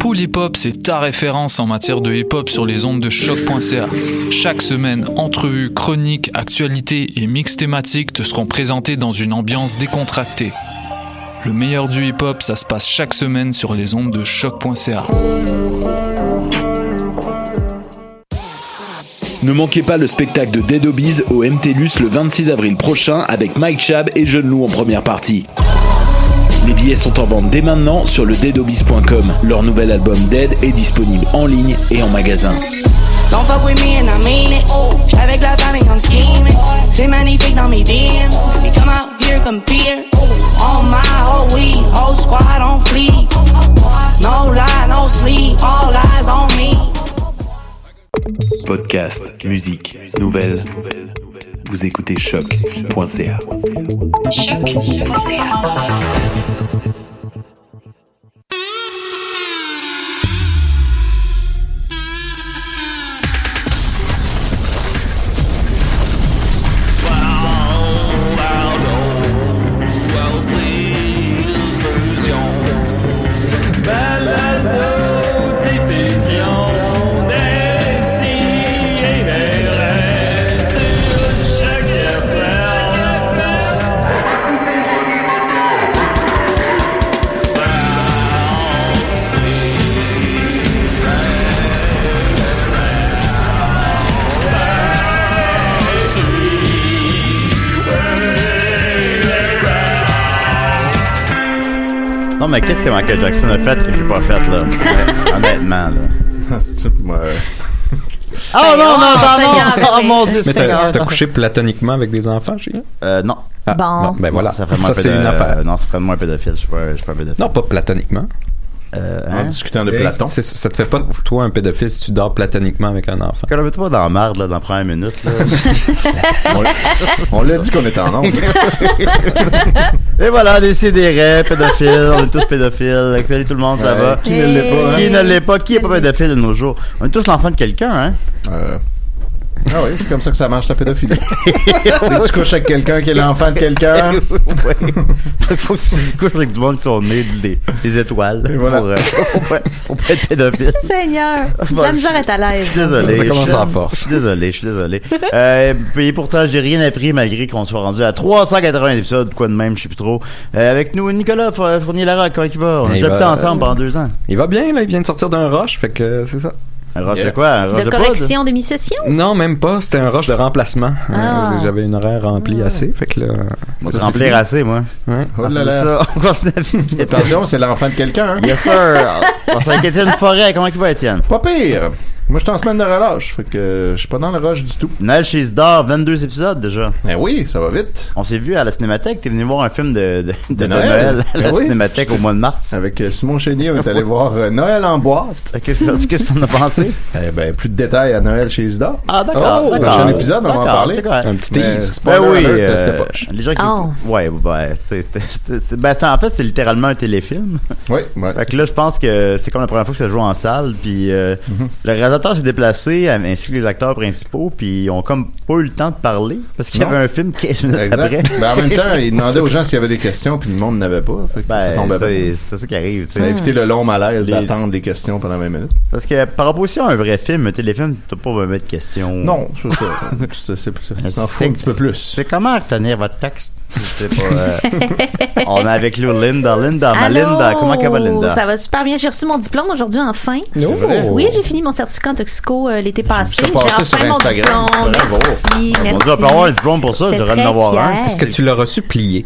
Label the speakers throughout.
Speaker 1: Pool Hip Hop, c'est ta référence en matière de hip hop sur les ondes de choc.ca. Chaque semaine, entrevues, chroniques, actualités et mix thématiques te seront présentés dans une ambiance décontractée. Le meilleur du hip hop, ça se passe chaque semaine sur les ondes de choc.ca.
Speaker 2: Ne manquez pas le spectacle de Dead Obies au MTLUS le 26 avril prochain avec Mike Chab et Jeune Lou en première partie. Les billets sont en vente dès maintenant sur le deadobies.com. Leur nouvel album Dead est disponible en ligne et en magasin.
Speaker 3: Don't fuck with me and I mean it. J'suis Avec la famille, I'm scheming. C'est magnifique dans mes DM. Mais come out here, come here. On my whole weed, whole squad on fleek. No lie, no sleep, all eyes on me.
Speaker 2: Podcast, musique, nouvelles. Vous écoutez choc.ca.
Speaker 4: Non, mais qu'est-ce que Michael Jackson a fait que j'ai pas fait, là? Ouais, Honnêtement, là.
Speaker 5: euh,
Speaker 4: Oh non, non,
Speaker 6: ça y est,
Speaker 4: non, non!
Speaker 6: arrêtez.
Speaker 4: Oh mon dieu,
Speaker 5: Mais
Speaker 4: c'est
Speaker 5: t'as t'as couché platoniquement avec des enfants, chez
Speaker 4: Euh, non.
Speaker 5: Ah,
Speaker 6: Bon.
Speaker 5: non, ben voilà.
Speaker 4: Ça ferait de moi un
Speaker 5: c'est
Speaker 4: pédo-
Speaker 5: une
Speaker 4: euh,
Speaker 5: affaire.
Speaker 4: Non, ça ferait de moi un pédophile. Je suis pas, je suis pas un pédophile.
Speaker 5: Non, pas platoniquement.
Speaker 4: Euh,
Speaker 7: En
Speaker 4: hein?
Speaker 7: discutant de
Speaker 5: Hey,
Speaker 7: Platon.
Speaker 5: c'est- ça te fait pas, toi, un pédophile si tu dors platoniquement avec un enfant.
Speaker 4: Quand on met pas dans la marde, là, dans la première minute, là.
Speaker 7: On l'a dit qu'on était en onde.
Speaker 4: Et voilà, décidérez, pédophile, on est tous pédophiles. Salut tout le monde, ça va?
Speaker 7: Qui ne l'est pas, hein?
Speaker 4: Qui ne l'est pas? Qui est pas pédophile de nos jours? On est tous l'enfant de quelqu'un, hein?
Speaker 7: Euh, Ah oui, c'est comme ça que ça marche la pédophilie. Dès que tu couches avec quelqu'un qui est l'enfant de quelqu'un.
Speaker 4: ouais. Fait que faut que tu te couches avec du monde qui sont nés des, des étoiles.
Speaker 7: Et voilà.
Speaker 4: Pour, euh, pour pas- pour pas être pédophile.
Speaker 6: Seigneur,
Speaker 4: Bon,
Speaker 6: la misère est à l'aise.
Speaker 4: Je suis désolé.
Speaker 5: Ça commence
Speaker 4: je suis-
Speaker 5: en force.
Speaker 4: Je suis désolé, je suis désolé. Euh, puis pourtant, j'ai rien appris malgré qu'on soit rendu à 380 épisodes, quoi de même, je sais plus trop. Euh, avec nous, Nicolas F- Fournier-Larocque, comment il va? On a
Speaker 5: Il
Speaker 4: déjà
Speaker 5: va-
Speaker 4: habité ensemble pendant deux ans.
Speaker 5: Il va bien, là, il vient de sortir d'un roche, fait que euh, c'est ça.
Speaker 4: Un roche de
Speaker 7: Yeah.
Speaker 4: quoi? Un roche
Speaker 6: De
Speaker 4: de
Speaker 6: correction, demi-session?
Speaker 5: Non, même pas, c'était un roche de remplacement. Euh,
Speaker 6: Ah.
Speaker 5: J'avais une horaire remplie assez, fait que là. hein,
Speaker 4: On va remplir assez, moi.
Speaker 5: Ouais.
Speaker 7: Oh
Speaker 4: Ah,
Speaker 7: là
Speaker 4: c'est
Speaker 7: là.
Speaker 4: ça. On continue avec Étienne.
Speaker 7: Attention, c'est l'enfant de quelqu'un. hein?
Speaker 4: Yes, sir. On s'est avec Étienne Forêt. Comment il va, Étienne?
Speaker 7: Pas pire. Moi, je suis en semaine de relâche. Fait que je suis pas dans le rush du tout.
Speaker 4: Noël chez Isidore, 22 épisodes déjà.
Speaker 7: Eh oui, ça va vite.
Speaker 4: On s'est vu à la Cinémathèque. T'es venu voir un film de, de, de
Speaker 7: De
Speaker 4: Noël.
Speaker 7: Noël.
Speaker 4: à la
Speaker 7: Eh oui.
Speaker 4: Cinémathèque au mois de mars.
Speaker 7: Avec euh, Simon Chénier, on est allé voir euh, Noël en boîte.
Speaker 4: Qu'est-ce que qu'est-ce que t'en as pensé?
Speaker 7: Eh ben, plus de détails à Noël chez Isidore.
Speaker 4: Ah, d'accord.
Speaker 5: Oh,
Speaker 4: d'accord.
Speaker 7: Prochain épisode, on va en
Speaker 4: D'accord,
Speaker 7: parler.
Speaker 4: c'est correct.
Speaker 5: Un petit
Speaker 7: Mais
Speaker 5: tease.
Speaker 7: spoiler alert,
Speaker 4: Ben euh,
Speaker 7: c'était poche.
Speaker 4: les gens qui
Speaker 6: Oh.
Speaker 4: ouais ben, tu sais, c'était- c'était- c'est- ben, c'est- en fait c'est littéralement un téléfilm
Speaker 7: Oui, ouais. Mhm.
Speaker 4: fait que là je pense que c'est comme la première fois que ça joue en salle puis euh, le réalisateur réalisateur s'est déplacé, euh, ainsi que les acteurs principaux, puis ils ont comme pas eu le temps de parler, parce qu'il y
Speaker 7: Non.
Speaker 4: avait un film 15 minutes après.
Speaker 7: Exact. Mais en même temps, il demandait aux gens s'il y avait des questions, puis le monde n'avait pas. Fait que ça
Speaker 4: Ben,
Speaker 7: tombait bien.
Speaker 4: c'est c'est ça qui arrive. tu
Speaker 7: Ça a
Speaker 4: sais.
Speaker 7: évité le long malaise
Speaker 4: Les-
Speaker 7: d'attendre des questions pendant 20 minutes.
Speaker 4: Parce que par opposition à un vrai film, un téléfilm, t'as pas vraiment de questions.
Speaker 7: Non, c'est ça. C'est- c'est- c'est- Tu t'en fous un petit peu plus.
Speaker 4: C'est comment retenir votre texte? Je sais pas. euh, on est avec nous, Linda. Linda, Ah, ma
Speaker 6: Allô?
Speaker 4: Linda, comment ça va, Linda?
Speaker 6: Ça va super bien. J'ai reçu mon diplôme aujourd'hui, enfin.
Speaker 7: C'est vrai?
Speaker 6: Oui, j'ai fini mon certificat en toxico euh, l'été passé.
Speaker 7: ça
Speaker 6: J'ai
Speaker 7: passer
Speaker 6: enfin
Speaker 7: sur
Speaker 6: mon
Speaker 7: Instagram.
Speaker 6: diplôme.
Speaker 7: Bravo.
Speaker 6: Merci,
Speaker 4: On Ah, ben
Speaker 6: merci.
Speaker 4: dirait, on peut avoir un diplôme pour ça, je
Speaker 6: J'étais
Speaker 4: devrais en
Speaker 6: très
Speaker 4: avoir un.
Speaker 6: fière.
Speaker 5: Est-ce que tu l'as reçu plié?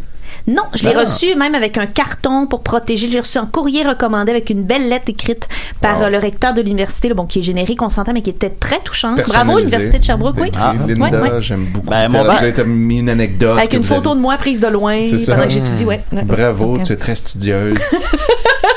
Speaker 6: Non, je l'ai
Speaker 7: Ah.
Speaker 6: reçu même avec un carton pour protéger. J'ai reçu un courrier recommandé avec une belle lettre écrite par
Speaker 7: Wow.
Speaker 6: euh, le recteur de l'université, là, bon, qui est générique, on s'entend, mais qui était très touchant. Bravo,
Speaker 7: Personnalisé.
Speaker 6: l'université de Sherbrooke, oui.
Speaker 7: T'écris,
Speaker 4: Ah.
Speaker 7: Linda,
Speaker 6: Ouais, ouais.
Speaker 7: j'aime beaucoup.
Speaker 4: Ben, mon
Speaker 7: T'as-
Speaker 4: ba-
Speaker 7: t'as- T'as mis une anecdote.
Speaker 6: Avec
Speaker 7: que
Speaker 6: une
Speaker 7: vous
Speaker 6: photo
Speaker 7: avez-
Speaker 6: de moi prise de loin
Speaker 7: C'est ça. Mmh.
Speaker 6: pendant que j'étudie, ouais. ouais.
Speaker 7: Bravo,
Speaker 6: Donc, euh,
Speaker 7: tu es très studieuse.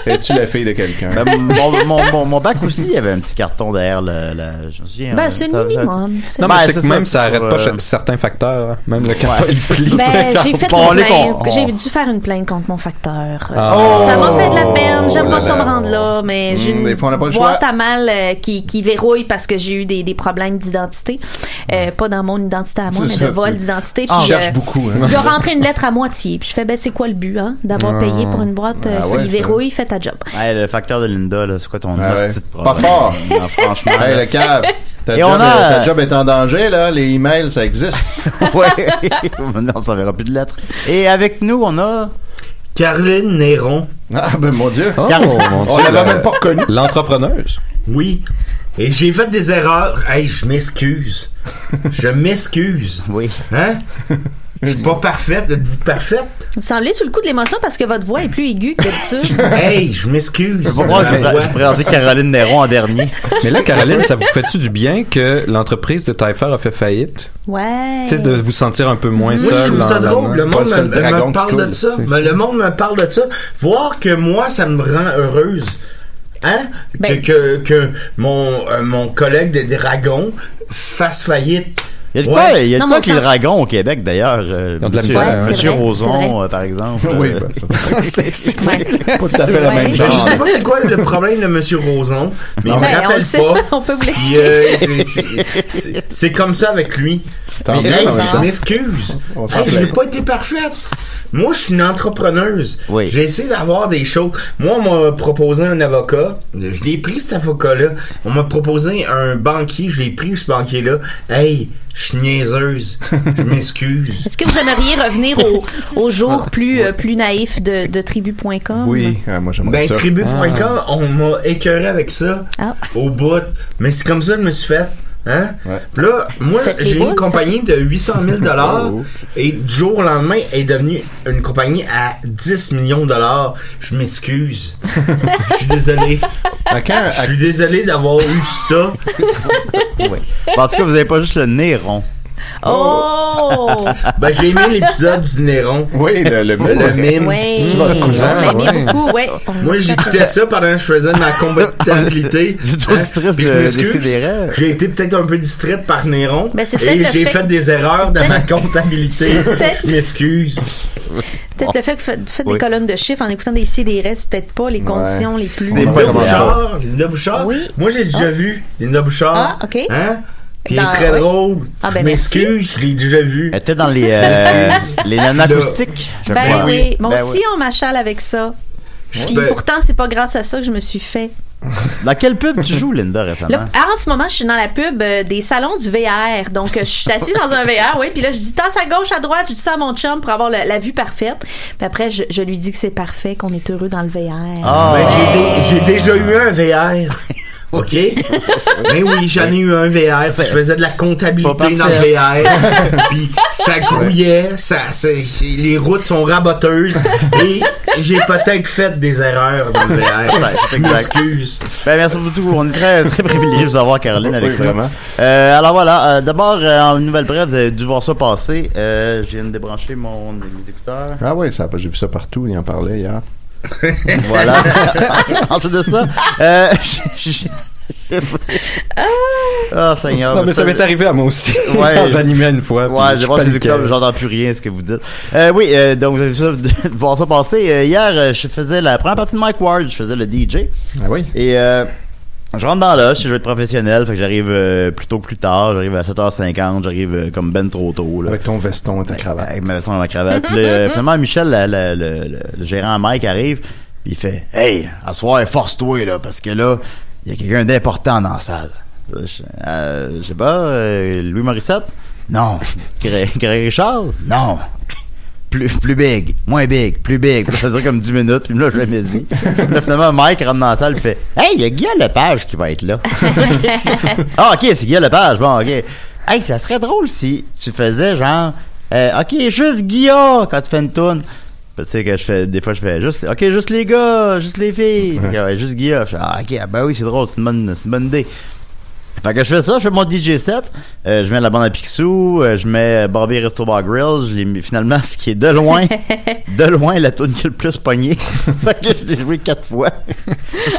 Speaker 7: Es-tu la fille de quelqu'un?
Speaker 4: Ben, mon, mon, mon, mon bac aussi, il y avait un petit carton derrière le. le- je me souviens,
Speaker 6: Ben,
Speaker 4: euh, ça-
Speaker 6: c'est une
Speaker 4: ça-
Speaker 6: minimum. c'est-
Speaker 5: Non,
Speaker 4: Ben,
Speaker 5: mais c'est
Speaker 4: c'est
Speaker 5: que
Speaker 4: ça,
Speaker 5: même ça
Speaker 4: sur,
Speaker 5: arrête pas
Speaker 4: euh,
Speaker 5: ch- certains facteurs. hein. Même
Speaker 7: Oh!
Speaker 5: le carton, il plie.
Speaker 6: Ben, j'ai fait
Speaker 4: Bon, on
Speaker 6: une
Speaker 4: est
Speaker 6: plainte.
Speaker 4: con-
Speaker 6: J'ai dû faire une plainte contre mon facteur. Euh,
Speaker 5: Ah.
Speaker 6: Ça m'a fait de la peine. J'aime
Speaker 7: Oh
Speaker 6: pas
Speaker 7: là
Speaker 6: ça me
Speaker 7: là.
Speaker 6: rendre là, mais j'ai
Speaker 7: Mm,
Speaker 6: une
Speaker 7: des fois, on n'a pas le
Speaker 6: boîte
Speaker 7: choix.
Speaker 6: à mal euh, qui, qui verrouille parce que j'ai eu des, des problèmes d'identité. Euh, pas dans mon identité à moi,
Speaker 7: C'est
Speaker 6: mais
Speaker 7: ça,
Speaker 6: de vol
Speaker 7: tu-
Speaker 6: d'identité.
Speaker 7: Tu
Speaker 4: Ah,
Speaker 6: Puis,
Speaker 4: ben,
Speaker 7: cherches
Speaker 6: euh,
Speaker 7: beaucoup.
Speaker 6: il a
Speaker 7: Hein?
Speaker 6: rentré une lettre à moitié. Puis je fais, ben, c'est quoi le but, hein, d'avoir payé pour une boîte euh,
Speaker 7: Ah ouais,
Speaker 6: qui
Speaker 7: ça.
Speaker 6: verrouille, fait ta job.
Speaker 4: Hey, le facteur de Linda, là, c'est quoi ton
Speaker 7: Ah ouais.
Speaker 4: hostie de
Speaker 7: Pas
Speaker 4: problème?
Speaker 7: fort.
Speaker 4: Non, franchement.
Speaker 7: Hey,
Speaker 4: là.
Speaker 7: le cave. Ta,
Speaker 4: Et
Speaker 7: job,
Speaker 4: on a-
Speaker 7: ta job est en danger, là. Les emails, ça existe.
Speaker 4: ouais. Maintenant, ça verra plus de lettres. Et avec nous, on a.
Speaker 8: Caroline Néron,
Speaker 7: Ah, ben, mon Dieu.
Speaker 5: Oh,
Speaker 4: Car-
Speaker 5: mon
Speaker 7: On
Speaker 5: Dieu,
Speaker 7: l'avait
Speaker 5: le-
Speaker 7: même pas reconnu.
Speaker 5: L'entrepreneuse.
Speaker 8: oui. Et j'ai fait des erreurs. Hey, je m'excuse. Je m'excuse.
Speaker 4: Oui.
Speaker 8: Hein? Je suis pas parfaite. Êtes-vous parfaite?
Speaker 6: Vous semblez sous le coup de l'émotion parce que votre voix est plus aiguë que d'habitude.
Speaker 8: Hey, je m'excuse.
Speaker 4: Je vais voir, je vais
Speaker 8: Ma voix.
Speaker 4: je vais présenter Caroline Néron en dernier.
Speaker 5: Mais là, Caroline, ça vous fait-tu du bien que l'entreprise de Taillefer a fait faillite?
Speaker 6: Ouais.
Speaker 5: Tu sais, de vous sentir un peu moins
Speaker 8: Moi, je
Speaker 5: seul.
Speaker 8: trouve ça
Speaker 5: dans- dans-
Speaker 8: drôle. Le
Speaker 7: Pas
Speaker 8: monde
Speaker 7: le seul
Speaker 8: me, me
Speaker 7: dragon qui
Speaker 8: parle de
Speaker 7: coule,
Speaker 8: ça.
Speaker 5: c'est
Speaker 8: Mais le monde me parle de ça. Voir que moi, ça me rend heureuse. Hein?
Speaker 6: Ben-
Speaker 8: Que, que, que mon, euh, mon collègue de dragon fasse faillite.
Speaker 4: Il y a de
Speaker 8: Ouais.
Speaker 4: quoi, il y a de quoi
Speaker 6: Non, mais on
Speaker 4: qu'il
Speaker 6: s'en-
Speaker 4: ragon au Québec, d'ailleurs. euh,
Speaker 5: Ils ont de la
Speaker 4: monsieur-
Speaker 5: misère,
Speaker 6: Ouais, hein. c'est
Speaker 4: Monsieur
Speaker 6: vrai, c'est
Speaker 4: Roson,
Speaker 6: vrai.
Speaker 4: euh, par exemple.
Speaker 7: Oui,
Speaker 4: euh,
Speaker 7: ben,
Speaker 5: C'est- c'est-
Speaker 6: Ouais.
Speaker 7: pas tout à fait la
Speaker 6: Ouais.
Speaker 7: même
Speaker 8: Ben,
Speaker 7: genre.
Speaker 8: je sais pas c'est quoi le problème de Monsieur Roson, mais il me
Speaker 6: Ben, on le
Speaker 8: rappelle
Speaker 6: sait,
Speaker 8: pas.
Speaker 6: on peut vous
Speaker 8: Puis,
Speaker 6: l'expliquer.
Speaker 8: euh, c'est- c'est- c'est- C'est comme ça avec lui.
Speaker 7: Tant
Speaker 8: Mais,
Speaker 7: mieux,
Speaker 8: hey,
Speaker 7: en même
Speaker 8: je
Speaker 7: temps.
Speaker 8: m'excuse.
Speaker 7: On s'en
Speaker 5: hein.
Speaker 8: Hey, je
Speaker 7: plaint.
Speaker 8: n'ai pas été parfaite. Moi, je suis une entrepreneuse.
Speaker 4: Oui.
Speaker 8: J'ai essayé d'avoir des choses. Moi, on m'a proposé un avocat. Je l'ai pris, cet avocat-là. On m'a proposé un banquier. Je l'ai pris, ce banquier-là. Hey, je suis niaiseuse. Je m'excuse.
Speaker 6: Est-ce que vous aimeriez revenir au, au jour plus, euh, plus naïf de, de tribu.com?
Speaker 7: Oui, ah, moi, j'aimerais
Speaker 8: Ben,
Speaker 7: ça.
Speaker 5: Ah.
Speaker 8: tribu.com, on m'a écœuré avec ça.
Speaker 6: Ah.
Speaker 8: Au bout. Mais c'est comme ça que je me suis fait. Hein?
Speaker 7: Ouais.
Speaker 8: Puis là, moi,
Speaker 6: Faites les
Speaker 8: j'ai
Speaker 6: boules,
Speaker 8: une compagnie de 800 000
Speaker 7: Oh.
Speaker 8: et du jour au lendemain, elle est devenue une compagnie à 10 millions de dollars. Je m'excuse. Je suis désolé.
Speaker 7: À quand, à-
Speaker 8: Je suis désolé d'avoir eu ça.
Speaker 4: oui. Bon, en tout cas, vous avez pas juste le nez rond.
Speaker 6: Oh!
Speaker 8: Ben, j'ai aimé l'épisode du Néron.
Speaker 7: Oui, le, le,
Speaker 8: Le, le mime.
Speaker 6: Oui.
Speaker 7: C'est votre cousin,
Speaker 6: On l'aimait
Speaker 5: ouais.
Speaker 6: beaucoup, ouais. Ben,
Speaker 8: Moi, j'écoutais ça pendant que je faisais ma compétibilité.
Speaker 4: J'ai trop de stress
Speaker 8: Puis je
Speaker 4: de
Speaker 8: m'excuse.
Speaker 4: décider. hein.
Speaker 8: J'ai été peut-être un peu distraite par Néron.
Speaker 6: Ben, c'est peut-être
Speaker 8: et
Speaker 6: le
Speaker 8: j'ai
Speaker 6: fait-
Speaker 8: fait des erreurs dans
Speaker 6: c'est
Speaker 8: ma
Speaker 6: peut-être-
Speaker 8: comptabilité.
Speaker 6: c'est peut-être-
Speaker 8: Je m'excuse.
Speaker 6: Peut-être le fait que faites, faites
Speaker 4: Oui.
Speaker 6: des colonnes de chiffres en écoutant des si des restes, peut-être pas les conditions les plus. Ouais.
Speaker 7: Des bonnes-
Speaker 8: Linda Bouchard, Linda Bouchard.
Speaker 6: Oui.
Speaker 8: Moi, j'ai déjà vu Linda Bouchard.
Speaker 6: Ah, ok.
Speaker 8: Hein? Puis elle
Speaker 6: Dans-
Speaker 8: est très
Speaker 6: oui.
Speaker 8: drôle.
Speaker 6: Ah, ben,
Speaker 8: je m'excuse, Oh, je l'ai déjà vu.
Speaker 4: Elle était dans les, euh, les nanas acoustiques, je
Speaker 6: Ben
Speaker 4: crois.
Speaker 6: oui, moi
Speaker 4: Ben
Speaker 6: aussi
Speaker 4: oui.
Speaker 6: on m'achale avec ça. Puis
Speaker 8: Ben,
Speaker 6: pourtant, c'est pas grâce à ça que je me suis fait.
Speaker 4: Dans quel pub tu joues, Linda,
Speaker 5: Ah
Speaker 4: récemment?
Speaker 5: ben.
Speaker 6: Là, en ce moment, je suis dans la pub euh, des salons du VR. Donc, euh, je suis assise dans un VR, oui. Puis là, je dis tasse à gauche, à droite. Je dis ça à mon chum pour avoir la, la vue parfaite. Puis après, je, je lui dis que c'est parfait, qu'on est heureux dans le VR.
Speaker 4: Ah,
Speaker 8: ben, j'ai dé- j'ai déjà eu un VR. OK? ben oui, j'en ai eu un VR. Je faisais de la
Speaker 4: Pas
Speaker 8: comptabilité dans
Speaker 4: parfaite.
Speaker 8: le VR. Puis ça grouillait, ça, c'est- les routes sont raboteuses. Et j'ai peut-être fait des erreurs dans le VR.
Speaker 4: Peut-être,
Speaker 8: Je
Speaker 4: exact.
Speaker 8: m'excuse.
Speaker 4: Ben, merci beaucoup. On est très, très privilégiés de vous avoir, Caroline, avec
Speaker 7: Oui,
Speaker 4: nous.
Speaker 7: vraiment.
Speaker 4: Euh, alors voilà, euh, d'abord, euh, en nouvelle brève, vous avez dû voir ça passer. Euh, je viens de débrancher mon mes écouteurs.
Speaker 7: Ah oui, ça, a pas- j'ai vu ça partout, il en parlait hier.
Speaker 4: Voilà. Ensuite de ça, euh, je- je- je- Oh, Seigneur.
Speaker 5: Non, mais ça m'est arrivé à moi aussi.
Speaker 4: Ouais.
Speaker 5: Quand J'animais une fois.
Speaker 4: Ouais,
Speaker 5: puis
Speaker 4: je vois
Speaker 5: paniquais.
Speaker 4: les écouteurs, j'entends plus rien, ce que vous dites. Euh, oui, euh, donc, vous avez vu ça, de voir ça passer. Euh, hier, euh, je faisais la première partie de Mike Ward, je faisais le DJ.
Speaker 7: Ah oui?
Speaker 4: Et euh, Je rentre dans l'âge, je vais être professionnel, fait que j'arrive euh, plus tôt que plus tard, j'arrive à 7h50, j'arrive euh, comme ben trop tôt. Là.
Speaker 7: Avec ton veston et ta cravate.
Speaker 4: Ben, Avec ma veston dans ma cravate. Puis là, euh, finalement, Michel, la- la- le- le- le gérant Mike arrive, puis il fait « Hey, à ce soir, force-toi, là, parce que là, il y a quelqu'un d'important dans la salle. » Là, Je euh, je sais pas, euh, Louis Morissette? Non. Gré- Grégory Charles? Non. Plus, plus big, moins big, plus big. Puis Ça dure comme 10 minutes, puis là, je l'ai dit. Là, finalement, Mike rentre dans la salle et fait Hey, il y a Guy Lepage qui va être là. Ah, ok, c'est Guy Lepage. Bon, ok. Hey, ça serait drôle si tu faisais genre, euh, ok, juste Guilla quand tu fais une toune. Tu sais que je fais, des fois je fais juste, ok, juste les gars, juste les filles. Ok, ouais, juste Guilla. Je fais, ah, ok, ah, ben oui, c'est drôle, c'est une bonne, c'est une bonne idée. Fait que je fais ça, je fais mon DJ set, euh, je mets la bande à Picsou, euh, je mets Barbie Resto Bar Grill, je l'ai mis finalement ce qui est de loin, de loin la tune qui a le plus pogné. fait que je l'ai joué quatre fois.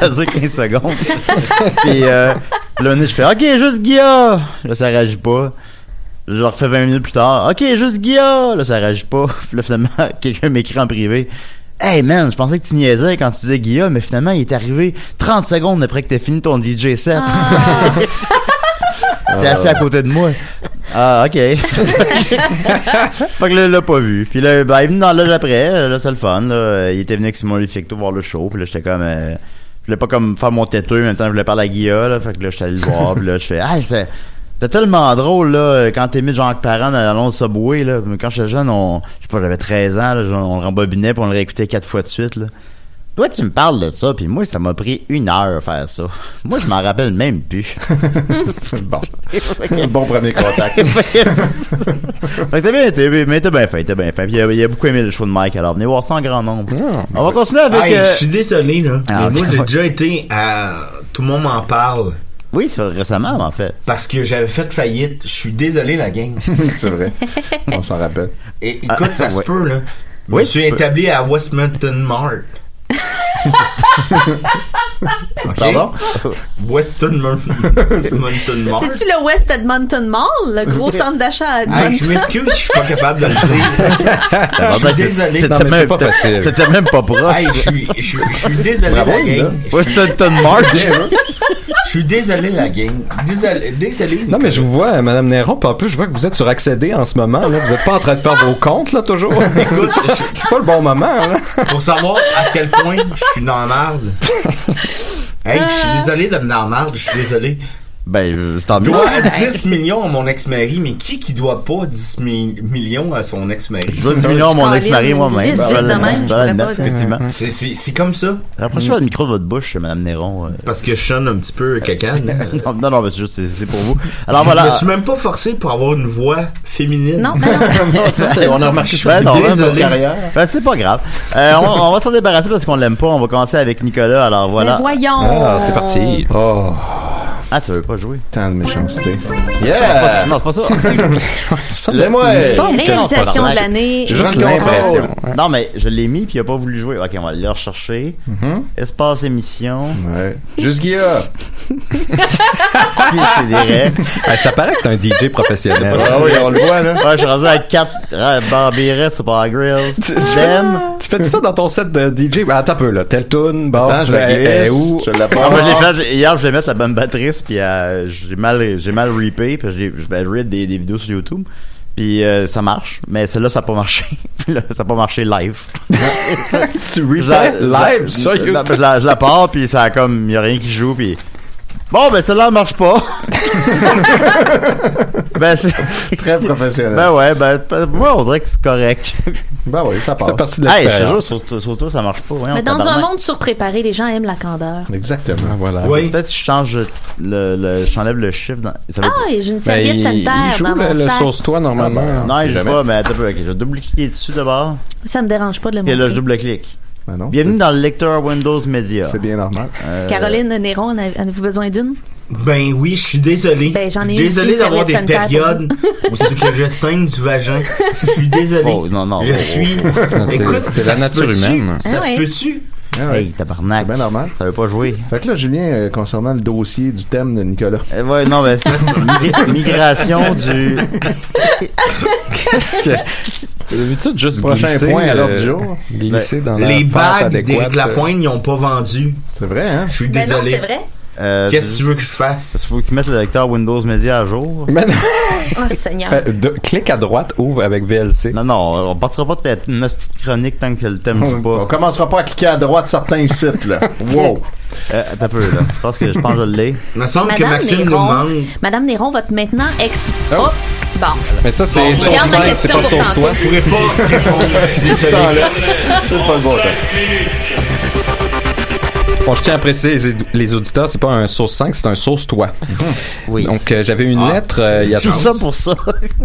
Speaker 4: ça dure 15 secondes. Puis euh, là, je fais OK, juste Guilla. Là, ça réagit pas. Je le refais 20 minutes plus tard. OK, juste Guilla. Là, ça réagit pas. Puis là, finalement, quelqu'un m'écrit en privé. Hey man, je pensais que tu niaisais quand tu disais Guilla, mais finalement, il est arrivé 30 secondes après que t'aies fini ton DJ set.
Speaker 6: Ah.
Speaker 4: C'est assis à côté de moi. Ah, OK. fait que là, il l'a pas vu. Puis là, ben, il est venu dans l'âge après. Là, c'est le fun. Là. Il était venu avec Simon Lefecto voir le show. Puis là, j'étais comme... euh, je voulais pas comme faire mon têteux. En même temps, je voulais parler à Guilla. Là. Fait que là, j'étais allé le voir. puis là, je fais... Ah, c'est... C'était tellement drôle, là, quand t'es mis Jean-Luc Parent dans la longue subway, là. Mais Quand j'étais jeune, on, je sais pas, j'avais 13 ans, là, on le rembobinait puis on le réécoutait quatre fois de suite, là. Toi, tu me parles de ça, puis moi, ça m'a pris une heure à faire ça. Moi, je m'en rappelle même plus.
Speaker 7: Bon. bon premier contact.
Speaker 4: fait que c'était bien, été, mais t'es bien fait, t'es bien fait. Puis euh, il a, il a beaucoup aimé le show de Mike, alors venez voir ça en grand nombre.
Speaker 5: Ah.
Speaker 4: On va continuer avec.
Speaker 8: Hey,
Speaker 4: euh,
Speaker 8: je suis désolé, là.
Speaker 4: Ah,
Speaker 8: mais moi,
Speaker 4: ok.
Speaker 8: j'ai déjà été à. Tout le monde m'en parle.
Speaker 4: Oui, c'est récemment, en fait.
Speaker 8: Parce que j'avais fait faillite. Je suis désolé, la gang.
Speaker 7: c'est vrai. On s'en rappelle.
Speaker 8: Et, écoute,
Speaker 4: Ah,
Speaker 8: ça se
Speaker 4: ouais.
Speaker 8: peut, là. Je
Speaker 4: Oui,
Speaker 8: me suis
Speaker 4: tu peux.
Speaker 8: établi à Westminster Mart. Ok?
Speaker 4: Pardon?
Speaker 8: Western Mon- Westminster Mart.
Speaker 6: C'est-tu le West Edmonton Mall, le gros centre d'achat
Speaker 5: Ah,
Speaker 6: à
Speaker 8: Hey, je
Speaker 6: Edmonton?
Speaker 8: m'excuse, je suis pas capable de le dire.
Speaker 4: T'as-
Speaker 8: suis
Speaker 4: t'as-
Speaker 8: désolé.
Speaker 4: t'étais
Speaker 5: Non, mais c'est
Speaker 4: même-
Speaker 5: pas
Speaker 4: t'as-
Speaker 5: facile.
Speaker 4: T'étais même pas
Speaker 8: Hey,
Speaker 4: proche.
Speaker 8: je suis- je suis je suis désolé,
Speaker 7: Bravo,
Speaker 8: la gang.
Speaker 7: là.
Speaker 8: Je suis-
Speaker 4: Washington March.
Speaker 8: Je suis désolé, la gang. Désolé. désolé
Speaker 5: Non,
Speaker 8: Nicolas.
Speaker 5: mais je vous vois, euh, Madame Néron, puis en plus, je vois que vous êtes sur Accédé en ce moment. Là. Vous êtes pas en train de faire vos comptes, là, toujours.
Speaker 8: Écoute, je-
Speaker 5: C'est pas le bon moment, hein. là.
Speaker 8: pour savoir à quel point je suis dans la merde. Hey, je
Speaker 7: Ah,
Speaker 8: suis désolé d'être dans la merde, je suis désolé.
Speaker 4: Ben, euh, tant
Speaker 8: Je
Speaker 4: mieux.
Speaker 8: dois 10 millions à mon ex-mari, mais qui qui doit pas 10 mi- millions à son ex-mari?
Speaker 4: Je dois diminuer mon
Speaker 6: Colin,
Speaker 4: ex-mari
Speaker 6: une
Speaker 4: moi-même.
Speaker 6: liste
Speaker 4: Ben,
Speaker 6: vite
Speaker 4: voilà,
Speaker 6: de même, je
Speaker 4: voilà,
Speaker 6: pourrais
Speaker 4: merci,
Speaker 6: pas, là.
Speaker 4: effectivement.
Speaker 8: C'est- C'est c'est comme ça,
Speaker 4: Rapprochez-vous
Speaker 5: Mm.
Speaker 4: le micro de votre bouche, Madame Néron. euh.
Speaker 8: parce que je sonne un petit peu caca.
Speaker 4: Non, non, non, mais c'est juste, c'est- c'est pour vous.
Speaker 7: Ah,
Speaker 4: Alors
Speaker 8: Je me
Speaker 4: voilà.
Speaker 8: suis même pas forcé pour avoir une voix féminine.
Speaker 6: Non, ben non, non.
Speaker 7: Ça, c'est- on a remarqué sur
Speaker 4: Ben, non,
Speaker 7: le
Speaker 4: ben,
Speaker 7: de
Speaker 4: ben,
Speaker 7: carrière.
Speaker 4: Ben, c'est pas grave. Euh, on, on va s'en débarrasser parce qu'on l'aime pas. On va commencer avec Nicolas. Alors
Speaker 6: Mais
Speaker 4: voilà.
Speaker 6: voyons.
Speaker 5: Ah, c'est parti.
Speaker 7: Oh,
Speaker 4: Ah, ça veut pas jouer.
Speaker 7: tant de méchanceté.
Speaker 4: C'est pas ça.
Speaker 7: Yeah!
Speaker 4: Non, c'est pas ça.
Speaker 5: Ça,
Speaker 7: C'est moi.
Speaker 5: il me semble que-
Speaker 6: Réalisation de l'année.
Speaker 5: J'ai juste
Speaker 7: Je rentre
Speaker 5: l'impression.
Speaker 4: Non, mais je l'ai mis puis il a pas voulu jouer. Ok, on va le rechercher.
Speaker 8: Mm-hmm.
Speaker 4: Espace émission.
Speaker 7: Ouais. Juste Guilla.
Speaker 4: Puis c'est des règles.
Speaker 5: Ah, ça paraît que c'est un DJ professionnel.
Speaker 7: Ah oui, on le voit, là.
Speaker 4: Ouais, je suis rendu à euh, 4 Barbierettes sur Bar Grills.
Speaker 5: Tu- tu
Speaker 4: Ben.
Speaker 5: Tu fais ça dans ton set de DJ? Ben, Attends un peu, là. Tel tune, bon,
Speaker 7: Attends, Ah, je la
Speaker 5: ben, ben,
Speaker 7: glisse.
Speaker 5: où?
Speaker 7: Je la
Speaker 4: Ah, ben,
Speaker 7: prends.
Speaker 4: j'ai fait- hier, je vais mettre la bonne batterie, puis euh, j'ai mal, j'ai mal reapé, puis j'ai- je vais read des, des vidéos sur YouTube, puis euh, ça marche, mais celle-là, ça n'a pas marché. Là, ça n'a pas marché live.
Speaker 5: Tu
Speaker 4: Je la-
Speaker 5: replay
Speaker 4: je la-
Speaker 5: live sur
Speaker 4: je la-
Speaker 5: YouTube.
Speaker 4: Je la, je la pars, puis ça a comme, il a rien qui joue, puis... Bon, ben celle-là, elle marche pas. ben, c'est...
Speaker 7: Très professionnel.
Speaker 4: Ben ouais, ben, p- moi, on dirait que c'est correct.
Speaker 7: Ben oui, ça
Speaker 5: C'est
Speaker 7: passe.
Speaker 5: partie de
Speaker 4: Hey, je te
Speaker 5: l'expérience.
Speaker 4: jure, sur, sur toi, ça marche pas. voyons,
Speaker 6: Mais dans un
Speaker 5: hein?
Speaker 4: tabarnak.
Speaker 6: monde surpréparé, les gens aiment la candeur.
Speaker 7: Exactement.
Speaker 5: Voilà.
Speaker 8: Oui.
Speaker 4: Peut-être si je change le... le j'enlève le chiffre dans... ça veut-
Speaker 6: Ah, et j'ai une
Speaker 5: Ben,
Speaker 6: serviette
Speaker 5: il, il
Speaker 6: sanitaire
Speaker 5: joue
Speaker 6: dans
Speaker 5: le,
Speaker 6: mon
Speaker 5: le
Speaker 6: sac.
Speaker 5: sauce-toi,
Speaker 8: Ah,
Speaker 5: normalement.
Speaker 4: Ah,
Speaker 8: ben,
Speaker 4: Non,
Speaker 7: sait
Speaker 4: je sais
Speaker 7: jamais.
Speaker 4: pas, mais attends, un peu, ok, je vais double-cliquer dessus d'abord.
Speaker 6: Ça me dérange pas de le
Speaker 4: Et là, je
Speaker 6: montrer.
Speaker 4: double-clique.
Speaker 7: Ben non,
Speaker 4: Bienvenue dans le lecteur Windows Media.
Speaker 7: C'est c'est bien normal.
Speaker 4: Euh,
Speaker 6: Caroline Néron, en avez- en avez-vous besoin d'une?
Speaker 8: Ben oui, je suis désolé.
Speaker 6: Ben, j'en ai une
Speaker 8: désolé
Speaker 6: ici,
Speaker 8: d'avoir des
Speaker 6: serviette sanitaire.
Speaker 8: périodes où c'est que je saigne du vagin. Je suis désolé.
Speaker 4: Oh, non, non.
Speaker 8: Je
Speaker 4: oh,
Speaker 8: suis.
Speaker 4: oh, oh.
Speaker 5: C'est-
Speaker 8: Écoute,
Speaker 5: c'est
Speaker 8: ça
Speaker 5: la
Speaker 8: se
Speaker 5: nature
Speaker 8: peut-tu?
Speaker 5: humaine.
Speaker 8: Ça
Speaker 6: Ah
Speaker 8: se
Speaker 6: ouais.
Speaker 8: peut-tu?
Speaker 7: Ah ouais.
Speaker 4: Hey, tabarnak.
Speaker 7: C'est bien normal.
Speaker 4: Ça veut pas jouer.
Speaker 7: Fait que là, Julien, euh, concernant le dossier du thème de Nicolas.
Speaker 4: Euh, ouais, non, mais c'est migra- migration du.
Speaker 5: Qu'est-ce que. D'habitude, juste
Speaker 7: Prochain
Speaker 5: glisser,
Speaker 7: point à
Speaker 5: euh,
Speaker 7: l'ordre du jour.
Speaker 5: Glisser dans la
Speaker 8: Les
Speaker 5: fente
Speaker 8: bagues
Speaker 5: adéquate. euh,
Speaker 8: d'Éric Lapointe, ils n'ont pas vendu.
Speaker 7: C'est vrai, hein?
Speaker 8: Je suis
Speaker 6: Ben non,
Speaker 8: désolé.
Speaker 6: c'est vrai.
Speaker 4: Euh,
Speaker 8: Qu'est-ce que tu veux que je fasse?
Speaker 4: Il faut qu'ils mettent le lecteur Windows Media à jour.
Speaker 5: Mais non,
Speaker 6: Oh, Seigneur.
Speaker 5: Ben,
Speaker 8: Ben,
Speaker 5: euh, de- clique à droite, ouvre avec VLC.
Speaker 4: Non, non, on partira pas de ta une petite chronique tant que le thème joue pas.
Speaker 7: On commencera pas à cliquer à droite certains sites, là. wow!
Speaker 4: Euh, attends un peu, là. Je pense que je pense que je l'ai.
Speaker 8: Il me semble que
Speaker 6: Madame
Speaker 8: Maxime nous
Speaker 6: Néron,
Speaker 8: manque.
Speaker 6: Madame Néron va te maintenant ex.
Speaker 5: Oh.
Speaker 6: Oh. Bon.
Speaker 5: Mais ça, c'est source
Speaker 6: regarde ma
Speaker 5: 5,
Speaker 6: question
Speaker 5: c'est pas
Speaker 6: pour
Speaker 5: source
Speaker 6: tantôt.
Speaker 5: 3.
Speaker 8: Je pourrais pas répondre. Je suis désolé.
Speaker 7: C'est pas le bon temps.
Speaker 5: Bon, je tiens à préciser les- les auditeurs, c'est pas un source 5, c'est un source toi.
Speaker 4: Oui.
Speaker 5: Donc, euh, j'avais une
Speaker 8: Ah.
Speaker 5: lettre euh, il y a
Speaker 4: Tout ça pour ça.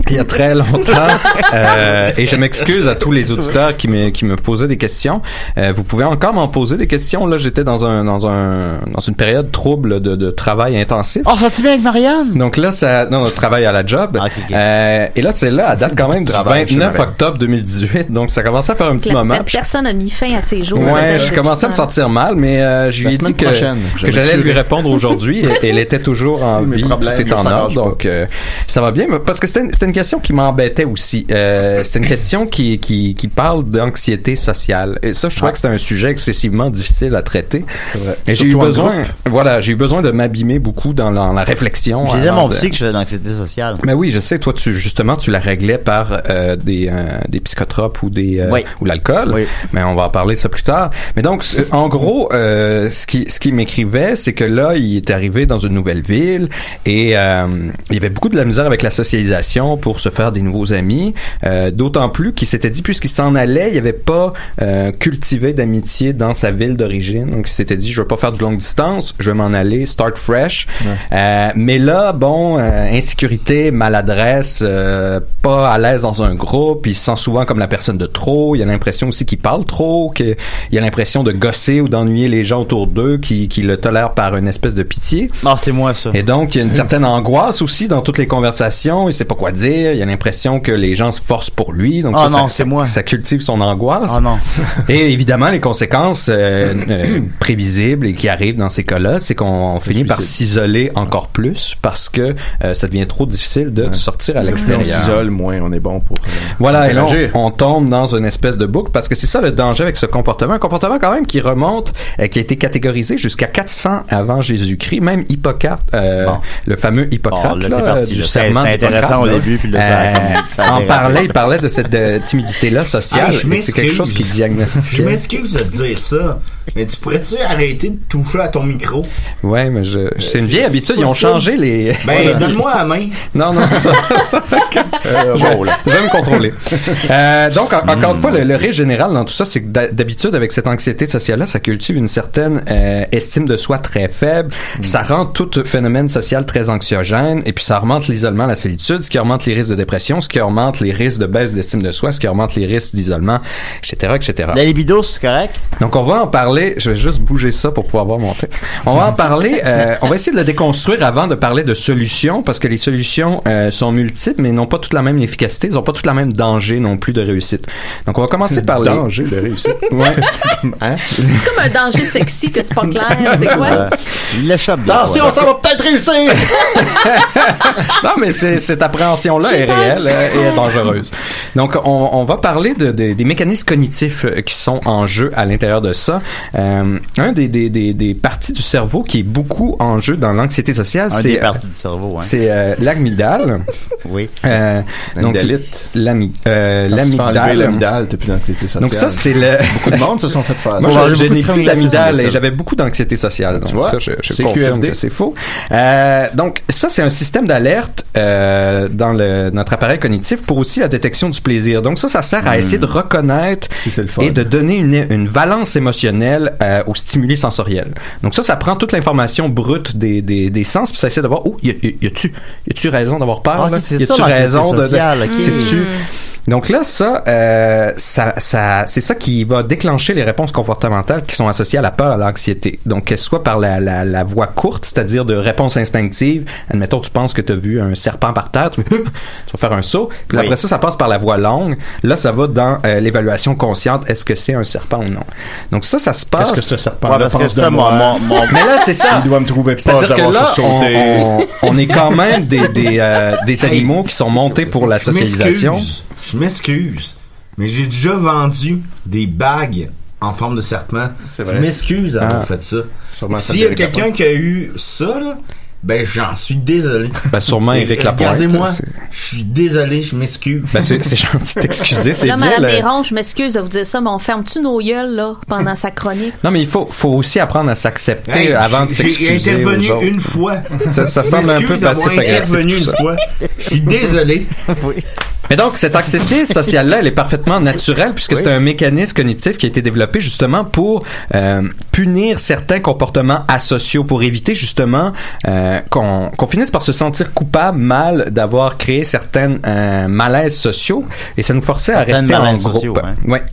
Speaker 5: il y a très longtemps. Euh, et je m'excuse à tous les auditeurs qui me, qui me posaient des questions. Euh, vous pouvez encore m'en poser des questions. Là, j'étais dans un, dans un, dans une période trouble de, de travail intensif.
Speaker 4: On sortit bien avec Marianne?
Speaker 5: Donc là, ça, non, on travaille à la job.
Speaker 4: Ah, ok, ok.
Speaker 5: Euh, et là, c'est là, à date quand même du
Speaker 7: Travail, je
Speaker 5: 29
Speaker 7: savais.
Speaker 5: octobre 2018. Donc, ça commençait à faire un petit
Speaker 6: La-
Speaker 5: moment.
Speaker 6: la Personne a mis fin à ses jours.
Speaker 5: Ouais,
Speaker 6: Madame
Speaker 5: je
Speaker 6: de
Speaker 5: commençais à me
Speaker 6: Buisson.
Speaker 5: sentir mal, mais euh, je
Speaker 7: La
Speaker 5: lui ai dit
Speaker 7: semaine
Speaker 5: que,
Speaker 7: prochaine, je
Speaker 5: que j'allais
Speaker 7: m'excuse.
Speaker 5: lui répondre aujourd'hui. et elle était toujours en
Speaker 7: Si mes
Speaker 5: vie, tout
Speaker 7: problèmes,
Speaker 5: est en
Speaker 7: ça
Speaker 5: ordre,
Speaker 7: marche pas.
Speaker 5: donc euh, ça va bien. mais Parce que c'était une, c'était une question qui m'embêtait aussi. Euh, c'est une question qui, qui, qui parle d'anxiété sociale. Et ça, je trouvais que c'était un sujet excessivement difficile à traiter.
Speaker 7: C'est vrai.
Speaker 5: Et j'ai eu
Speaker 7: Euh, Surtout en
Speaker 5: besoin,
Speaker 7: groupe.
Speaker 5: voilà, j'ai eu besoin de m'abîmer beaucoup dans la, la réflexion. euh,
Speaker 4: J'ai dit à
Speaker 5: avant
Speaker 4: mon
Speaker 5: de-
Speaker 4: psy que je faisais de l'anxiété sociale.
Speaker 5: mais oui, je sais. Toi, tu justement, tu la réglais par euh, des, euh, des psychotropes ou des euh,
Speaker 4: Oui.
Speaker 5: ou l'alcool.
Speaker 4: Oui.
Speaker 5: Mais on va en parler ça plus tard. Mais donc, ce- en gros, euh, ce qui ce qui m'écrivait, c'est que là, il est arrivé dans une nouvelle ville et euh, il y avait beaucoup de la misère avec la socialisation pour se faire des nouveaux amis. Euh, D'autant plus qu'il s'était dit puisqu'il s'en allait, il n'y avait pas euh, cultivé d'amitié dans sa ville d'origine. Donc, il s'était dit, je veux pas faire du longue distance, je vais m'en aller, start fresh. Euh, mais là, bon, euh, insécurité, maladresse, euh, pas à l'aise dans un groupe, il se sent souvent comme la personne de trop, il a l'impression aussi qu'il parle trop, qu'il a l'impression de gosser ou d'ennuyer les gens autour d'eux qui, qui le tolèrent par une espèce de pitié.
Speaker 4: Non, c'est moi, ça.
Speaker 5: Et donc, il y a une certaine angoisse aussi dans toutes les conversations, il sait pas quoi dire, il a l'impression que les gens se forcent pour lui, donc
Speaker 4: Ah
Speaker 5: ça, ça-
Speaker 4: non, c'est
Speaker 5: ça-
Speaker 4: moi.
Speaker 5: ça cultive son angoisse.
Speaker 4: Oh non.
Speaker 5: Et évidemment, les conséquences euh, euh, prévisibles et qui arrivent dans ces cas-là, c'est qu'on finit par s'isoler encore plus parce que euh, ça devient trop difficile de sortir à
Speaker 7: Plus on
Speaker 5: l'extérieur.
Speaker 7: s'isole, moins on est bon pour. euh,
Speaker 5: Voilà, et là,
Speaker 7: interagir.
Speaker 5: on, on tombe dans une espèce de boucle parce que c'est ça le danger avec ce comportement. Un comportement quand même qui remonte, euh, qui a été catégorisé jusqu'à 400 avant Jésus-Christ. Même Hippocrate, euh,
Speaker 4: Bon.
Speaker 5: le fameux Hippocrate,
Speaker 4: Bon, là,
Speaker 5: là,
Speaker 4: c'est parti,
Speaker 5: euh, du
Speaker 4: là. C'est-
Speaker 5: serment
Speaker 4: c'est intéressant
Speaker 5: d'Hippocrate,
Speaker 4: au
Speaker 5: là. Euh,
Speaker 4: début, puis là, ça- ça a
Speaker 5: en
Speaker 4: dérapé.
Speaker 5: parlait, il parlait de cette euh, timidité-là sociale.
Speaker 8: Ah, je
Speaker 5: et c'est quelque
Speaker 8: m'excuse.
Speaker 5: chose qui diagnostiquait.
Speaker 8: Je m'excuse de te dire ça, mais tu pourrais-tu arrêter de toucher à ton micro? Euh,
Speaker 5: Ouais, mais je, c'est une
Speaker 8: c'est-
Speaker 5: vieille
Speaker 8: c'est
Speaker 5: habitude. Ils ont
Speaker 8: possible.
Speaker 5: changé les.
Speaker 8: Ben, donne-moi la main.
Speaker 5: Non, non, ça, ça-
Speaker 7: euh,
Speaker 5: je,
Speaker 7: wow, là.
Speaker 5: je vais me contrôler. Euh, donc, en- encore une fois, le, le risque général dans tout ça, c'est que d'a- d'habitude, avec cette anxiété sociale-là, ça cultive une certaine euh, estime de soi très faible. Ça rend tout phénomène social très anxiogène. Et puis, ça remonte l'isolement, la solitude, ce qui augmente les risques de dépression, ce qui augmente les risques de baisse d'estime de soi, ce qui augmente les risques d'isolement, etc., etc.
Speaker 4: La libido, c'est correct?
Speaker 5: Donc on va en parler. Je vais juste bouger ça pour pouvoir voir mon texte. On va en parler. euh, on va essayer de le déconstruire avant de parler de solutions parce que les solutions euh, sont multiples mais n'ont pas toute la même efficacité. Ils n'ont pas toute la même danger non plus de réussite. Donc on va commencer par les.
Speaker 7: Danger de réussite.
Speaker 5: Ouais.
Speaker 7: Hein?
Speaker 6: C'est comme un danger sexy que c'est pas clair. C'est quoi?
Speaker 4: Euh, Il l'échappe bien.
Speaker 7: Attention,
Speaker 4: ouais.
Speaker 7: ça va peut-être réussir!
Speaker 5: Non mais c'est- cette appréhension là
Speaker 6: J'ai
Speaker 5: est
Speaker 6: peur
Speaker 5: réelle
Speaker 6: du
Speaker 5: euh, et
Speaker 6: succès.
Speaker 5: est dangereuse. Donc on, on va parler de, de- des mécanismes cognitifs euh, qui sont en jeu à l'intérieur de ça. Euh, un des, des, des, des parties du cerveau qui est beaucoup en jeu dans l'anxiété sociale,
Speaker 4: Un des
Speaker 5: c'est
Speaker 4: parties du cerveau, hein.
Speaker 5: C'est euh, l'amygdale.
Speaker 4: Oui.
Speaker 5: Euh, donc,
Speaker 7: L'amygdalite.
Speaker 5: l'ami- euh,
Speaker 7: Quand tu te fais enlever
Speaker 5: L'amygdale.
Speaker 7: l'amygdale, t'as plus d'anxiété sociale.
Speaker 5: Donc ça, c'est le...
Speaker 7: Beaucoup de monde se sont fait faire ça.
Speaker 5: Moi,
Speaker 4: j'ai beaucoup
Speaker 5: j'ai
Speaker 4: de
Speaker 5: n'ai plus
Speaker 4: chroniques là-dessus,
Speaker 5: d'amygdale
Speaker 4: ça.
Speaker 5: et j'avais beaucoup d'anxiété sociale.
Speaker 7: Tu
Speaker 5: Donc
Speaker 7: vois,
Speaker 5: ça, je, je
Speaker 7: c'est
Speaker 5: confirme
Speaker 7: QFD.
Speaker 5: que c'est faux. Euh, donc ça, c'est un système d'alerte euh, dans le, notre appareil cognitif pour aussi la détection du plaisir. Donc ça, ça sert
Speaker 4: Hmm.
Speaker 5: à essayer de reconnaître
Speaker 7: Si c'est le fun.
Speaker 5: et de donner une, une valence émotionnelle euh, aux stimuli sensoriels. Donc ça, ça prend toute l'information brute des, des, des sens, puis ça essaie de voir, oh, y a- y y a-tu y a-tu raison d'avoir peur?
Speaker 4: Ah,
Speaker 5: là?
Speaker 4: ok, c'est
Speaker 5: Y
Speaker 4: ça,
Speaker 5: a-tu
Speaker 4: l'anxiété
Speaker 5: raison de... de-
Speaker 4: sociale, ok.
Speaker 5: sais-tu? Mm. Donc là, ça, euh, ça, ça c'est ça qui va déclencher les réponses comportementales qui sont associées à la peur, à l'anxiété. Donc, que ce soit par la, la, la voie courte, c'est-à-dire de réponse instinctive. Admettons, tu penses que tu as vu un serpent par terre, tu, tu vas faire un saut. Puis là,
Speaker 4: Oui.
Speaker 5: après ça, ça passe par la voie longue. Là, ça va dans euh, l'évaluation consciente. Est-ce que c'est un serpent ou non? Donc ça, ça se passe...
Speaker 7: Qu'est-ce que ce serpent
Speaker 4: Ouais,
Speaker 7: là
Speaker 4: parce que
Speaker 7: pense de
Speaker 4: ça, mon,
Speaker 7: moi?
Speaker 4: mon, mon-
Speaker 5: Mais là, c'est ça.
Speaker 7: Il doit me trouver pas,
Speaker 5: C'est-à-dire que
Speaker 7: d'avoir
Speaker 5: là,
Speaker 7: sursauté.
Speaker 5: on, on- on est quand même des, des, euh, des animaux qui sont montés pour la
Speaker 8: Je
Speaker 5: socialisation.
Speaker 8: m'excuse. Je m'excuse. Mais j'ai déjà vendu des bagues en forme de serpent.
Speaker 7: C'est
Speaker 8: Je
Speaker 7: vrai.
Speaker 8: m'excuse d'avoir
Speaker 5: Ah.
Speaker 8: fait ça.
Speaker 7: Sûrement ça
Speaker 8: S'il y a
Speaker 7: devait
Speaker 8: quelqu'un qui a eu ça, là, ben j'en suis désolé.
Speaker 5: Ben, sûrement Éric Lapointe.
Speaker 8: Regardez-moi,
Speaker 5: C'est-
Speaker 8: je suis désolé, je m'excuse.
Speaker 5: Ben, c'est c'est gentil de t'excuser, c'est
Speaker 6: Là,
Speaker 5: bien.
Speaker 6: Madame
Speaker 5: le-
Speaker 6: Béron, je m'excuse de vous dire ça, mais on ferme-tu nos gueules, là, pendant sa chronique?
Speaker 5: Non, mais il faut, faut aussi apprendre à
Speaker 4: Ben,
Speaker 5: s'accepter
Speaker 8: Hey,
Speaker 5: avant de
Speaker 8: j'ai- J'ai
Speaker 5: s'excuser aux
Speaker 8: intervenu
Speaker 5: autres.
Speaker 8: une fois.
Speaker 5: Ça- ça
Speaker 8: Je
Speaker 5: semble un peu
Speaker 8: m'excuse d'avoir
Speaker 5: passif-agressif,
Speaker 8: intervenu
Speaker 5: tout
Speaker 8: une
Speaker 5: ça.
Speaker 8: fois. Je suis désolé.
Speaker 5: Mais donc, cette anxiété sociale-là, elle est parfaitement naturelle puisque c'est un mécanisme cognitif qui a été développé justement pour euh, punir certains comportements asociaux, pour éviter justement euh, qu'on qu'on finisse par se sentir coupable, mal d'avoir créé certains euh, malaises sociaux et ça nous forçait à
Speaker 4: Certaines
Speaker 5: rester en
Speaker 4: malaises
Speaker 5: groupe.
Speaker 4: sociaux, hein.
Speaker 5: Ouais.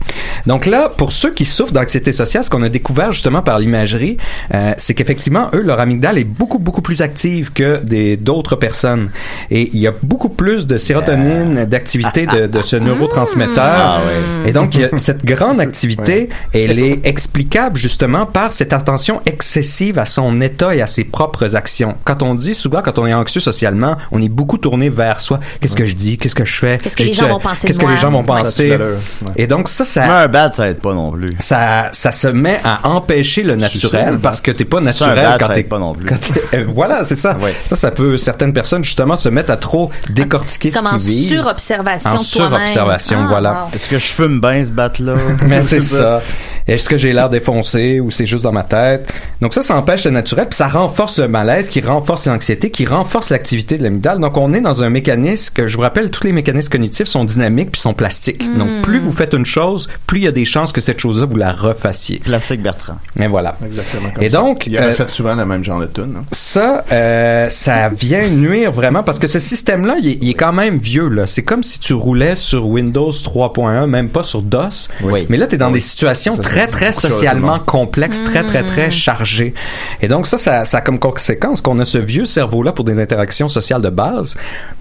Speaker 5: Donc là, pour ceux qui souffrent d'anxiété sociale, ce qu'on a découvert justement par l'imagerie, euh, c'est qu'effectivement, eux, leur amygdale est beaucoup, beaucoup plus active que des d'autres personnes. Et il y a beaucoup plus de sérotonine, d'activité de, de ce neurotransmetteur.
Speaker 4: Ah oui.
Speaker 5: Et donc, il y a cette grande activité, elle est explicable justement par cette attention excessive à son état et à ses propres actions. Quand on dit souvent, quand on est anxieux socialement, on est beaucoup tourné vers soi. Qu'est-ce que je dis? Qu'est-ce que je fais?
Speaker 6: Qu'est-ce que les
Speaker 5: J'ai-tu-
Speaker 6: gens vont penser de
Speaker 5: Qu'est-ce que
Speaker 6: moi?
Speaker 5: les gens vont
Speaker 7: Ça a
Speaker 5: penser?
Speaker 7: de l'allure, ouais.
Speaker 5: Et donc, ça, ça
Speaker 4: Mais un bad, ça aide pas non plus.
Speaker 5: ça, ça se met à empêcher le naturel parce que t'es pas
Speaker 4: Ça, un
Speaker 5: naturel
Speaker 4: bad,
Speaker 5: quand
Speaker 4: ça
Speaker 5: t'es
Speaker 4: aide pas non plus.
Speaker 5: quand t'es- euh, voilà, c'est ça.
Speaker 4: Ouais.
Speaker 5: Ça, ça peut certaines personnes justement se mettre à trop décortiquer
Speaker 6: Comme
Speaker 5: ce
Speaker 6: en
Speaker 5: qu'ils vivent.
Speaker 6: surobservation
Speaker 5: En
Speaker 6: de toi-même.
Speaker 5: surobservation,
Speaker 6: Ah,
Speaker 5: voilà.
Speaker 6: wow.
Speaker 4: Est-ce que je fume bien ce bat-là?
Speaker 5: Mais c'est ça. Est-ce que j'ai l'air défoncé ou c'est juste dans ma tête? Donc ça, ça empêche le naturel, puis ça renforce le malaise, qui renforce l'anxiété, qui renforce l'activité de l'amygdale. Donc on est dans un mécanisme que, je vous rappelle, tous les mécanismes cognitifs sont dynamiques puis sont plastiques. Donc plus vous faites une chose, plus il y a des chances que cette chose-là, vous la refassiez.
Speaker 4: Plastique Bertrand.
Speaker 5: Mais voilà.
Speaker 7: Exactement. comme
Speaker 5: Et
Speaker 7: ça.
Speaker 5: donc,
Speaker 7: il aurait
Speaker 5: euh,
Speaker 7: fait souvent le même genre de tune. hein.
Speaker 5: Ça, euh, ça vient nuire vraiment parce que ce système-là, il, est- il est quand même vieux. là. C'est comme si tu roulais sur Windows 3.1, même pas sur DOS.
Speaker 4: Oui.
Speaker 5: Mais là, tu es dans des situations
Speaker 7: Ça, ça
Speaker 5: très,
Speaker 7: dit
Speaker 5: très
Speaker 7: beaucoup de choses,
Speaker 5: socialement
Speaker 7: tout le monde.
Speaker 5: complexes, très, très, très chargées. Et donc ça, ça, ça a comme conséquence qu'on a ce vieux cerveau-là pour des interactions sociales de base.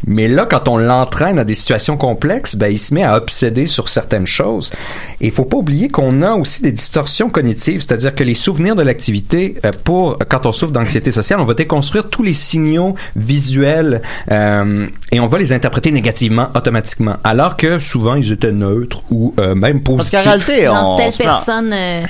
Speaker 5: Mais là, quand on l'entraîne à des situations complexes, ben, il se met à obséder sur certaines choses. Et il faut pas oublier qu'on a aussi des distorsions cognitives, c'est-à-dire que les souvenirs de l'activité, euh, pour quand on souffre d'anxiété sociale, on va déconstruire tous les signaux visuels euh, et on va les interpréter négativement automatiquement, alors que souvent ils étaient neutres ou euh, même
Speaker 4: Parce qu'en
Speaker 5: positifs.
Speaker 4: réalité,
Speaker 6: Non,
Speaker 4: on.
Speaker 6: telle
Speaker 4: se prend-
Speaker 6: personne, euh,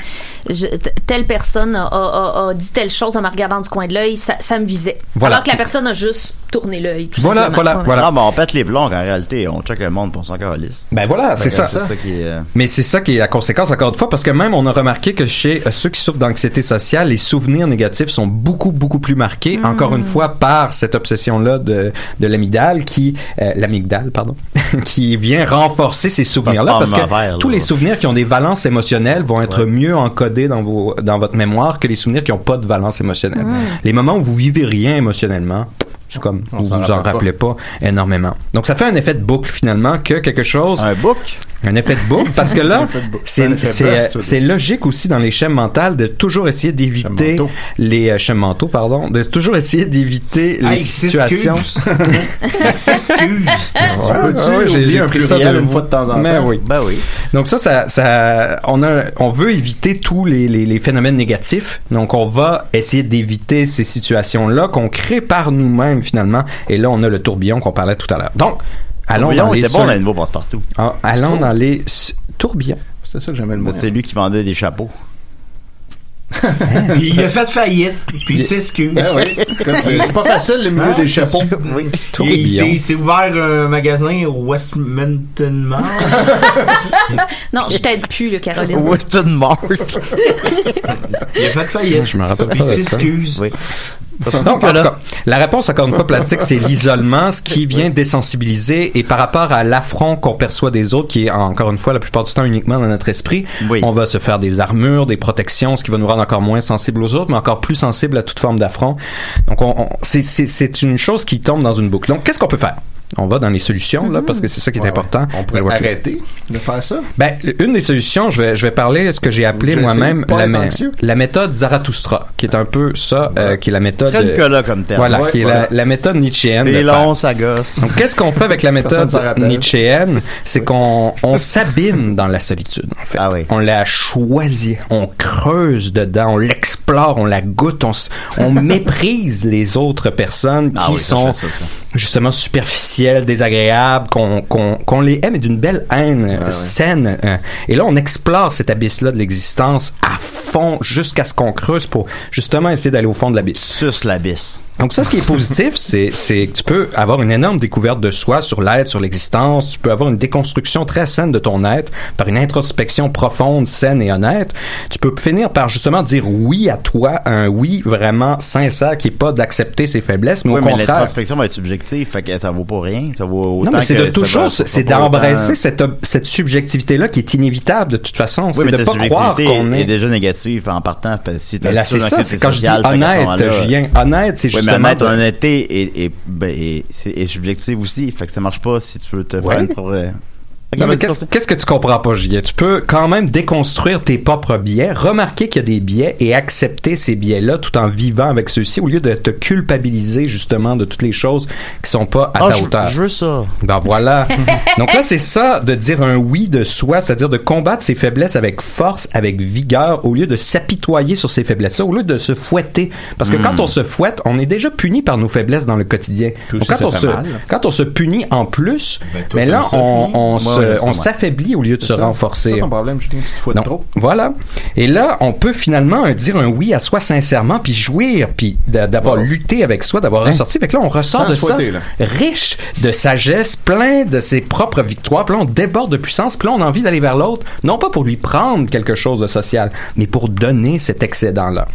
Speaker 6: je- t- telle personne a, a- a- a dit telle chose en me regardant du coin de l'œil, ça, ça me visait.
Speaker 5: Voilà.
Speaker 6: Alors que la personne a juste tourné l'œil. tout
Speaker 5: Voilà,
Speaker 6: simplement.
Speaker 5: voilà,
Speaker 6: Ouais.
Speaker 5: voilà.
Speaker 4: Non, mais on pète les plombs en réalité. On check le monde pour s'en calisse.
Speaker 5: Ben voilà, c'est ça.
Speaker 4: C'est ça qui est. euh,
Speaker 5: Mais c'est ça qui est la conséquence, encore une fois, parce que même on a remarqué que chez euh, ceux qui souffrent d'anxiété sociale, les souvenirs négatifs sont beaucoup, beaucoup plus marqués, encore une fois, par cette obsession-là de, de l'amygdale qui, euh, l'amygdale, pardon, qui vient renforcer ces souvenirs-là,
Speaker 4: pas
Speaker 5: parce que
Speaker 4: mauvais, là.
Speaker 5: tous les souvenirs qui ont des valences émotionnelles vont être
Speaker 4: Ouais.
Speaker 5: mieux encodés dans, vos, dans votre mémoire que les souvenirs qui n'ont pas de valence émotionnelle. Les moments où vous vivez rien émotionnellement, c'est comme,
Speaker 7: On
Speaker 5: vous vous
Speaker 7: s'en
Speaker 5: en
Speaker 7: rappelle pas.
Speaker 5: rappelez pas énormément. Donc ça fait un effet de boucle, finalement, que quelque chose...
Speaker 4: Un book?
Speaker 5: Un effet de boucle, parce que là,
Speaker 7: effet de boucle. Un
Speaker 5: c'est
Speaker 7: effet
Speaker 5: c'est,
Speaker 7: bœuf,
Speaker 5: euh,
Speaker 7: tu veux
Speaker 5: c'est logique aussi dans les schèmes mentales de toujours essayer d'éviter
Speaker 7: Schèmes mentaux.
Speaker 5: les euh, schèmes mentaux, pardon, de toujours essayer d'éviter les
Speaker 8: Hey,
Speaker 5: situations.
Speaker 8: Il s'excuse.
Speaker 7: Ah,
Speaker 5: Ouais,
Speaker 7: Peux-tu
Speaker 5: ouais, ouais,
Speaker 7: oublier un pluriel une fois de temps en
Speaker 5: Mais
Speaker 7: temps?
Speaker 5: oui.
Speaker 4: Ben oui.
Speaker 5: Donc ça, ça, ça- on a, on veut éviter tous les, les, les phénomènes négatifs. Donc on va essayer d'éviter ces situations-là qu'on crée par nous-mêmes finalement. Et là, on a le tourbillon qu'on parlait tout à l'heure. Donc, allons
Speaker 4: Voyons,
Speaker 5: dans
Speaker 4: on
Speaker 5: les
Speaker 4: était bon
Speaker 5: sol-
Speaker 4: dans les nouveaux passe-partout.
Speaker 5: Ah, allons dans les s- tourbillons.
Speaker 7: C'est ça que j'aimais le
Speaker 4: Mais
Speaker 7: moins.
Speaker 4: C'est lui qui vendait des chapeaux.
Speaker 8: Puis il a fait faillite, puis il s'excuse.
Speaker 7: Ah oui. Comme- Ah, C'est pas facile le milieu
Speaker 5: Ah,
Speaker 8: Hein?
Speaker 7: des chapeaux.
Speaker 8: Oui. Il, il
Speaker 5: Tourbillon.
Speaker 8: s'est- il s'est ouvert un magasin au Westminster Mall.
Speaker 6: Non, je t'aide plus, le Caroline.
Speaker 4: Weston Mart.
Speaker 8: Ah, Il a fait faillite.
Speaker 5: Je me rappelle
Speaker 8: Puis
Speaker 5: pas de
Speaker 8: il
Speaker 5: ça.
Speaker 8: s'excuse.
Speaker 4: Oui.
Speaker 5: Donc, en tout cas, la réponse, encore une fois, plastique, c'est l'isolement, ce qui vient désensibiliser et par rapport à l'affront qu'on perçoit des autres, qui est encore une fois la plupart du temps uniquement dans notre esprit,
Speaker 4: Oui.
Speaker 5: on va se faire des armures, des protections, ce qui va nous rendre encore moins sensibles aux autres, mais encore plus sensibles à toute forme d'affront. Donc, on, on- c'est- c'est c'est une chose qui tombe dans une boucle. Donc, qu'est-ce qu'on peut faire? On va dans les solutions, là, parce que c'est ça qui est
Speaker 7: Ouais,
Speaker 5: important.
Speaker 7: ouais. On pourrait
Speaker 5: Je vois plus.
Speaker 7: arrêter de faire ça.
Speaker 5: Ben, une des solutions, je vais, je vais parler de ce que j'ai appelé
Speaker 7: J'ai essayé
Speaker 5: moi-même
Speaker 7: de pas
Speaker 5: la,
Speaker 7: être
Speaker 5: mé-
Speaker 7: anxieux.
Speaker 5: la méthode Zarathustra, qui est un peu ça, euh, qui est la méthode...
Speaker 4: Très Nicolas comme terme.
Speaker 5: Voilà,
Speaker 7: Ouais,
Speaker 5: qui est la,
Speaker 7: voilà.
Speaker 5: la méthode nietzschéenne. de
Speaker 4: C'est
Speaker 5: faire.
Speaker 4: long, ça gosse.
Speaker 5: Donc, qu'est-ce qu'on fait avec la méthode
Speaker 7: Personne s'en rappelle.
Speaker 5: nietzschéenne? C'est qu'on on s'abîme dans la solitude, en fait.
Speaker 4: Ah oui.
Speaker 5: On la choisit, on creuse dedans, on l'explore, on la goûte, on, s- on méprise les autres personnes qui
Speaker 4: Ah oui, ça,
Speaker 5: sont
Speaker 4: je fais ça, ça.
Speaker 5: justement superficielles, désagréables, qu'on qu'on- qu'on les aime et d'une belle haine
Speaker 4: Ah
Speaker 5: euh, saine. euh. Et là, on explore cet abysse-là de l'existence à fond jusqu'à ce qu'on creuse pour justement essayer d'aller au fond de l'abysse.
Speaker 4: Sus l'abysse.
Speaker 5: Donc ça, ce qui est positif, c'est c'est que tu peux avoir une énorme découverte de soi sur l'être, sur l'existence. Tu peux avoir une déconstruction très saine de ton être par une introspection profonde, saine et honnête. Tu peux finir par justement dire oui à toi, un oui vraiment sincère qui est pas d'accepter ses faiblesses, mais
Speaker 4: Oui,
Speaker 5: au
Speaker 4: mais
Speaker 5: contraire.
Speaker 4: l'introspection va être subjective, fait que ça vaut pas rien. Ça vaut autant
Speaker 5: Non, mais c'est
Speaker 4: que
Speaker 5: de
Speaker 4: ça
Speaker 5: toute
Speaker 4: va-
Speaker 5: chose,
Speaker 4: ça
Speaker 5: c'est
Speaker 4: vaut pas autant-
Speaker 5: d'embrasser cette, ob- cette subjectivité-là qui est inévitable de toute façon.
Speaker 4: Oui,
Speaker 5: c'est
Speaker 4: mais
Speaker 5: de
Speaker 4: ta
Speaker 5: pas croire
Speaker 4: subjectivité
Speaker 5: qu'on
Speaker 4: est...
Speaker 5: est.
Speaker 4: déjà négative en partant. parce que si t'as
Speaker 5: Mais là,
Speaker 4: sous
Speaker 5: c'est ça,
Speaker 4: l'anxiété
Speaker 5: c'est quand je dis
Speaker 4: sociale, fait qu'à ce
Speaker 5: honnête,
Speaker 4: moment-là-
Speaker 5: Julien. Honnête, c'est
Speaker 4: Oui,
Speaker 5: justement.
Speaker 4: mais honnête,
Speaker 5: de-
Speaker 4: honnêteté est, est, ben, est- c'est- est subjective aussi. Fait que ça marche pas si tu veux te
Speaker 5: Ouais.
Speaker 4: faire euh, une propre. Fait que
Speaker 5: Non, mais
Speaker 4: vas-y,
Speaker 5: qu'est-ce
Speaker 4: continue.
Speaker 5: qu'est-ce que tu comprends pas, Julien? Tu peux quand même déconstruire tes propres biais, remarquer qu'il y a des biais et accepter ces biais-là tout en vivant avec ceux-ci au lieu de te culpabiliser justement de toutes les choses qui sont pas à
Speaker 4: Ah,
Speaker 5: ta
Speaker 4: je-
Speaker 5: hauteur.
Speaker 4: Je veux ça.
Speaker 5: Ben voilà. Donc là, c'est ça de dire un oui de soi, c'est-à-dire de combattre ses faiblesses avec force, avec vigueur, au lieu de s'apitoyer sur ses faiblesses-là, au lieu de se fouetter. Parce que
Speaker 7: Hmm.
Speaker 5: quand on se fouette, on est déjà puni par nos faiblesses dans le quotidien.
Speaker 7: Puis
Speaker 5: Donc
Speaker 7: aussi,
Speaker 5: quand
Speaker 7: ça
Speaker 5: on,
Speaker 7: fait
Speaker 5: se,
Speaker 7: mal.
Speaker 5: quand on se punit en plus,
Speaker 7: Ben, toi,
Speaker 5: mais là,
Speaker 7: t'aimes ça,
Speaker 5: on,
Speaker 7: Julien?
Speaker 5: on
Speaker 4: Moi, j'aime ça,
Speaker 5: se- on
Speaker 4: moi.
Speaker 5: s'affaiblit au lieu de se
Speaker 7: ça. C'est
Speaker 5: renforcer.
Speaker 7: ça ton problème, Julien, tu te fous de
Speaker 5: Non.
Speaker 7: trop.
Speaker 5: Voilà. Et là, on peut finalement euh, dire un oui à soi sincèrement, puis jouir, puis d'a- d'avoir
Speaker 7: Wow. Hein?
Speaker 5: lutté avec soi, d'avoir ressorti. Fait que là, on ressort
Speaker 7: Sans
Speaker 5: de
Speaker 7: se
Speaker 5: ça
Speaker 7: fouetter, là.
Speaker 5: riche de sagesse, plein de ses propres victoires. Puis là, on déborde de puissance. Puis là, on a envie d'aller vers l'autre, non pas pour lui prendre quelque chose de social, mais pour donner cet excédent-là.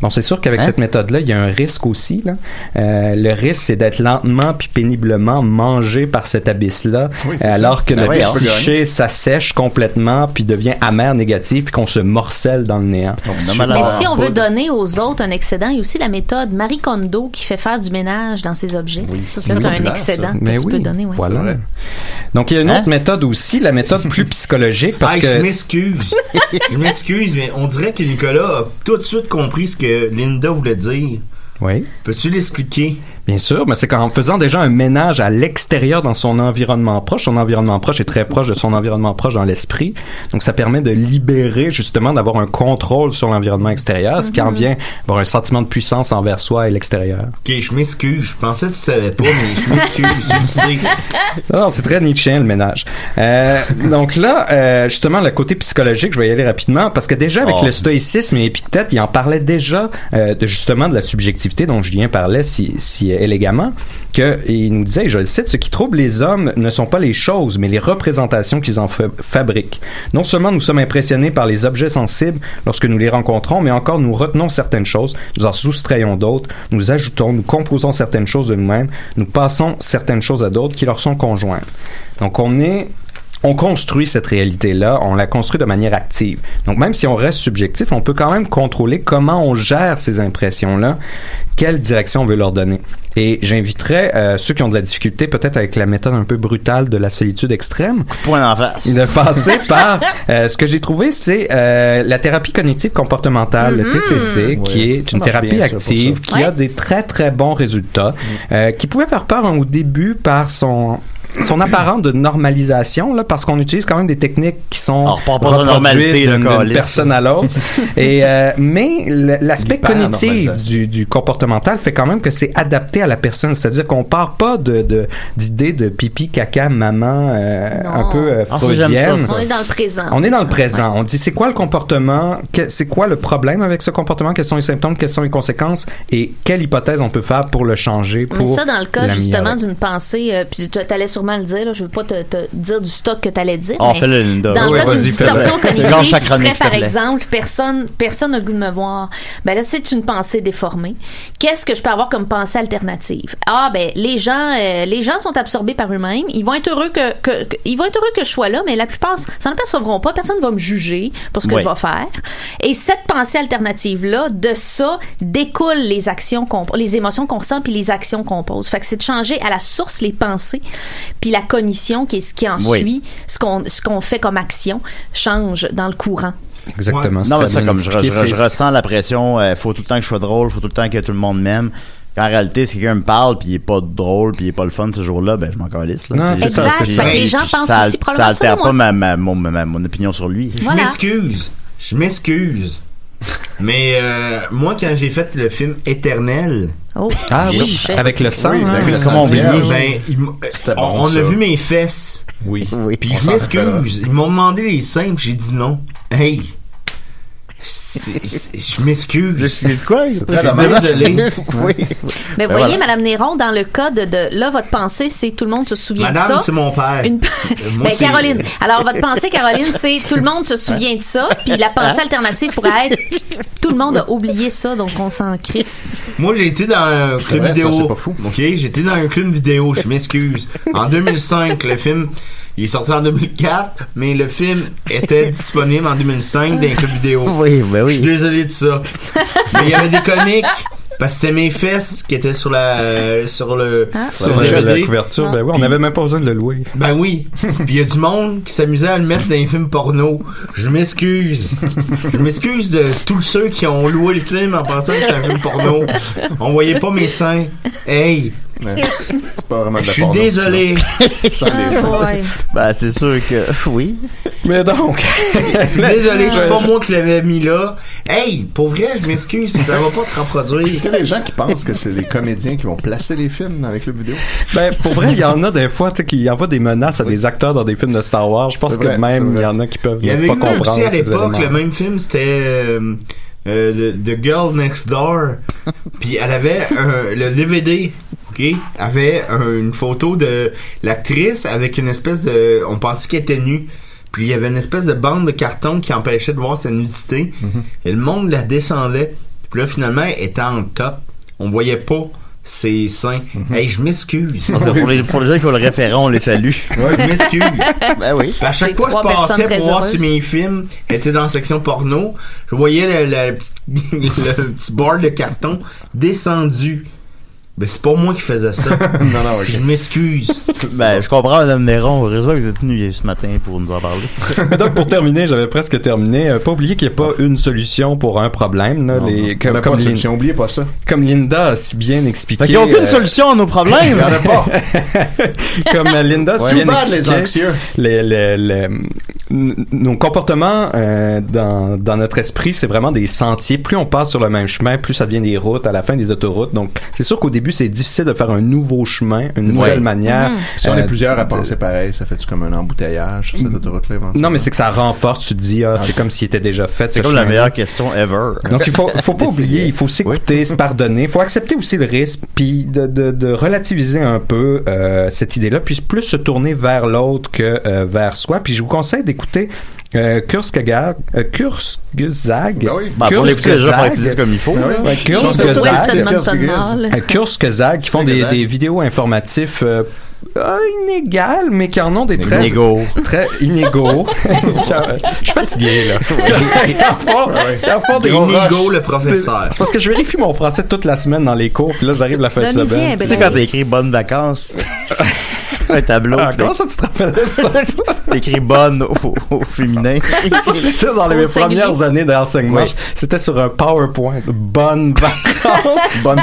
Speaker 5: Bon, c'est sûr
Speaker 7: Hein?
Speaker 5: qu'avec cette méthode-là, il y a un risque aussi. Là. Euh, le risque, c'est d'être lentement puis péniblement mangé par cet abysse-là,
Speaker 7: Oui, c'est
Speaker 5: alors
Speaker 7: ça.
Speaker 5: que
Speaker 7: Ben
Speaker 5: notre
Speaker 7: oui, on peut
Speaker 5: psyché s'assèche complètement puis devient amer, négatif, puis qu'on se morcelle dans le néant.
Speaker 4: Non, mais
Speaker 6: Mais
Speaker 4: alors-
Speaker 6: si on veut donner aux autres un excédent, il y a aussi la méthode Marie Kondo qui fait faire du ménage dans ses objets. ça, c'est un
Speaker 7: populaire, ça.
Speaker 6: excédent
Speaker 5: Mais
Speaker 6: que tu
Speaker 5: oui,
Speaker 6: peux donner. ouais.
Speaker 5: voilà.
Speaker 7: vrai.
Speaker 5: Donc, il y a une
Speaker 4: Hein?
Speaker 5: autre méthode aussi, la méthode plus psychologique, parce
Speaker 8: Hey,
Speaker 5: que...
Speaker 8: je m'excuse. je m'excuse, mais on dirait que Nicolas a tout de suite compris ce que Linda voulait dire.
Speaker 5: Oui.
Speaker 8: Peux-tu l'expliquer?
Speaker 5: Bien sûr, mais c'est qu'en faisant déjà un ménage à l'extérieur dans son environnement proche, son environnement proche est très proche de son environnement proche dans l'esprit, donc ça permet de libérer justement d'avoir un contrôle sur l'environnement extérieur, ce qui en
Speaker 7: Mm-hmm.
Speaker 5: vient avoir un sentiment de puissance envers soi et l'extérieur.
Speaker 8: Ok, je m'excuse. Je pensais que tu savais pas, mais je m'excuse. tu le sais.
Speaker 5: Non, c'est très Nietzschean le ménage. Euh, donc là, euh, justement, le côté psychologique, je vais y aller rapidement parce que déjà avec
Speaker 4: Oh.
Speaker 5: le stoïcisme et Épictète, il en parlait déjà euh, de, justement de la subjectivité dont Julien parlait si, si élégamment que il nous disait, et je le cite, ce qui trouble les hommes ne sont pas les choses, mais les représentations qu'ils en fa- fabriquent. Non seulement nous sommes impressionnés par les objets sensibles lorsque nous les rencontrons, mais encore nous retenons certaines choses, nous en soustrayons d'autres, nous ajoutons, nous composons certaines choses de nous-mêmes, nous passons certaines choses à d'autres qui leur sont conjointes. Donc on est on construit cette réalité-là, on la construit de manière active. Donc même si on reste subjectif, on peut quand même contrôler comment on gère ces impressions-là, quelle direction on veut leur donner. Et j'inviterais euh, ceux qui ont de la difficulté, peut-être avec la méthode un peu brutale de la solitude extrême,
Speaker 4: Point en face.
Speaker 5: de passer par euh, ce que j'ai trouvé, c'est euh, la thérapie cognitive comportementale, le TCC, qui
Speaker 7: Ouais,
Speaker 5: est
Speaker 7: ça
Speaker 5: une
Speaker 7: marche
Speaker 5: thérapie
Speaker 7: bien, ça, Mm. pour
Speaker 5: active qui a des très très bons résultats, euh, qui pouvait faire peur hein, au début par son son apparente de normalisation là parce qu'on utilise quand même des techniques qui sont
Speaker 4: On repart pas dans la
Speaker 5: reproduites
Speaker 4: normalité, le
Speaker 5: d'une- d'une
Speaker 4: calice.
Speaker 5: personne à l'autre et euh, mais le- l'aspect
Speaker 7: L'hyper
Speaker 5: cognitif
Speaker 7: normalisation.
Speaker 5: du, du comportemental fait quand même que c'est adapté à la personne c'est-à-dire qu'on part pas de de- d'idées de, pipi caca maman euh, un
Speaker 6: Non.
Speaker 5: peu euh,
Speaker 4: Ah, ça, j'aime ça,
Speaker 5: freudienne
Speaker 4: ça.
Speaker 6: On est dans le présent.
Speaker 5: on est dans le présent. On dit c'est quoi le comportement, que- c'est quoi le problème avec ce comportement, quels sont les symptômes, quelles sont les conséquences et quelle hypothèse on peut faire pour le changer. Pour
Speaker 6: Mais ça, dans le cas
Speaker 5: l'améliorer.
Speaker 6: justement d'une pensée, euh, puis tu allais sûrement le dire, là, je veux pas te, te dire du stock que tu allais dire.
Speaker 4: Oh,
Speaker 6: mais
Speaker 4: fais-le, Linda.
Speaker 6: Dans
Speaker 5: Ouais,
Speaker 6: le cas d'une
Speaker 5: vas-y, fais-le.
Speaker 6: distorsion
Speaker 4: C'est
Speaker 6: cognitive,
Speaker 4: gâche
Speaker 6: qui
Speaker 4: ta chronique, s'il
Speaker 6: serait,
Speaker 4: te
Speaker 6: par
Speaker 4: plaît.
Speaker 6: exemple, personne personne n'a le goût de me voir. Ben là, c'est une pensée déformée. Qu'est-ce que je peux avoir comme pensée alternative? Ah, ben, les gens, euh, les gens sont absorbés par eux-mêmes. Ils vont être heureux que, que- que- ils vont être heureux que je sois là, mais la plupart s'en apercevront pas. Personne va me juger pour ce que
Speaker 4: Ouais.
Speaker 6: je vais faire. Et cette pensée alternative-là, de ça, découlent les actions qu'on, les émotions qu'on ressent puis les actions qu'on pose. Fait que c'est de changer à la source les pensées puis la cognition qui est ce qui en
Speaker 4: Oui.
Speaker 6: suit, ce qu'on, ce qu'on fait comme action change dans le courant.
Speaker 5: Exactement. c'est
Speaker 4: Non, mais
Speaker 5: très
Speaker 4: ça,
Speaker 5: bien
Speaker 4: comme je,
Speaker 5: expliqué,
Speaker 4: je- je
Speaker 5: c'est-
Speaker 4: ressens la pression, euh, faut tout le temps que je sois drôle, faut tout le temps que tout le monde m'aime. Quand en réalité, si quelqu'un me parle, puis il est pas drôle, puis il est pas le fun ce jour-là, ben je m'en calisse. là.
Speaker 5: Non,
Speaker 4: Puis-
Speaker 5: c'est ça, Exact, c'est ça. fait
Speaker 6: que les gens
Speaker 4: Puis
Speaker 6: pensent
Speaker 4: ça,
Speaker 6: aussi
Speaker 4: Ça
Speaker 6: probablement ça de
Speaker 4: altère
Speaker 6: moi.
Speaker 8: Ah.
Speaker 4: pas ma, ma- mon, ma- mon opinion sur lui.
Speaker 8: Je
Speaker 6: Voilà.
Speaker 8: m'excuse. Je m'excuse. Mais euh, moi, quand j'ai fait le film Éternel,
Speaker 6: Oh.
Speaker 5: Ah
Speaker 6: oui.
Speaker 5: oui, avec le sang.
Speaker 7: Oui,
Speaker 5: hein.
Speaker 7: avec le sang
Speaker 8: comment
Speaker 7: vierge.
Speaker 8: oublier, ben, il m-
Speaker 7: C'était
Speaker 8: on,
Speaker 7: bon,
Speaker 8: on
Speaker 7: ça.
Speaker 8: a vu mes fesses.
Speaker 7: Oui. oui.
Speaker 8: Puis je m'excuse. Ils m'ont demandé les seins, puis j'ai dit non. Hey! C'est- c'est- Je
Speaker 4: Je
Speaker 8: m'excuse.
Speaker 4: suis de quoi?
Speaker 7: C'est
Speaker 4: pas
Speaker 7: très
Speaker 4: si
Speaker 7: dommage.
Speaker 4: désolé. oui.
Speaker 6: Mais
Speaker 4: Ben
Speaker 6: voyez,
Speaker 4: voilà.
Speaker 6: Madame Néron, dans le cas de, de- là, votre pensée, c'est tout le monde se souvient de
Speaker 8: Madame,
Speaker 6: ça.
Speaker 8: c'est mon père. Euh,
Speaker 6: Une...
Speaker 8: Moi,
Speaker 6: ben,
Speaker 8: c'est- Hein?
Speaker 6: Caroline. Alors, votre pensée, Caroline, c'est tout le monde se souvient de ça, puis la pensée alternative pourrait être tout le monde a oublié ça, donc on s'en crisse.
Speaker 8: Moi, j'ai été dans un club
Speaker 7: vrai, ça,
Speaker 8: vidéo.
Speaker 7: c'est pas fou.
Speaker 8: OK, j'ai été dans un club vidéo, je m'excuse. En 2005, le film, il est sorti en 2004, mais le film était disponible en 2005 dans un club vidéo.
Speaker 4: Oui, ben
Speaker 8: Je suis
Speaker 4: oui.
Speaker 8: désolé de ça. Mais il y avait des comiques parce que c'était mes fesses qui étaient sur la euh, sur le
Speaker 6: Ah.
Speaker 5: Sur
Speaker 8: le
Speaker 5: la, la
Speaker 8: DVD.
Speaker 5: couverture, ben oui, on
Speaker 8: Puis-
Speaker 5: n'avait même pas besoin de le louer.
Speaker 8: Ben oui. Puis il y a du monde qui s'amusait à le mettre dans les films porno. Je m'excuse. Je m'excuse de tous ceux qui ont loué le film en pensant que c'était un film porno. On voyait pas mes seins. Hey,
Speaker 7: C'est pas vraiment de
Speaker 8: je
Speaker 7: la
Speaker 8: suis
Speaker 7: porno,
Speaker 8: désolé.
Speaker 7: ça. Ça, les-
Speaker 6: Ouais.
Speaker 4: Ben, c'est sûr que oui.
Speaker 5: Mais donc,
Speaker 8: Je suis désolé, c'est pas moi qui l'avais mis là. Hey, pour vrai, je m'excuse, puis ça va pas se
Speaker 7: Est-ce
Speaker 8: reproduire.
Speaker 7: qu'il y a des gens qui pensent que c'est les comédiens qui vont placer les films dans les clubs vidéo?
Speaker 5: ben, pour vrai, il y en a des fois tu sais, qui envoient des menaces à des acteurs dans des films de Star Wars. Je pense
Speaker 7: C'est vrai,
Speaker 5: que
Speaker 7: c'est
Speaker 5: même
Speaker 7: vrai.
Speaker 5: il y en a qui peuvent
Speaker 8: Il y avait
Speaker 5: pas
Speaker 8: eu
Speaker 5: comprendre.
Speaker 8: aussi à
Speaker 5: ces
Speaker 8: l'époque
Speaker 5: éléments.
Speaker 8: le même film, c'était euh, euh, The, The Girl Next Door. Puis elle avait un- le DVD, ok, avait un- une photo de l'actrice avec une espèce de, on pensait qu'elle était nue. Puis il y avait une espèce de bande de carton qui empêchait de voir sa nudité.
Speaker 5: Mm-hmm.
Speaker 8: Et le monde la descendait. Puis là finalement, elle était en top. On voyait pas ses seins.
Speaker 5: Mm-hmm.
Speaker 8: Hey, je m'excuse.
Speaker 4: Parce que pour, les, pour les gens qui ont le référent, on les salue.
Speaker 8: Je m'excuse.
Speaker 4: Ben oui.
Speaker 8: Puis à
Speaker 6: C'est
Speaker 8: chaque fois que je
Speaker 6: trois personnes
Speaker 8: passais
Speaker 6: très
Speaker 8: pour voir
Speaker 6: heureuses.
Speaker 8: si mes films étaient dans la section porno, je voyais le, le petit, le petit bord de carton descendu. Mais c'est pas moi qui faisais ça.
Speaker 7: Non, non, ok.
Speaker 8: Je m'excuse.
Speaker 4: Ben, je comprends, Madame Néron. Heureusement que vous êtes venu ce matin pour nous en parler.
Speaker 5: Mais donc, pour terminer, j'avais presque terminé. euh, Pas oublier qu'il n'y a pas une solution pour un problème. là, les-
Speaker 7: On
Speaker 5: comme,
Speaker 7: a pas
Speaker 5: comme
Speaker 7: de
Speaker 5: Lin-
Speaker 7: solution, oubliez pas ça.
Speaker 5: comme Linda a si bien expliqué.
Speaker 4: Fait qu'il n'y a aucune
Speaker 5: euh,
Speaker 4: solution à nos
Speaker 7: Il
Speaker 4: problèmes.
Speaker 7: y en a pas.
Speaker 5: comme euh, Linda a si
Speaker 7: Too
Speaker 5: bien
Speaker 7: bad, les
Speaker 5: expliqué.
Speaker 7: anxieux.
Speaker 5: les- les- les- n- nos comportements euh, dans, dans notre esprit, c'est vraiment des sentiers. Plus on passe sur le même chemin, plus ça devient des routes, à la fin des autoroutes. Donc, c'est sûr qu'au début, c'est difficile de faire un nouveau chemin, une nouvelle manière.
Speaker 7: Si on est
Speaker 5: euh, Mm.
Speaker 7: plusieurs à penser pareil, ça fait-tu comme un embouteillage sur cette autoroute-là, éventuellement?
Speaker 5: Non, mais c'est que ça renforce, tu te dis, ah, c'est comme s'il était déjà fait. ce
Speaker 4: C'est comme la
Speaker 5: chemin-là.
Speaker 4: meilleure question ever.
Speaker 5: Donc, il faut, faut pas oublier, il faut s'écouter, se pardonner, il faut accepter aussi le risque, puis de, de, de relativiser un peu euh, cette idée-là, puis plus se tourner vers l'autre que euh, vers soi. Puis je vous conseille d'écouter euh, Kurzgesag. Euh, Kurzgesag.
Speaker 7: Ben oui.
Speaker 4: Ben, pour l'écouter, déjà, faut que tu dises comme il faut.
Speaker 7: Ben oui.
Speaker 5: Ouais,
Speaker 6: Bien
Speaker 5: Kurz
Speaker 7: c'est
Speaker 6: entouré,
Speaker 7: Zach.
Speaker 6: c'est
Speaker 5: Gezag.
Speaker 6: tellement de
Speaker 7: Kurz
Speaker 6: bonnes
Speaker 7: Gezag.
Speaker 6: morales.
Speaker 5: Euh, Kurzgesag, qui font des,
Speaker 7: Kurzgesagt.
Speaker 5: des vidéos informatives euh, euh, inégales, mais qui en ont des très
Speaker 4: Négo.
Speaker 5: très inégaux. je suis fatigué, là. Ils en font- ils en font des
Speaker 8: Inigo le professeur.
Speaker 5: C'est parce que je vérifie mon français toute la semaine dans les cours, puis là, j'arrive la fin de
Speaker 6: Donnez-y un
Speaker 5: semaine.
Speaker 4: Tu sais, quand t'écris bonnes vacances, un tableau,
Speaker 5: Ah,
Speaker 4: pis
Speaker 5: comment ça, tu te rappelles de ça?
Speaker 4: t'écris bonne au, au féminin.
Speaker 5: Ça, c'était dans les
Speaker 6: Au
Speaker 5: mes
Speaker 6: singulier.
Speaker 5: premières années d'enseignement.
Speaker 4: Oui.
Speaker 5: C'était sur un PowerPoint. Bonne vacances.
Speaker 7: Bonne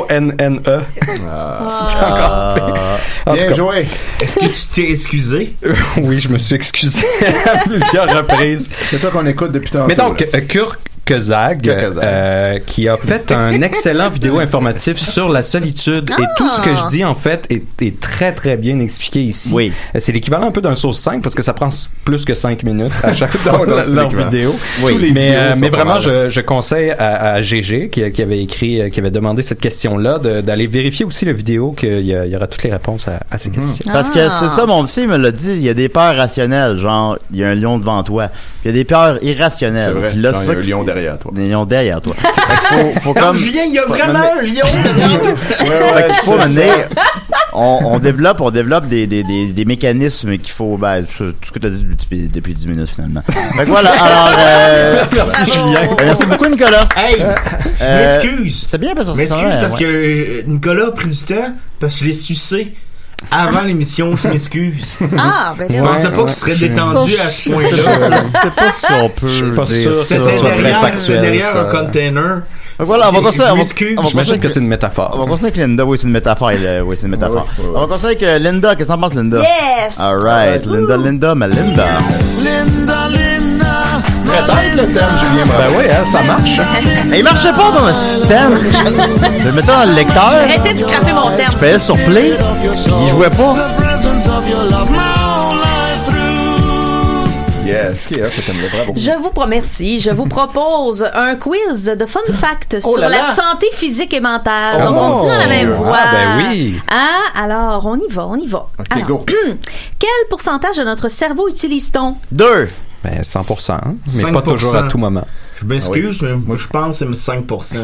Speaker 5: B-O-N-N-E. C'était encore pire.
Speaker 4: Ah,
Speaker 5: En tout
Speaker 7: Ah. Bien
Speaker 5: cas,
Speaker 7: joué.
Speaker 8: Est-ce que tu t'es excusé?
Speaker 5: oui, je me suis excusé à plusieurs reprises.
Speaker 7: C'est toi qu'on écoute depuis tantôt.
Speaker 5: Mais donc,
Speaker 7: là.
Speaker 5: euh, Kurt Kozag,
Speaker 7: Kurkezag.
Speaker 5: euh, qui a fait un excellent vidéo informatif sur la solitude. Et
Speaker 6: Ah!
Speaker 5: tout ce que je dis, en fait, est, est très, très bien expliqué ici.
Speaker 4: Oui.
Speaker 5: Euh, C'est l'équivalent un peu d'un sauce 5 parce que ça prend s- plus que 5 minutes à chaque fois
Speaker 7: Non, non,
Speaker 5: leur-
Speaker 7: c'est
Speaker 5: leur
Speaker 7: l'équivalent.
Speaker 5: vidéo.
Speaker 7: Oui. Tous les
Speaker 5: mais,
Speaker 7: vidéos
Speaker 5: euh,
Speaker 7: sont
Speaker 5: mais
Speaker 7: pas
Speaker 5: vraiment,
Speaker 7: mal.
Speaker 5: je, je conseille à, à GG, qui, qui avait écrit, euh, qui avait demandé cette question-là, de- d'aller vérifier aussi la vidéo, qu'il y, a- il y aura toutes les réponses à, à ces questions.
Speaker 4: Parce que
Speaker 6: Ah.
Speaker 4: c'est ça, mon psy me l'a dit, il y a des peurs rationnelles, genre, il y a un lion devant toi. Puis Il y a des peurs irrationnelles.
Speaker 7: C'est vrai.
Speaker 4: Puis là,
Speaker 7: Non,
Speaker 4: c'est
Speaker 7: il
Speaker 4: ça
Speaker 7: y a un
Speaker 4: qui-
Speaker 7: lion derrière toi.
Speaker 4: Des lions derrière toi. Fait qu'il faut, faut
Speaker 8: Comme
Speaker 4: comme...
Speaker 8: Julien, il y a
Speaker 4: faut-
Speaker 8: vraiment
Speaker 4: non,
Speaker 8: un lion dedans.
Speaker 7: Ouais, ouais,
Speaker 4: Fait qu'il faut
Speaker 7: c'est ça.
Speaker 4: mener- on, on développe, on développe des, des, des, des mécanismes qu'il faut. Ben, tout ce que tu as dit depuis, depuis 10 minutes finalement. Fait que voilà, alors. euh,
Speaker 5: Merci, Julien.
Speaker 4: ben, merci beaucoup, Nicolas.
Speaker 8: Hey,
Speaker 4: Euh,
Speaker 8: je m'excuse.
Speaker 4: C'était bien parce que
Speaker 8: Je m'excuse
Speaker 4: ouais,
Speaker 8: parce
Speaker 4: ouais.
Speaker 8: que euh, Nicolas a pris du temps parce que je l'ai sucé avant l'émission. Je m'excuse.
Speaker 6: Ah, ben
Speaker 8: Je
Speaker 6: là,
Speaker 8: pensais pas
Speaker 5: ouais,
Speaker 8: qu'il serait
Speaker 5: je-
Speaker 8: détendu à ce point-là.
Speaker 4: Je sais pas si on peut.
Speaker 5: suis pas
Speaker 4: dire
Speaker 5: sûr
Speaker 4: ça.
Speaker 5: que ce
Speaker 8: C'était
Speaker 5: soit très
Speaker 8: derrière,
Speaker 5: factuel,
Speaker 8: c'était derrière
Speaker 5: ça.
Speaker 8: un container.
Speaker 4: Fait que Voilà, on va
Speaker 8: Je-
Speaker 4: continuer.
Speaker 8: je
Speaker 4: on va-
Speaker 8: m'excuse.
Speaker 4: on va
Speaker 5: J'imagine
Speaker 4: continuer
Speaker 5: que c'est une
Speaker 4: on va
Speaker 5: métaphore.
Speaker 4: continuer avec Linda, oui, c'est une métaphore. elle, euh, Oui, c'est une métaphore.
Speaker 7: Ouais, ouais, ouais.
Speaker 4: On va continuer avec euh, Linda. Qu'est-ce que t'en penses, Linda?
Speaker 6: Yes!
Speaker 4: All right, Linda, Linda, ma Linda. Linda, Linda.
Speaker 7: tête, le thème, Julien Morin.
Speaker 5: Ben oui, hein, ça marche.
Speaker 4: Mais il marchait pas dans un petit thème. Je le mettais dans le lecteur.
Speaker 6: Arrêtez de scraper mon
Speaker 4: Je
Speaker 6: terme.
Speaker 4: faisais sur play. Il jouait pas.
Speaker 7: Yes, qui est hot, ce thème-là, bravo.
Speaker 6: Je vous remercie. Je vous propose un quiz de fun fact sur
Speaker 4: là
Speaker 6: la
Speaker 4: là.
Speaker 6: santé physique et mentale.
Speaker 7: Oh
Speaker 6: Donc,
Speaker 7: mon
Speaker 6: on dit dans la même
Speaker 7: Dieu.
Speaker 6: voie.
Speaker 5: Ah, ben oui.
Speaker 6: Ah, alors, on y va, on y va.
Speaker 7: Ok,
Speaker 6: Alors,
Speaker 7: go.
Speaker 6: Quel pourcentage de notre cerveau utilise-t-on?
Speaker 4: Deux.
Speaker 5: Ben 100%, hein, mais
Speaker 8: 5%.
Speaker 5: pas toujours à tout moment.
Speaker 8: Je m'excuse,
Speaker 4: Ah
Speaker 8: mais moi, je pense que c'est 5%.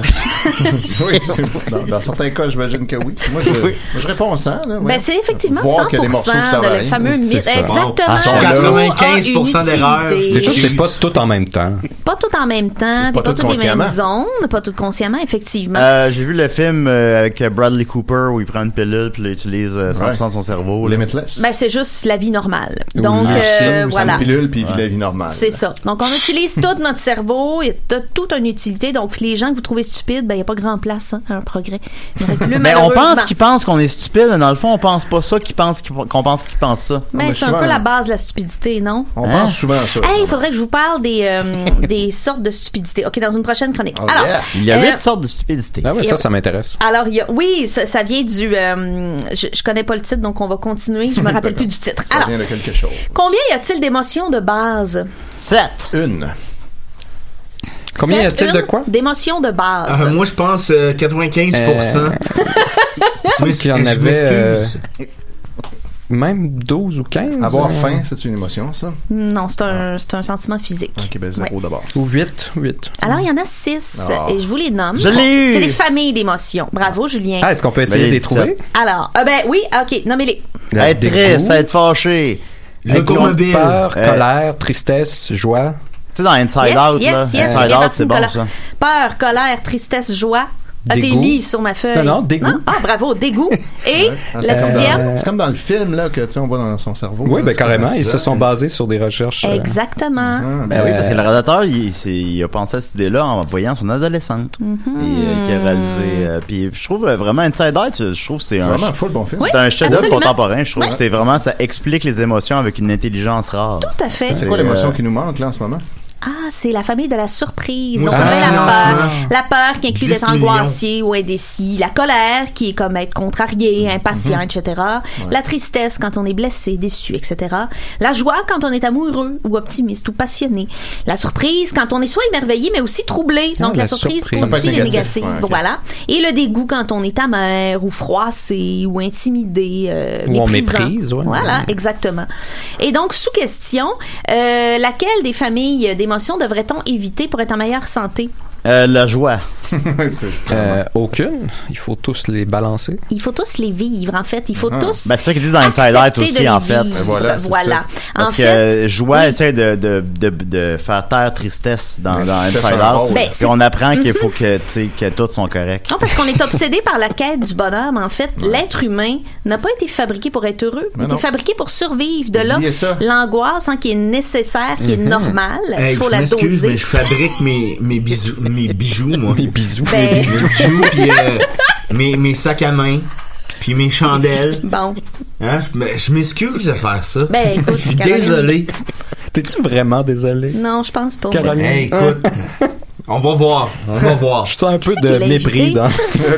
Speaker 7: Oui, ça- dans, dans certains cas, j'imagine que oui. Moi, je, moi, je réponds au 100. Là, ouais.
Speaker 6: Ben, c'est effectivement
Speaker 7: Voir
Speaker 6: 100%
Speaker 7: qu'il y a des morceaux que ça
Speaker 6: de le
Speaker 7: varie.
Speaker 6: fameux mythe.
Speaker 5: C'est ça.
Speaker 8: Ah,
Speaker 6: Exactement.
Speaker 8: sont
Speaker 6: Le cerveau
Speaker 8: 95%
Speaker 6: a une
Speaker 8: d'erreurs.
Speaker 6: utilité.
Speaker 5: C'est juste, c'est pas tout en même temps.
Speaker 6: Pas tout en même temps, puis pas,
Speaker 7: tout
Speaker 6: toutes les mêmes
Speaker 7: consciemment.
Speaker 6: zones, pas tout consciemment, effectivement.
Speaker 4: Euh, J'ai vu le film euh, avec Bradley Cooper où il prend une pilule puis il utilise euh, 100% de son cerveau. là.
Speaker 7: Limitless.
Speaker 6: Ben, c'est juste la vie normale. Donc,
Speaker 7: Ah, c'est-
Speaker 6: euh,
Speaker 7: c'est
Speaker 6: voilà.
Speaker 7: une pilule, puis il vit la vie normale.
Speaker 6: C'est ça. Donc, on utilise tout notre cerveau. Il y a tout- toute une utilité. Donc, les gens que vous trouvez stupides, ben, il n'y a pas grand place hein, à un progrès. Il y aurait plus,
Speaker 4: Mais on pense
Speaker 6: malheureusement.
Speaker 4: qu'ils pensent qu'on est stupide, mais dans le fond, on pense pas ça qu'ils pensent qu'ils- qu'on pense qu'ils pensent ça.
Speaker 6: Ben,
Speaker 7: mais
Speaker 6: c'est un
Speaker 7: souvent,
Speaker 6: peu la
Speaker 7: hein.
Speaker 6: base de la stupidité, non?
Speaker 7: On
Speaker 4: Hein?
Speaker 7: pense souvent à ça.
Speaker 6: Hey, il faudrait que je vous parle des, euh, des sortes de stupidité. OK, dans une prochaine chronique.
Speaker 7: Oh,
Speaker 6: Alors,
Speaker 7: yeah.
Speaker 4: Il y a
Speaker 6: euh, oh.
Speaker 4: huit sortes de stupidité.
Speaker 5: Ah oui,
Speaker 6: Et-
Speaker 5: ça, ça m'intéresse.
Speaker 6: Alors, il y a, oui, ça, ça vient du. euh, je, je connais pas le titre, donc on va continuer. Je me rappelle plus du titre.
Speaker 7: Ça
Speaker 6: Alors,
Speaker 7: vient de quelque chose.
Speaker 6: combien y a-t-il d'émotions de base?
Speaker 4: Sept.
Speaker 7: Une.
Speaker 5: Combien y
Speaker 6: Sept,
Speaker 5: a-t-il de
Speaker 6: une,
Speaker 5: quoi?
Speaker 6: D'émotions de base.
Speaker 7: Ah.
Speaker 8: Euh, moi, je pense euh, 95%.
Speaker 5: Ah, Euh,
Speaker 8: Mais
Speaker 5: qu'il y en
Speaker 8: je
Speaker 5: avait,
Speaker 8: m'excuse.
Speaker 5: euh, Même 12 ou 15?
Speaker 7: Avoir
Speaker 5: euh,
Speaker 7: faim, c'est une émotion, ça?
Speaker 6: Non, c'est un, c'est un sentiment physique.
Speaker 7: Ah. Ok, ben zéro
Speaker 6: Ouais.
Speaker 7: d'abord.
Speaker 5: Ou 8, 8.
Speaker 6: Alors, il y en a six,
Speaker 7: Ah.
Speaker 6: et je vous les nomme.
Speaker 4: Je l'ai eu.
Speaker 6: C'est les familles d'émotions. Bravo, Julien.
Speaker 5: Ah, est-ce qu'on peut essayer
Speaker 4: les
Speaker 5: de les trouver?
Speaker 6: Alors, ah ben oui, ok, nommez-les.
Speaker 4: Être
Speaker 5: Des
Speaker 4: triste,
Speaker 5: goûts,
Speaker 4: être fâché.
Speaker 8: L'automobile.
Speaker 5: Peur,
Speaker 4: Euh,
Speaker 5: colère, tristesse, joie.
Speaker 4: Tu sais, dans Inside
Speaker 6: yes,
Speaker 4: Out,
Speaker 6: yes,
Speaker 4: là.
Speaker 6: yes,
Speaker 4: Inside
Speaker 6: bien
Speaker 4: Out, c'est
Speaker 6: parti,
Speaker 4: bon,
Speaker 6: Nicolas.
Speaker 4: ça.
Speaker 6: Peur, colère, tristesse, joie. Ah, t'es
Speaker 5: Dégoût.
Speaker 6: mis sur ma feuille.
Speaker 5: Non, non, dégoût.
Speaker 6: Ah, bravo, dégoût. Et
Speaker 7: Ah,
Speaker 6: la
Speaker 7: c'est comme dans-
Speaker 6: sixième.
Speaker 7: C'est comme dans le film, là, que, tu sais, on voit dans son cerveau.
Speaker 5: Oui,
Speaker 7: là,
Speaker 5: ben
Speaker 7: c'est comme
Speaker 5: carrément.
Speaker 7: ça,
Speaker 5: Ils
Speaker 7: c'est
Speaker 5: se
Speaker 7: ça.
Speaker 5: sont basés sur des recherches. euh,
Speaker 6: Exactement.
Speaker 7: Ah,
Speaker 4: Ben oui, parce que
Speaker 5: Euh,
Speaker 4: le réalisateur, il, c'est- il a pensé à cette idée-là en voyant son adolescente.
Speaker 6: Mhm.
Speaker 4: Et euh, qui a réalisé. euh, puis je trouve euh, vraiment Inside Out, je trouve que c'est
Speaker 7: C'est
Speaker 4: un.
Speaker 7: vraiment fou le bon film.
Speaker 6: Oui.
Speaker 4: C'est un chef-d'œuvre
Speaker 6: absolument.
Speaker 4: contemporain, je trouve.
Speaker 6: Ouais.
Speaker 4: C'est vraiment, ça explique les émotions avec une intelligence rare.
Speaker 6: Tout à fait.
Speaker 7: C'est quoi
Speaker 4: C'est,
Speaker 7: l'émotion
Speaker 4: euh,
Speaker 7: qui nous manque, là, en ce moment?
Speaker 6: Ah, c'est la famille de la surprise.
Speaker 8: Moi,
Speaker 6: Donc,
Speaker 8: ça
Speaker 6: on
Speaker 8: me
Speaker 6: a
Speaker 7: Ah,
Speaker 6: la
Speaker 8: finance,
Speaker 6: peur.
Speaker 8: moi.
Speaker 6: La peur qui inclut
Speaker 8: 10
Speaker 6: d'être angoisier ou indécis. La colère qui est comme être contrarié,
Speaker 7: Mhm.
Speaker 6: impatient, etc. La tristesse quand on est blessé, déçu, etc. La joie quand on est amoureux ou optimiste ou passionné. La surprise quand on est soit émerveillé mais aussi troublé. Donc, la,
Speaker 5: la
Speaker 6: surprise,
Speaker 5: surprise.
Speaker 7: Ah, Ça peut être
Speaker 6: positive et
Speaker 7: négatif.
Speaker 6: négative.
Speaker 7: Ouais, ok.
Speaker 6: Voilà. Et le dégoût quand on est amer ou froissé ou intimidé. euh,
Speaker 5: Ou on
Speaker 6: méprisant.
Speaker 5: méprise, ouais.
Speaker 6: Voilà, exactement. Et donc, sous question, euh, laquelle des familles d'émotions devrait-on éviter pour être en meilleure santé?
Speaker 4: Euh, la joie.
Speaker 5: euh, aucune. Il faut tous les balancer.
Speaker 6: Il faut tous les vivre, en fait. Il faut tous.
Speaker 4: Ben, c'est ça qu'ils disent dans Inside Out
Speaker 6: accepter de
Speaker 4: aussi,
Speaker 6: les
Speaker 4: en fait.
Speaker 6: vivre.
Speaker 7: Voilà, c'est
Speaker 6: Voilà.
Speaker 4: Parce
Speaker 6: En
Speaker 4: que
Speaker 6: fait,
Speaker 4: euh, joie
Speaker 6: oui.
Speaker 4: essaie de, de, de, de faire taire tristesse dans, dans
Speaker 7: Tristesse
Speaker 4: Inside
Speaker 7: en
Speaker 4: Out.
Speaker 7: rôle.
Speaker 6: Ben,
Speaker 4: Puis
Speaker 6: c'est- Mhm.
Speaker 4: on apprend qu'il faut que, tu sais, que toutes sont correctes.
Speaker 6: Non, parce qu'on est obsédé par la quête du bonheur, mais en fait, l'être humain n'a pas été fabriqué pour être heureux. Il
Speaker 7: Mais
Speaker 6: a été
Speaker 7: non.
Speaker 6: fabriqué pour survivre. De là,
Speaker 7: Oubliez ça.
Speaker 6: l'angoisse hein, qui est nécessaire, qui est
Speaker 4: Mm-hmm.
Speaker 6: normale. Il
Speaker 8: Hey,
Speaker 6: faut
Speaker 8: je
Speaker 6: la
Speaker 8: m'excuse,
Speaker 6: doser.
Speaker 8: mais je fabrique mes, mes, bisous, mes bijoux, moi. Mes
Speaker 5: Bisous.
Speaker 6: Ben,
Speaker 8: bijoux, puis euh, mes, mes sacs à main, puis mes chandelles.
Speaker 6: bon.
Speaker 8: Hein, je me- je m'excuse de faire ça.
Speaker 6: Ben, écoute,
Speaker 8: je suis
Speaker 6: Caroline.
Speaker 8: désolé.
Speaker 5: T'es-tu vraiment désolé?
Speaker 6: Non, je pense pas.
Speaker 5: Caroline,
Speaker 8: Hey, écoute, on va voir, on va voir.
Speaker 5: je sens un peu
Speaker 6: Qui c'est
Speaker 5: de
Speaker 6: qui l'a
Speaker 5: mépris
Speaker 6: invité?
Speaker 5: dans.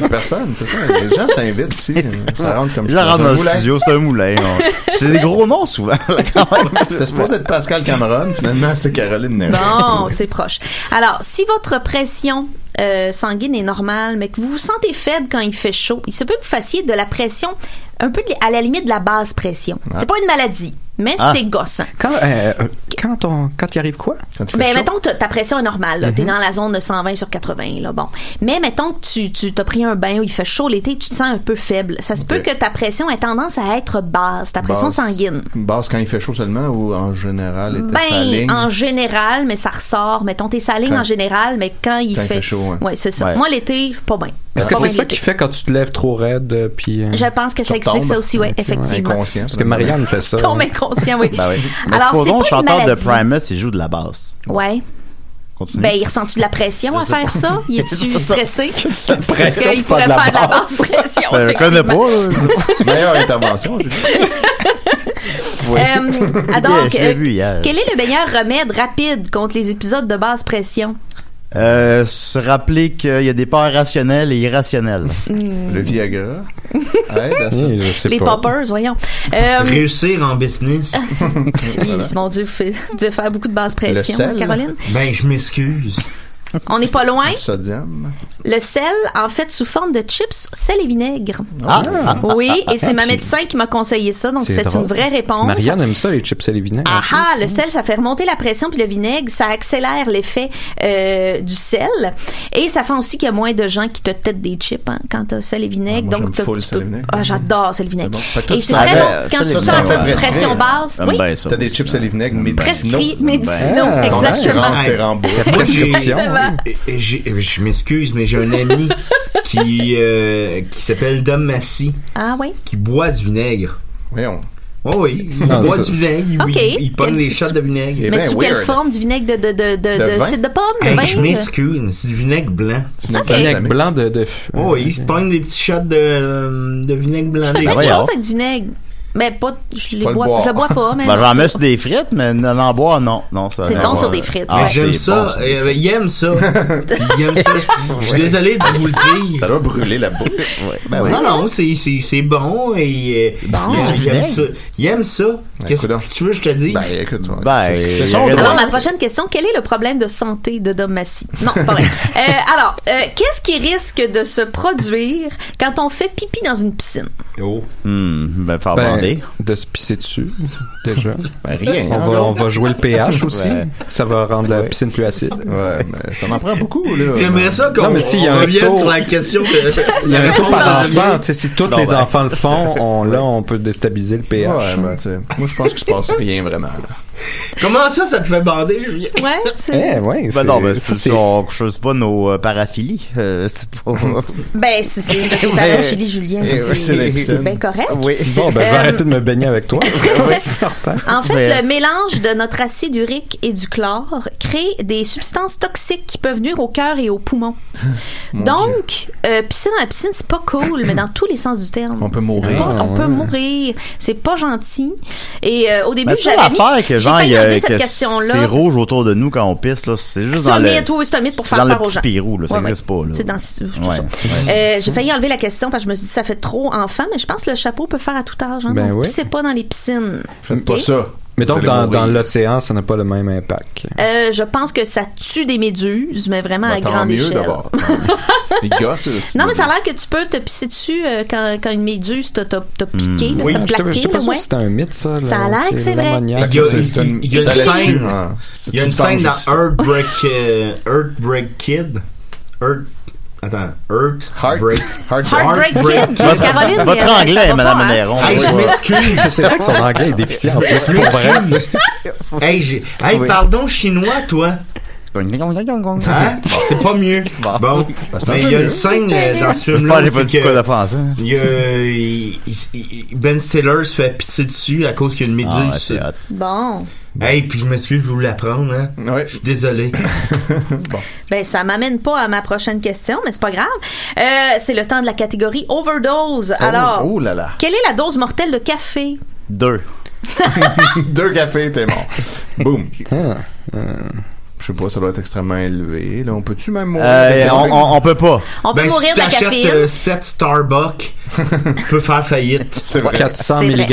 Speaker 5: Euh.
Speaker 7: Personne, c'est ça. Les gens s'invitent ici. Ça rentre comme
Speaker 4: Je la rentre
Speaker 7: dans un
Speaker 4: dans le
Speaker 7: moulin.
Speaker 4: studio, c'est un moulin. hein. c'est des gros noms souvent, là, quand même.
Speaker 7: C'était supposé être Pascal Cameron, finalement, c'est Caroline Néron.
Speaker 6: Bon, c'est proche. Alors, si votre pression euh, sanguine est normale, mais que vous vous sentez faible quand il fait chaud, il se peut que vous fassiez de la pression un peu de- à la limite de la basse pression. C'est pas une maladie, mais
Speaker 4: Ah.
Speaker 6: c'est gossant.
Speaker 5: Quand, euh, euh, quand, on, quand il arrive quoi?
Speaker 7: Quand il fait
Speaker 6: Ben,
Speaker 7: chaud.
Speaker 6: mettons que ta- ta pression est normale. là. T'es dans la zone de 120 sur 80, là, bon. Mais mettons que tu, tu t'as pris un bain où il fait chaud l'été, tu te sens un peu faible. Ça se peut
Speaker 7: Ok.
Speaker 6: que ta pression ait tendance à être basse, ta pression
Speaker 7: Basse-
Speaker 6: sanguine.
Speaker 7: Basse quand il fait chaud seulement ou en général, était sa
Speaker 6: Ben,
Speaker 7: ligne?
Speaker 6: en général, mais ça ressort. Mettons, t'es saline
Speaker 7: Quand-
Speaker 6: en général, mais quand il
Speaker 7: quand il
Speaker 6: fait.
Speaker 7: fait chaud, ouais.
Speaker 6: c'est ça.
Speaker 4: Ouais.
Speaker 6: Moi, l'été, je suis pas bien.
Speaker 5: Est-ce que
Speaker 6: Pas
Speaker 5: c'est
Speaker 6: bien
Speaker 5: ça
Speaker 6: l'été.
Speaker 5: qui fait quand tu te lèves trop raide? euh, Puis, euh,
Speaker 6: Je pense que ça
Speaker 7: Tu
Speaker 6: explique
Speaker 7: retombes.
Speaker 6: ça aussi, ouais, effectivement.
Speaker 7: Inconscient.
Speaker 5: Parce que Marianne fait ça. hein.
Speaker 6: Tombe inconscient, oui.
Speaker 4: Ben oui.
Speaker 6: Alors, c'est
Speaker 4: Supposons
Speaker 6: pas
Speaker 4: le
Speaker 6: une
Speaker 4: chanteur de
Speaker 6: maladie.
Speaker 4: Primus, il joue de la basse.
Speaker 6: Ouais.
Speaker 4: Continue.
Speaker 6: Ben, il ressent-tu de la pression à faire ça? Il est-tu
Speaker 4: Je sais pas.
Speaker 6: stressé? Parce
Speaker 5: pression
Speaker 6: qu'il
Speaker 5: de faire
Speaker 6: pourrait
Speaker 5: de la
Speaker 6: faire de la
Speaker 5: basse.
Speaker 6: basse pression.
Speaker 4: Ben, je connais
Speaker 6: effectivement.
Speaker 4: pas. là.
Speaker 7: Meilleure intervention, je dis.
Speaker 4: Oui.
Speaker 6: Euh, ah,
Speaker 4: Yeah,
Speaker 6: donc,
Speaker 4: je l'ai
Speaker 6: euh,
Speaker 4: vu hier.
Speaker 6: quel est le meilleur remède rapide contre les épisodes de basse pression?
Speaker 4: Euh, se rappeler qu'il y a des peurs rationnelles et irrationnelles.
Speaker 7: Le Viagra. Aide à ça.
Speaker 5: Oui, je sais
Speaker 6: les
Speaker 5: pas.
Speaker 6: poppers, voyons. Euh,
Speaker 8: Réussir en business.
Speaker 6: Yves, Mon Dieu, vous devez faire beaucoup de basse
Speaker 7: Le
Speaker 6: pression, hein,
Speaker 7: sel.
Speaker 6: Caroline.
Speaker 8: ben, je m'excuse.
Speaker 6: On n'est pas loin.
Speaker 7: Le sodium.
Speaker 6: Le sel, en fait, sous forme de chips, sel et vinaigre.
Speaker 4: Ah, ah,
Speaker 6: Oui, et c'est ma
Speaker 5: puis-
Speaker 6: médecin qui m'a conseillé ça, donc
Speaker 5: C'est
Speaker 6: c'est
Speaker 5: drôle.
Speaker 6: une vraie réponse.
Speaker 5: Marianne aime ça, les chips et les vinaigres.
Speaker 6: Ah ah, le sel, ça fait remonter la pression, puis le vinaigre, ça accélère l'effet euh, du sel. Et ça fait aussi qu'il y a moins de gens qui te têtent des chips hein, quand t'as sel et
Speaker 7: Ah,
Speaker 6: vinaigre.
Speaker 7: moi,
Speaker 6: donc
Speaker 7: j'aime
Speaker 6: t'as-
Speaker 7: full
Speaker 6: tu
Speaker 7: sel et
Speaker 6: peux-
Speaker 7: vinaigre.
Speaker 6: Ah, j'adore sel et vinaigre.
Speaker 7: bon. Fait que toi,
Speaker 6: et
Speaker 7: tu
Speaker 6: c'est
Speaker 7: t'en
Speaker 6: très
Speaker 7: fais-
Speaker 6: bon.
Speaker 4: ça,
Speaker 6: Quand tu
Speaker 4: les
Speaker 6: sens
Speaker 4: gens
Speaker 6: une
Speaker 7: font
Speaker 6: pression
Speaker 7: prescrire.
Speaker 6: basse,
Speaker 4: J'aime
Speaker 6: oui,
Speaker 4: bien ça.
Speaker 7: T'as des chips à les vinaigres médicinaux.
Speaker 6: prescrit,
Speaker 4: Ben,
Speaker 6: médicinaux,
Speaker 5: Ah,
Speaker 6: exactement.
Speaker 7: Assurance, t'es remboursé.
Speaker 8: Moi, j'ai-
Speaker 5: Prescription.
Speaker 6: Exactement.
Speaker 8: j'ai- j'ai- Je m'excuse, mais j'ai un ami qui, euh, qui s'appelle Dom Massy,
Speaker 6: Ah oui.
Speaker 8: qui boit du vinaigre.
Speaker 7: Voyons.
Speaker 8: Oh oui, il
Speaker 5: Non,
Speaker 8: boit
Speaker 5: ça-
Speaker 8: du vinaigre, il,
Speaker 6: Ok.
Speaker 8: il, il pogne des shots de vinaigre.
Speaker 7: Eh
Speaker 6: Mais
Speaker 7: ben,
Speaker 6: sous quelle
Speaker 7: weird.
Speaker 6: forme du vinaigre de de de de,
Speaker 7: De
Speaker 6: de
Speaker 7: vin?
Speaker 6: cidre de pomme, de
Speaker 8: Hey,
Speaker 6: vin, euh,
Speaker 8: je
Speaker 6: de-
Speaker 8: m'excuse, mais c'est du vinaigre blanc.
Speaker 7: Tu viens de
Speaker 6: Ok.
Speaker 7: faire
Speaker 5: Vinaigre
Speaker 7: ça,
Speaker 5: blanc de. euh, de...
Speaker 8: Oh, il se pogne des petits shots de, euh, de vinaigre blanc.
Speaker 6: Je fais
Speaker 8: Des-
Speaker 6: plein de
Speaker 4: voyons.
Speaker 6: choses avec du vinaigre. Mais pas, je les
Speaker 7: Pas le
Speaker 6: bois,
Speaker 7: boire.
Speaker 6: je le bois pas, mais.
Speaker 4: Ben, j'en mets sur des frites, mais n'en en boire, non. non ça,
Speaker 6: C'est
Speaker 4: non,
Speaker 6: bon
Speaker 4: ouais.
Speaker 6: sur des frites,
Speaker 4: Ah,
Speaker 6: ouais.
Speaker 4: c'est
Speaker 8: J'aime
Speaker 4: bon,
Speaker 8: ça.
Speaker 4: ça.
Speaker 8: euh, il aime ça. il aime ça. Je suis désolé de vous le
Speaker 7: Ça
Speaker 8: dire.
Speaker 7: doit brûler la bouche.
Speaker 4: Ben oui.
Speaker 8: Non, non, c'est, c'est, c'est bon et euh,
Speaker 4: Bon.
Speaker 8: il, il aime ça. Il aime ça. Qu'est-ce
Speaker 7: coudonc.
Speaker 8: que tu veux que je te dise?
Speaker 7: Ben, écoute, ouais.
Speaker 4: Ben,
Speaker 7: C'est-
Speaker 4: il
Speaker 7: c'est
Speaker 4: y
Speaker 7: son
Speaker 4: aurait-
Speaker 7: droit.
Speaker 6: Alors, ma prochaine question, quel est le problème de santé de Dom Massy? Non, c'est pas vrai. Euh, alors, euh, qu'est-ce qui risque de se produire quand on fait pipi dans une piscine?
Speaker 8: Oh.
Speaker 4: Hmm, ben, faire bander.
Speaker 5: Ben, de se pisser dessus, déjà.
Speaker 7: Ben, rien.
Speaker 5: On
Speaker 7: hein,
Speaker 5: va,
Speaker 7: non?
Speaker 5: on va jouer le pH aussi.
Speaker 4: Ouais.
Speaker 5: Ça va rendre la piscine plus acide.
Speaker 7: Ouais, mais ça m'en prend beaucoup, là.
Speaker 8: J'aimerais ça qu'on
Speaker 5: Non, mais tu sais, il y a
Speaker 8: on
Speaker 5: un
Speaker 8: revienne
Speaker 5: taux.
Speaker 8: sur la question de...
Speaker 5: Il y aurait tout par enfant. Tu sais, si tous les
Speaker 4: ben.
Speaker 5: enfants le font, on, là, on peut déstabiliser le pH.
Speaker 7: Ouais, ben, tu sais, moi, je pense qu'il se passe rien vraiment. là.
Speaker 8: Comment ça, ça te fait bander, Julien?
Speaker 6: Ouais, c'est.
Speaker 5: Eh, ouais,
Speaker 4: Ben
Speaker 5: c'est-
Speaker 4: non, ben,
Speaker 5: ça,
Speaker 4: c'est
Speaker 5: c'est-
Speaker 4: si on chose pas nos euh, paraphilies. euh, c'est pas...
Speaker 6: Ben, c'est, c'est, c'est paraphilie, Julien,
Speaker 7: Eh ouais, c'est
Speaker 6: c'est,
Speaker 7: la
Speaker 6: c'est
Speaker 7: piscine.
Speaker 6: bien correct.
Speaker 4: oui.
Speaker 5: Bon, ben, je vais
Speaker 6: Euh,
Speaker 5: arrêter de me baigner avec toi.
Speaker 6: que-
Speaker 5: C'est certain.
Speaker 6: En fait,
Speaker 4: Mais-
Speaker 6: le mélange de notre acide urique et du chlore crée des substances toxiques qui peuvent nuire au cœur et aux poumons. Donc, euh, piscine à la piscine, c'est pas cool, mais dans tous les sens du terme.
Speaker 7: On peut
Speaker 6: C'est
Speaker 7: mourir.
Speaker 6: pas- on
Speaker 5: Ah,
Speaker 6: peut
Speaker 5: ouais.
Speaker 6: mourir. C'est pas gentil. Et euh, au début,
Speaker 4: Mais c'est
Speaker 6: j'avais mis,
Speaker 4: Ben, l'affaire que
Speaker 6: j'ai
Speaker 4: genre,
Speaker 6: failli
Speaker 4: il y a-
Speaker 6: enlever
Speaker 4: que
Speaker 6: cette question-là.
Speaker 4: c'est rouge autour de nous quand on pisse, là. C'est juste
Speaker 6: C'est
Speaker 4: dans
Speaker 6: un
Speaker 4: le...
Speaker 6: mythe, oui, c'est un mythe pour
Speaker 4: c'est
Speaker 6: faire
Speaker 4: dans
Speaker 6: peur
Speaker 4: le
Speaker 6: aux gens.
Speaker 4: petit Pirou, là. Ça
Speaker 6: Ouais, ouais.
Speaker 4: n'existe pas, là.
Speaker 6: C'est dans- c'est tout
Speaker 4: Ouais.
Speaker 6: ça. Euh, j'ai failli enlever la question parce que je me suis dit ça fait trop enfant, mais je pense que le chapeau peut faire à tout âge. Hein,
Speaker 5: Ben
Speaker 6: donc,
Speaker 5: oui.
Speaker 6: pissez pas dans les piscines.
Speaker 7: Faites
Speaker 6: Ok?
Speaker 7: pas ça.
Speaker 5: Mais donc,
Speaker 7: Vous allez
Speaker 5: dans, dans
Speaker 7: mourir.
Speaker 5: l'océan, ça n'a pas le même impact.
Speaker 6: Euh, je pense que ça tue des méduses, mais vraiment
Speaker 7: Ben,
Speaker 6: à
Speaker 7: tant
Speaker 6: grande
Speaker 7: mieux,
Speaker 6: échelle.
Speaker 7: d'abord. Les gosses, là, c'est-
Speaker 6: Non, mais ça a l'air que tu peux te pisser dessus euh, quand, quand une méduse t'a t'a- t'a piqué, là,
Speaker 5: Oui,
Speaker 6: t'a
Speaker 5: je te- je
Speaker 6: plaqué.
Speaker 5: te
Speaker 6: là,
Speaker 5: pas sûr
Speaker 6: ouais.
Speaker 5: si c'est un mythe, ça. là.
Speaker 6: Ça a l'air que c'est vrai.
Speaker 5: l'ammoniac.
Speaker 7: Fait
Speaker 8: Il y a-
Speaker 7: que c'est- c'est une-
Speaker 8: il y a
Speaker 7: ça
Speaker 8: une
Speaker 7: la
Speaker 8: scène.
Speaker 7: tue, hein. C'est
Speaker 8: Il y a une
Speaker 7: tangente,
Speaker 8: scène dans
Speaker 7: ça.
Speaker 8: Earthbreak, euh, Earthbreak Kid. Earth... Attends,
Speaker 7: Heart.
Speaker 8: Earthbreak...
Speaker 7: Heart.
Speaker 6: Heartbreak
Speaker 8: Heartbreak
Speaker 6: Kid. Caroline,
Speaker 4: Votre
Speaker 6: euh, ça
Speaker 4: anglais,
Speaker 6: va
Speaker 4: Madame
Speaker 6: pas, hein?
Speaker 4: Néron.
Speaker 8: Hey, je m'excuse.
Speaker 5: C'est vrai que son anglais est déficient. En plus, pour vrai.
Speaker 8: Hey, j'ai- hey, pardon chinois, toi. Hein? C'est pas mieux.
Speaker 4: Bon.
Speaker 8: Bon,
Speaker 7: Parce que
Speaker 8: mais il y a une scène euh, dans ce
Speaker 4: C'est
Speaker 8: film-là
Speaker 4: pas j'ai
Speaker 8: où
Speaker 4: pas
Speaker 8: c'est
Speaker 4: dit quoi de hein.
Speaker 8: que
Speaker 4: français.
Speaker 8: il y a- il- il- il- Ben Stiller se fait pisser dessus à cause qu'il y a une
Speaker 4: Ah, ouais,
Speaker 8: méduse.
Speaker 4: c'est hot.
Speaker 6: Bon,
Speaker 8: hey, puis je m'excuse, je voulais l'apprendre. Hein?
Speaker 7: Ouais.
Speaker 8: Je suis désolé.
Speaker 6: ben ça m'amène pas à ma prochaine question, mais c'est pas grave. Euh, c'est le temps de la catégorie overdose. Alors,
Speaker 7: Oh, oh là là.
Speaker 6: quelle est la dose mortelle de café?
Speaker 4: Deux.
Speaker 7: Deux cafés, t'es mort. Boum.
Speaker 5: Ah.
Speaker 7: Je sais pas, ça doit être extrêmement élevé. Là, on peut-tu même mourir?
Speaker 4: Euh, on- On on peut pas.
Speaker 6: On peut
Speaker 8: ben,
Speaker 6: mourir
Speaker 8: si
Speaker 6: de la
Speaker 8: t'achètes
Speaker 6: caféine.
Speaker 8: euh, 7 Starbucks, tu peux faire faillite.
Speaker 7: C'est vrai.
Speaker 5: 400
Speaker 6: C'est vrai.
Speaker 5: mg.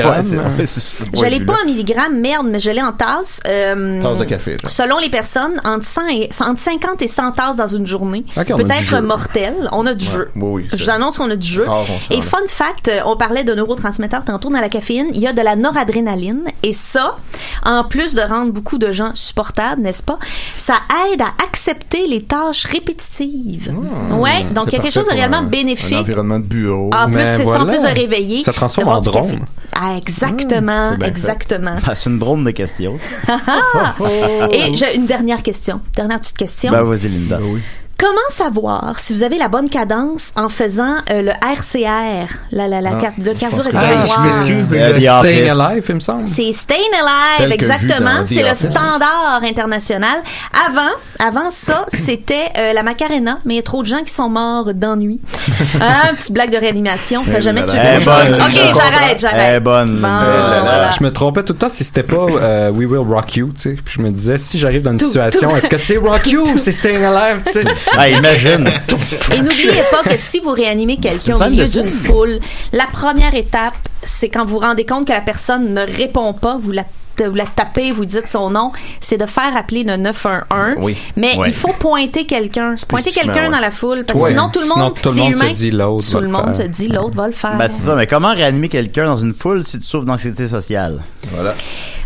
Speaker 4: Ouais, c'est- c'est-
Speaker 6: Je l'ai pas en milligrammes, merde, mais je l'ai en tasse. euh,
Speaker 7: Tasse de café. là.
Speaker 6: Selon les personnes, entre, 100 et, entre 50 et 100 tasses dans une journée
Speaker 5: Ok, on a
Speaker 6: peut
Speaker 5: du jeu.
Speaker 6: être mortel. On a du jeu.
Speaker 7: Oui, oui,
Speaker 6: Je
Speaker 7: ça-
Speaker 6: vous annonce qu'on a du jeu.
Speaker 7: Ah, on s'en
Speaker 6: et
Speaker 7: va.
Speaker 6: fun fact, euh, on parlait de neurotransmetteurs tantôt dans la caféine. Il y a de la noradrénaline. Et ça, en plus de rendre beaucoup de gens supportables, n'est-ce pas, ça aide à accepter les tâches répétitives. Mmh. ouais, donc
Speaker 7: Hmm. C'est
Speaker 6: il y a
Speaker 7: parfait
Speaker 6: quelque chose de
Speaker 7: pour
Speaker 6: réellement
Speaker 7: un- Un
Speaker 6: bénéfique. Ah.
Speaker 7: environnement de bureau.
Speaker 6: En plus,
Speaker 5: Mais
Speaker 6: c'est ça, en
Speaker 5: voilà.
Speaker 6: plus de réveiller.
Speaker 5: Ça transforme
Speaker 6: de boire
Speaker 5: en
Speaker 6: du café.
Speaker 5: drone.
Speaker 6: Ah, exactement,
Speaker 7: Hmm, c'est bien fait.
Speaker 6: exactement.
Speaker 4: Ah, C'est une drôle de question.
Speaker 6: Et j'ai une dernière question. Dernière petite question.
Speaker 4: Ben, vas-y, Linda.
Speaker 6: Comment savoir si vous avez la bonne cadence en faisant euh, le RCR, la, la, la
Speaker 5: Ah,
Speaker 6: carte de cardio
Speaker 5: pense que- Ah,
Speaker 8: Hey,
Speaker 6: respiratoire?
Speaker 8: je m'excuse, mais
Speaker 4: Euh,
Speaker 8: le-
Speaker 4: The
Speaker 5: Staying
Speaker 4: Office.
Speaker 5: Alive, il me semble.
Speaker 6: C'est Staying
Speaker 7: Tel
Speaker 6: Alive,
Speaker 7: que vu dans
Speaker 6: exactement.
Speaker 7: The
Speaker 6: C'est le
Speaker 7: Office.
Speaker 6: standard international. Avant, avant ça, c'était euh, la Macarena, mais il y a trop de gens qui sont morts d'ennui. Ah, petite blague de réanimation, ça jamais tué.
Speaker 4: Eh, bonne.
Speaker 6: Ok, j'arrête,
Speaker 4: Eh,
Speaker 6: j'arrête.
Speaker 4: bonne.
Speaker 6: Bon,
Speaker 4: Belle,
Speaker 5: Oh
Speaker 4: belle.
Speaker 6: voilà.
Speaker 5: Je me trompais tout le temps si c'était pas euh, We Will Rock You, tu sais. Puis je me disais, si j'arrive dans une situation, est-ce que c'est Rock You ou c'est Staying Alive, tu sais?
Speaker 4: Ah, imagine.
Speaker 6: Et n'oubliez pas que si vous réanimez
Speaker 4: C'est une
Speaker 6: quelqu'un au
Speaker 4: salle
Speaker 6: milieu
Speaker 4: de
Speaker 6: d'une
Speaker 4: film.
Speaker 6: foule, la première étape, c'est quand vous vous rendez compte que la personne ne répond pas, vous la vous la tapez, vous dites son nom, c'est de faire appeler le 911.
Speaker 4: Oui.
Speaker 6: Mais
Speaker 4: Ouais.
Speaker 6: il faut pointer quelqu'un. Pointer
Speaker 4: Spécifiquement,
Speaker 6: quelqu'un
Speaker 4: ouais.
Speaker 6: dans la foule, parce que
Speaker 5: Ouais.
Speaker 6: sinon tout le
Speaker 5: Sinon,
Speaker 6: monde,
Speaker 5: tout le
Speaker 6: c'est
Speaker 5: monde se
Speaker 6: humain.
Speaker 5: dit, l'autre
Speaker 6: Tout
Speaker 5: va
Speaker 6: le
Speaker 5: le
Speaker 6: monde se
Speaker 5: faire.
Speaker 6: dit l'autre va le faire.
Speaker 4: Ben, c'est ça, mais comment réanimer quelqu'un dans une foule si tu souffres d'anxiété sociale?
Speaker 7: Voilà.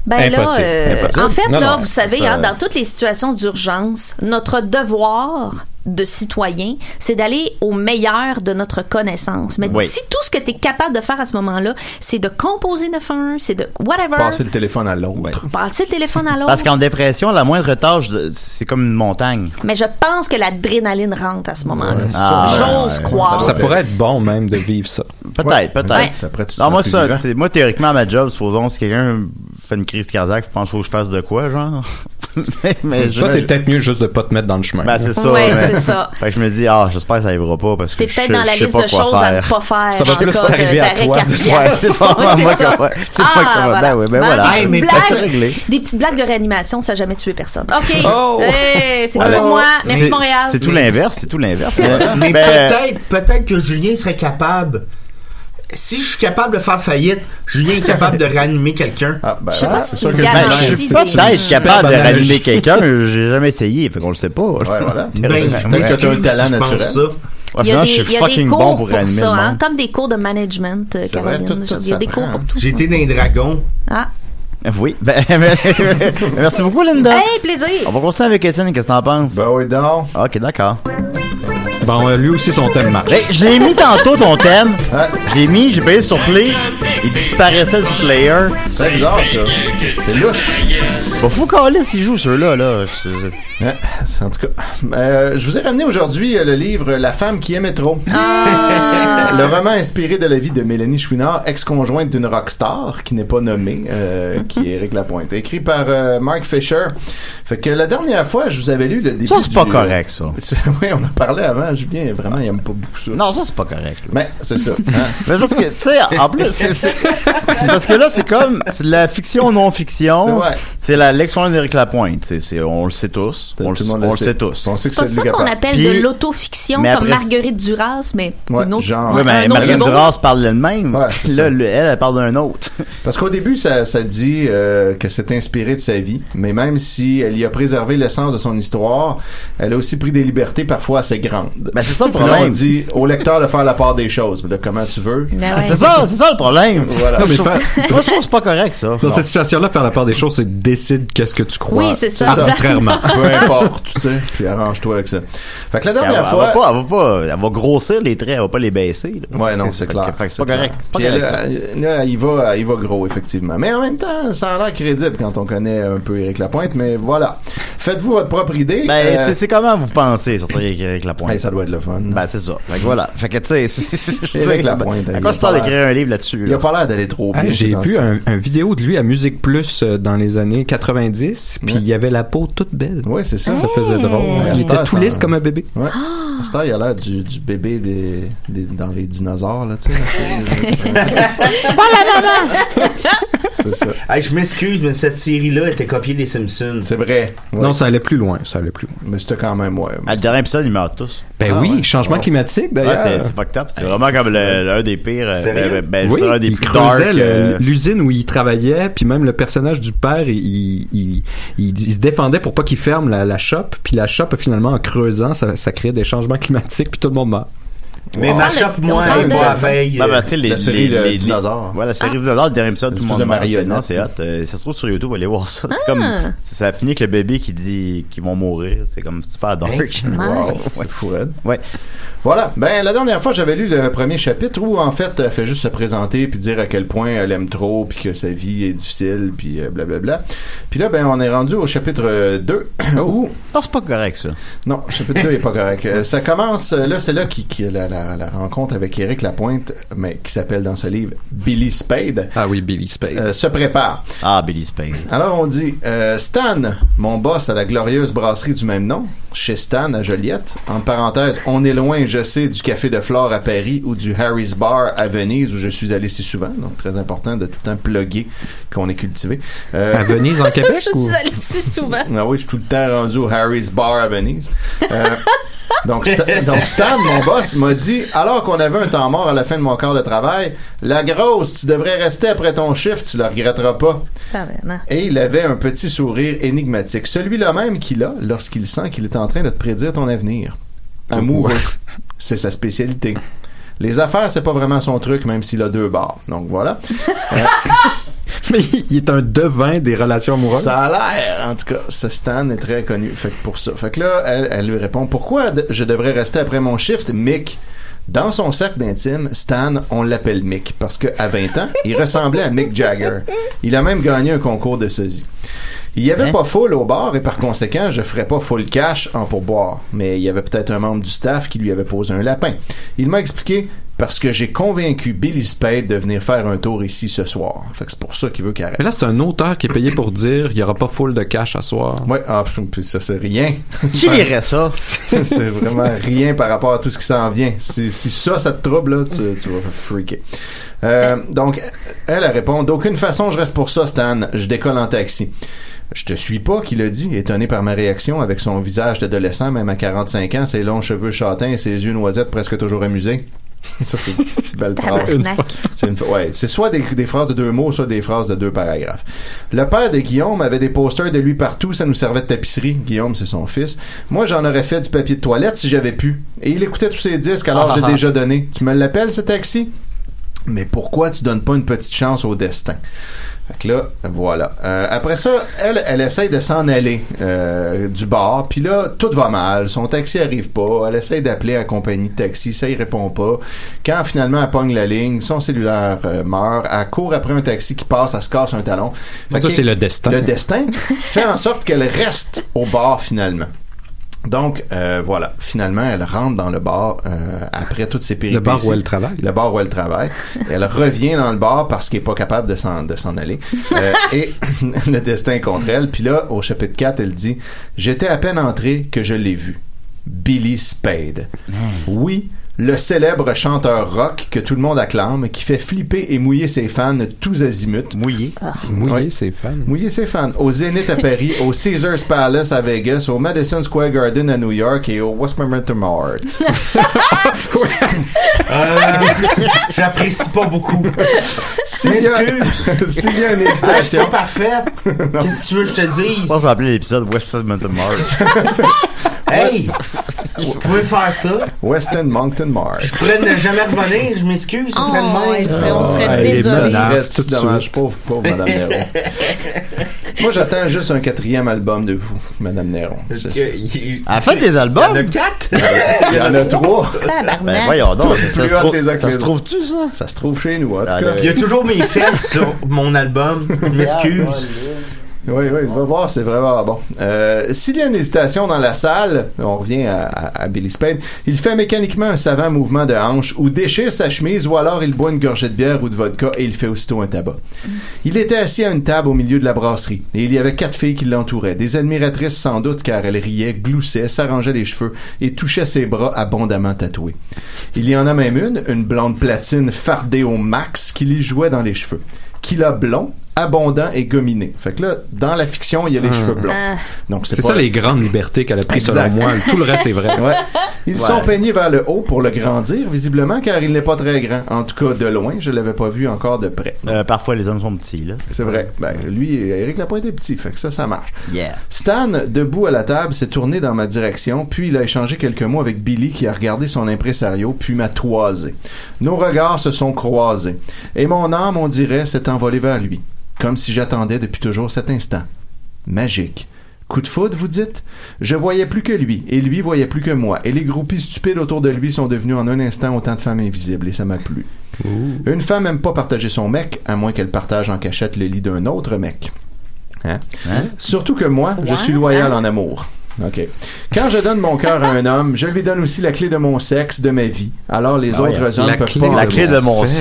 Speaker 6: Ben là,
Speaker 5: Impossible.
Speaker 6: euh,
Speaker 5: Impossible.
Speaker 6: en fait,
Speaker 5: Non,
Speaker 6: là,
Speaker 5: non,
Speaker 6: vous savez,
Speaker 7: ça-
Speaker 6: hein, dans toutes les situations d'urgence, notre devoir de citoyen, c'est d'aller au meilleur de notre connaissance. Mais
Speaker 4: Oui.
Speaker 6: si tout ce que tu es capable de faire à ce moment-là, c'est de composer 911, c'est de whatever,
Speaker 7: Passer le téléphone à l'autre.
Speaker 6: passer le téléphone à
Speaker 4: Parce
Speaker 6: l'autre,
Speaker 4: qu'en dépression, la moindre tâche, de- c'est comme une montagne.
Speaker 6: mais je pense que l'adrénaline rentre à ce moment-là.
Speaker 4: Ah,
Speaker 6: J'ose
Speaker 7: ouais,
Speaker 6: croire.
Speaker 5: Ça pourrait être bon même de vivre ça.
Speaker 4: Peut-être,
Speaker 7: Ouais.
Speaker 4: peut-être.
Speaker 6: Ouais.
Speaker 7: Après, tu te
Speaker 4: Non,
Speaker 7: sens
Speaker 4: moi,
Speaker 7: plus
Speaker 4: ça,
Speaker 7: vivant.
Speaker 4: t'sais, moi, théoriquement, à ma job, supposons, si quelqu'un fait une crise cardiaque, je pense qu'il faut que je fasse de quoi, genre? mais, mais je-
Speaker 5: Toi, t'es peut-être mieux juste de pas te mettre dans le chemin.
Speaker 4: Ben, c'est ça.
Speaker 6: Ouais,
Speaker 4: mais-
Speaker 6: c'est ça.
Speaker 4: Fait que je me dis, ah, j'espère que ça arrivera pas parce que
Speaker 6: T'es
Speaker 4: je
Speaker 6: peut-être
Speaker 4: sais-
Speaker 6: dans la
Speaker 4: je sais
Speaker 6: liste
Speaker 4: pas
Speaker 6: de
Speaker 4: quoi
Speaker 6: choses à ne
Speaker 4: faire.
Speaker 6: pas faire.
Speaker 5: Ça va
Speaker 6: en
Speaker 5: plus
Speaker 6: cas de-
Speaker 5: t'arriver à
Speaker 6: d'arrêt
Speaker 5: toi, de
Speaker 6: cardiaque.
Speaker 4: Ouais, c'est pas
Speaker 6: Ouais,
Speaker 4: moi,
Speaker 6: c'est
Speaker 4: moi,
Speaker 6: ça.
Speaker 4: comme- ouais, c'est pas
Speaker 6: Ah,
Speaker 4: comme-
Speaker 6: voilà.
Speaker 4: ben, ouais, ben
Speaker 6: Ben,
Speaker 4: voilà.
Speaker 6: des,
Speaker 8: Hey, mais
Speaker 6: petites
Speaker 8: t'as ça
Speaker 6: blagues-
Speaker 4: réglé.
Speaker 6: des petites blagues de réanimation, ça n'a jamais tué personne. OK.
Speaker 5: Oh!
Speaker 6: Hey, c'est tout
Speaker 4: Alors,
Speaker 6: pour moi. Merci,
Speaker 4: c'est-
Speaker 6: Montréal.
Speaker 4: C'est tout l'inverse, c'est tout l'inverse.
Speaker 8: mais
Speaker 4: Ben,
Speaker 8: peut-être, peut-être que Julien serait capable. Si je suis capable de faire faillite, Julien est capable de réanimer quelqu'un.
Speaker 7: Ah, ben,
Speaker 6: Je sais pas
Speaker 7: ouais,
Speaker 6: si
Speaker 7: c'est
Speaker 6: tu
Speaker 7: sûr
Speaker 6: me
Speaker 7: que
Speaker 6: gagnes
Speaker 7: le-
Speaker 6: en
Speaker 4: je
Speaker 6: idée.
Speaker 4: suis
Speaker 6: c'est une
Speaker 4: peut-être
Speaker 6: super
Speaker 4: capable de
Speaker 7: bonne
Speaker 4: réanimer quelqu'un, j'ai jamais essayé, fait qu'on le sait pas.
Speaker 7: Ouais, voilà.
Speaker 8: Ben, je
Speaker 7: Peut-être que t'as
Speaker 8: m'excuse
Speaker 7: un talent
Speaker 8: si je pense
Speaker 7: naturel.
Speaker 8: ça.
Speaker 4: Ouais,
Speaker 6: Il y a
Speaker 4: finalement,
Speaker 6: des,
Speaker 4: je
Speaker 6: il y
Speaker 4: suis
Speaker 6: a des
Speaker 4: fucking
Speaker 6: cours
Speaker 4: bon pour
Speaker 6: pour,
Speaker 4: réanimer
Speaker 6: ça,
Speaker 4: le
Speaker 6: hein,
Speaker 4: monde.
Speaker 6: comme des cours de management, euh,
Speaker 7: C'est vrai,
Speaker 6: Caroline.
Speaker 7: tout- tout
Speaker 6: il y a
Speaker 7: ça
Speaker 6: des cours
Speaker 7: prend.
Speaker 6: pour tout.
Speaker 8: J'ai été dans les dragons.
Speaker 6: Ah.
Speaker 4: Oui, ben, mais- merci beaucoup, Linda.
Speaker 6: Hey, plaisir!
Speaker 4: On va continuer avec Étienne, qu'est-ce que t'en penses?
Speaker 7: Ben oui, donc.
Speaker 4: Ok, d'accord.
Speaker 5: Bon, euh, lui aussi, son thème marche.
Speaker 4: Ben, je l'ai mis tantôt ton thème.
Speaker 7: Ouais.
Speaker 4: Je l'ai mis, j'ai payé sur Play. Il disparaissait du player.
Speaker 7: C'est bizarre, ça. C'est louche.
Speaker 4: Bah, fou Calis, il joue ceux-là, là. Je- je-
Speaker 7: Ouais, c'est- en tout cas, Euh, je vous ai ramené aujourd'hui euh, le livre La femme qui aimait trop.
Speaker 6: Ah!
Speaker 7: le roman inspiré de la vie de Mélanie Chouinard, ex-conjointe d'une rockstar qui n'est pas nommée, euh, qui est Éric Lapointe, écrit par euh, Mark Fisher. Fait que la dernière fois, je vous avais lu le début.
Speaker 4: Ça, c'est
Speaker 7: du-
Speaker 4: pas correct, ça.
Speaker 7: oui, on en parlait avant. Julien, vraiment, il aime pas beaucoup ça.
Speaker 4: Non, ça, c'est pas correct. là.
Speaker 7: Mais c'est ça. hein.
Speaker 4: Mais parce que, tu sais, en plus, c'est c'est- c'est parce que là, c'est comme c'est de la fiction
Speaker 7: C'est
Speaker 4: non-fiction.
Speaker 7: vrai.
Speaker 4: C'est la l'excellent d'Éric Lapointe. c'est- c'est- on le sait tous. On le,
Speaker 7: Tout monde
Speaker 4: on le sait tous.
Speaker 7: On sait que
Speaker 6: C'est pas
Speaker 7: c'est
Speaker 6: ça qu'on
Speaker 7: obligatoire.
Speaker 6: appelle
Speaker 4: Puis-
Speaker 6: de l'autofiction
Speaker 4: mais
Speaker 6: comme
Speaker 4: après-
Speaker 6: Marguerite Duras, mais
Speaker 7: Ouais,
Speaker 6: une autre.
Speaker 7: genre.
Speaker 4: Oui, mais
Speaker 6: un autre
Speaker 4: Marguerite
Speaker 6: niveau.
Speaker 4: Duras parle d'elle-même.
Speaker 7: Ouais, c'est ça.
Speaker 4: là, le- elle, elle parle d'un autre.
Speaker 7: Parce qu'au début, ça, ça dit euh, que c'est inspiré de sa vie, mais même si elle y a préservé l'essence de son histoire, elle a aussi pris des libertés parfois assez grandes.
Speaker 4: Ben, c'est ça le
Speaker 7: Puis là, on
Speaker 4: problème.
Speaker 7: dit au lecteur de faire la part des choses. Mais là, comment tu veux?
Speaker 6: Ben ouais.
Speaker 4: C'est ça, c'est ça le problème.
Speaker 7: Voilà.
Speaker 4: Moi, je
Speaker 5: mais
Speaker 4: trouve moi, je trouve que c'est pas correct, ça.
Speaker 5: Dans cette situation-là, faire la part des choses, c'est que décide qu'est-ce que tu crois.
Speaker 6: Oui, c'est ça,
Speaker 5: Arbitrairement.
Speaker 7: Peu importe, tu sais, puis arrange-toi avec ça. Fait que la
Speaker 4: Elle,
Speaker 7: dernière
Speaker 4: va- elle va pas,
Speaker 7: fois...
Speaker 4: elle va pas, elle va grossir les traits, elle va pas les baisser. là.
Speaker 7: Ouais, non, c'est clair.
Speaker 4: Fait que c'est pas correct. C'est pas
Speaker 7: Puis
Speaker 4: correct. ça.
Speaker 7: elle, elle- là, il va, il va gros, effectivement. Mais en même temps, ça a l'air crédible quand on connaît un peu Éric Lapointe, mais voilà. Faites-vous votre propre idée.
Speaker 4: Ben,
Speaker 7: Euh,
Speaker 4: c'est- c'est comment vous pensez, surtout avec Éric Lapointe?
Speaker 7: hey, ça doit être le fun.
Speaker 4: Ben, c'est ça. Fait que voilà. Fait que, tu sais, c'est- c'est- je
Speaker 7: Éric
Speaker 4: dis,
Speaker 7: Lapointe,
Speaker 4: À
Speaker 7: il
Speaker 4: quoi
Speaker 7: a
Speaker 4: ça sert
Speaker 7: pas
Speaker 4: d'écrire un livre là-dessus?
Speaker 7: Il a
Speaker 4: là?
Speaker 7: pas l'air d'aller trop bien.
Speaker 5: Hey, Ah, J'ai
Speaker 7: dans
Speaker 5: vu
Speaker 7: ça.
Speaker 5: un, un vidéo de lui à Musique Plus euh, dans les années 90, puis
Speaker 7: Ouais.
Speaker 5: il y avait la peau toute belle.
Speaker 7: Ouais, c'est ça.
Speaker 5: Ça faisait drôle.
Speaker 7: Ouais,
Speaker 5: Il était
Speaker 7: ça,
Speaker 5: tout
Speaker 7: ça-
Speaker 5: lisse comme un Ah! bébé.
Speaker 7: Ouais. À cette heure, il a l'air du, du bébé des, des- dans les dinosaures, là, tu sais. là, c'est- C'est ça.
Speaker 8: Hey, je m'excuse, mais cette série-là était copiée des Simpsons.
Speaker 7: C'est vrai. Ouais.
Speaker 5: Non, ça allait plus loin, ça allait plus loin.
Speaker 7: Mais c'était quand même, ouais.
Speaker 4: Ah, le dernier épisode, ils meurent tous.
Speaker 5: Ben
Speaker 7: Ah
Speaker 5: oui,
Speaker 7: ouais.
Speaker 5: changement
Speaker 7: Ouais.
Speaker 5: climatique
Speaker 4: Ouais, c'est
Speaker 5: d'ailleurs.
Speaker 4: c'est fucked up. C'est vraiment comme
Speaker 7: hein.
Speaker 4: le- l'un des pires. euh,
Speaker 8: Sérieux?
Speaker 4: Ben, ben, je
Speaker 5: oui,
Speaker 4: dirais un des
Speaker 5: il
Speaker 4: plus dark.
Speaker 5: creusait le-
Speaker 4: euh,
Speaker 5: l'usine où il travaillait, puis même le personnage du père, il, il, il- il- il se défendait pour pas qu'il ferme la, la shop, puis la shop finalement en creusant, ça, ça crée des changements climatiques, puis tout le monde meurt.
Speaker 8: Mais
Speaker 7: Wow.
Speaker 8: ma
Speaker 6: Ah, mais
Speaker 8: shop,
Speaker 6: on
Speaker 8: moi,
Speaker 6: parle
Speaker 8: et
Speaker 6: de- Ah.
Speaker 8: moi, veille. euh,
Speaker 4: Bah, bah, tu sais, les,
Speaker 7: la série
Speaker 4: les-
Speaker 7: de
Speaker 4: les-
Speaker 7: dinosaures.
Speaker 4: Ouais, la série dinosaure, derrière ça, tout
Speaker 7: Une
Speaker 4: le monde
Speaker 7: espèce de
Speaker 4: marche.
Speaker 7: marionnette.
Speaker 4: Non, c'est hot. Euh, ça se trouve sur YouTube, allez voir ça.
Speaker 6: Ah.
Speaker 4: C'est comme, ça finit avec le bébé qui dit qu'ils vont mourir. C'est comme super dark.
Speaker 7: Wow,
Speaker 4: Ouais.
Speaker 7: c'est fou, raide.
Speaker 4: Ouais.
Speaker 7: Voilà. Ben, la dernière fois, j'avais lu le premier chapitre où, en fait, elle fait juste se présenter puis dire à quel point elle aime trop puis que sa vie est difficile puis euh, blablabla. Puis là, ben, on est rendu au chapitre euh, 2 où...
Speaker 4: Non, c'est pas correct, ça.
Speaker 7: Non, chapitre 2 est pas correct. Euh, ça commence, euh, là, c'est là qui, qui- la, la- la rencontre avec Eric Lapointe, mais qui s'appelle dans ce livre Billy Spade,
Speaker 5: Ah oui, Billy Spade.
Speaker 7: euh, se prépare.
Speaker 4: Ah, Billy Spade.
Speaker 7: Alors on dit euh, Stan, mon boss à la glorieuse brasserie du même nom, chez Stan à Joliette. En parenthèse, on est loin, je sais, du café de Flore à Paris ou du Harry's Bar à Venise où je suis allé si souvent. Donc très important de tout le temps plugger qu'on est cultivé. Euh,
Speaker 5: À Venise, en Québec
Speaker 6: Je
Speaker 5: ou
Speaker 6: suis allée si souvent.
Speaker 7: ah oui, je suis tout le temps rendu au Harry's Bar à Venise. Euh, donc, Sta- donc Stan, mon boss, m'a dit alors qu'on avait un temps mort à la fin de mon quart de travail, la grosse, tu devrais rester après ton shift, tu le regretteras pas.
Speaker 6: Tabarnak.
Speaker 7: Et il avait un petit sourire énigmatique, celui-là même qu'il a lorsqu'il sent qu'il est en train de te prédire ton amour. Amoureux. C'est sa spécialité. Les affaires, c'est pas vraiment son truc, même s'il a deux bars. Donc voilà.
Speaker 5: Mais il est un devin des relations amoureuses.
Speaker 7: Ça a l'air, en tout cas, ce Stan est très connu. Fait que pour ça. Fait que là, elle, elle lui répond Pourquoi de- je devrais rester après mon shift, Mick Dans son cercle d'intime, Stan, on l'appelle Mick parce qu'à 20 ans, il ressemblait à Mick Jagger. Il a même gagné un concours de sosie. Il n'y avait pas full au bar et par conséquent, je ferais pas full cash en pourboire. Mais il y avait peut-être un membre du staff qui lui avait posé un lapin. Il m'a expliqué parce que j'ai convaincu Billy Spade de venir faire un tour ici ce soir. Fait que c'est pour ça qu'il veut qu'il arrête.
Speaker 5: Mais là, c'est un auteur qui est payé pour dire il n'y aura pas full de cash à soir.
Speaker 7: Ouais, ah, pff, puis ça c'est rien.
Speaker 4: Qui lirait ça?
Speaker 7: c'est vraiment rien par rapport à tout ce qui s'en vient. Si, si ça, ça te trouble, là, tu, tu vas freaker. Euh, donc, elle, elle répond D'aucune façon, je reste pour ça, Stan. Je décolle en taxi. Je te suis pas, qu'il a dit, étonné par ma réaction avec son visage d'adolescent, même à 45 ans, ses longs cheveux châtains et ses yeux noisettes presque toujours amusés. Ça, Ah, c'est une belle phrase.
Speaker 6: Tabarnak.
Speaker 7: C'est une- ouais, c'est soit des, des phrases de deux mots, soit des phrases de deux paragraphes. Le père de Guillaume avait des posters de lui partout, ça nous servait de tapisserie. Guillaume, c'est son fils. Moi, j'en aurais fait du papier de toilette si j'avais pu. Et il écoutait tous ses disques, alors j'ai déjà donné. Tu me l'appelles, ce taxi? Mais pourquoi tu donnes pas une petite chance au destin? Fait que là, voilà. Euh, après ça, elle, elle essaye de s'en aller euh, du bar. Puis là, tout va mal. Son taxi arrive pas. Elle essaye d'appeler la compagnie de taxi. Ça, il répond pas. Quand finalement, elle pogne la ligne, son cellulaire euh, meurt. Elle court après un taxi qui passe. Elle se casse un talon. Fait
Speaker 5: Ça,
Speaker 7: que-
Speaker 5: c'est le destin.
Speaker 7: Le destin fait en sorte qu'elle reste au bar finalement. Donc, euh, voilà. Finalement, elle rentre dans le bar euh, après toutes ces péripéties.
Speaker 5: Le bar où elle travaille.
Speaker 7: Le bar où elle travaille. Elle revient dans le bar parce qu'elle est pas capable de s'en, de s'en aller. Euh, et le destin est contre elle. Puis là, au chapitre 4, elle dit J'étais à peine entré que je l'ai vu. Billy Spade.
Speaker 5: Hmm.
Speaker 7: Oui, le célèbre chanteur rock que tout le monde acclame, qui fait flipper et mouiller ses fans tous azimuts. Mouiller.
Speaker 5: Oui,
Speaker 7: Ouais.
Speaker 5: c'est fan.
Speaker 7: Mouillé ses fans au Zénith à Paris, au Caesars Palace à Vegas, au Madison Square Garden à New York et au Westminster Mart.
Speaker 8: Euh, J'apprécie pas beaucoup.
Speaker 7: S'il y, a- s'il y a une
Speaker 8: Ah, c'est
Speaker 7: hésitation,
Speaker 8: pas parfaite. Qu'est-ce que tu veux que je te dise?
Speaker 4: Je pense que je vais appeler l'épisode West Side Mountain Mart.
Speaker 8: Hey! Vous pouvez faire ça.
Speaker 7: Weston Moncton Mart.
Speaker 8: Je pourrais ne jamais revenir, je m'excuse, ça serait
Speaker 6: Oh,
Speaker 8: le
Speaker 6: ouais,
Speaker 8: même.
Speaker 6: c'est- on serait
Speaker 5: elle est
Speaker 6: désolé.
Speaker 5: bonne.
Speaker 7: serait
Speaker 5: Menace, tout de
Speaker 7: dommage.
Speaker 5: suite.
Speaker 7: Pauvre, pauvre Madame Néron. Moi, j'attends juste un quatrième album de vous, Madame Néron.
Speaker 8: Parce que
Speaker 7: Il
Speaker 8: il- il-
Speaker 4: Elle fait des
Speaker 8: Il y en a
Speaker 4: albums?
Speaker 8: quatre?
Speaker 7: y en a trois.
Speaker 4: Ben,
Speaker 6: Tabarnak.
Speaker 4: voyons donc.
Speaker 7: Tous
Speaker 4: Ça
Speaker 7: plus
Speaker 4: se
Speaker 7: hot
Speaker 4: trouve-
Speaker 7: les uns que
Speaker 4: ça
Speaker 7: les
Speaker 4: se
Speaker 7: autres.
Speaker 4: trouve-tu, ça?
Speaker 7: Ça se trouve chez nous, en tout
Speaker 4: Ah,
Speaker 7: cas.
Speaker 4: le-
Speaker 8: Il y a toujours mes fesses sur mon album, je m'excuse.
Speaker 7: Oui, oui, va voir, c'est vraiment bon. Euh, S'il y a une hésitation dans la salle, on revient à, à- à Billy Spade, il fait mécaniquement un savant mouvement de hanche ou déchire sa chemise ou alors il boit une gorgée de bière ou de vodka et il fait aussitôt un tabac. Il était assis à une table au milieu de la brasserie et il y avait quatre filles qui l'entouraient, des admiratrices sans doute car elles riaient, gloussaient, s'arrangeaient les cheveux et touchaient ses bras abondamment tatoués. Il y en a même une, une blonde platine fardée au max qui lui jouait dans les cheveux. Qu'il a blond, abondant et gominé. Fait que là, dans la fiction, il y a les cheveux blonds.
Speaker 6: Ah.
Speaker 7: Donc
Speaker 5: C'est
Speaker 7: pas-
Speaker 5: ça les grandes libertés qu'elle a prises selon
Speaker 7: Exact.
Speaker 5: moi. Tout le reste est vrai.
Speaker 7: Ouais. Ils
Speaker 4: Ouais.
Speaker 7: sont peignés vers le haut pour le grandir, visiblement, car il n'est pas très grand. En tout cas, de loin, je l'avais pas vu encore de près.
Speaker 4: Euh, parfois, les hommes sont petits, là.
Speaker 7: C'est vrai. Ben, lui, Eric Lapointe est petit, fait que ça, ça marche.
Speaker 4: Yeah.
Speaker 7: Stan, debout à la table, s'est tourné dans ma direction, puis il a échangé quelques mots avec Billy qui a regardé son impresario, puis m'a toisé. Nos regards se sont croisés, et mon âme, on dirait, s'est envolée vers lui, comme si j'attendais depuis toujours cet instant. Magique. Coup de foudre, vous dites Je voyais plus que lui, et lui voyait plus que moi, et les groupies stupides autour de lui sont devenus en un instant autant de femmes invisibles, et ça m'a plu. Une femme aime pas partager son mec, à moins qu'elle partage en cachette le lit d'un autre mec. Hein? Surtout que moi, je
Speaker 6: Ouais.
Speaker 7: suis loyal en amour. OK. Quand je donne mon cœur à un homme, je lui donne aussi la clé de mon sexe, de ma vie. Alors les
Speaker 4: Ah ouais.
Speaker 7: autres hommes
Speaker 5: La
Speaker 7: peuvent
Speaker 5: clé
Speaker 7: pas.
Speaker 5: de
Speaker 4: La
Speaker 5: mon
Speaker 4: clé de mon
Speaker 5: sexe.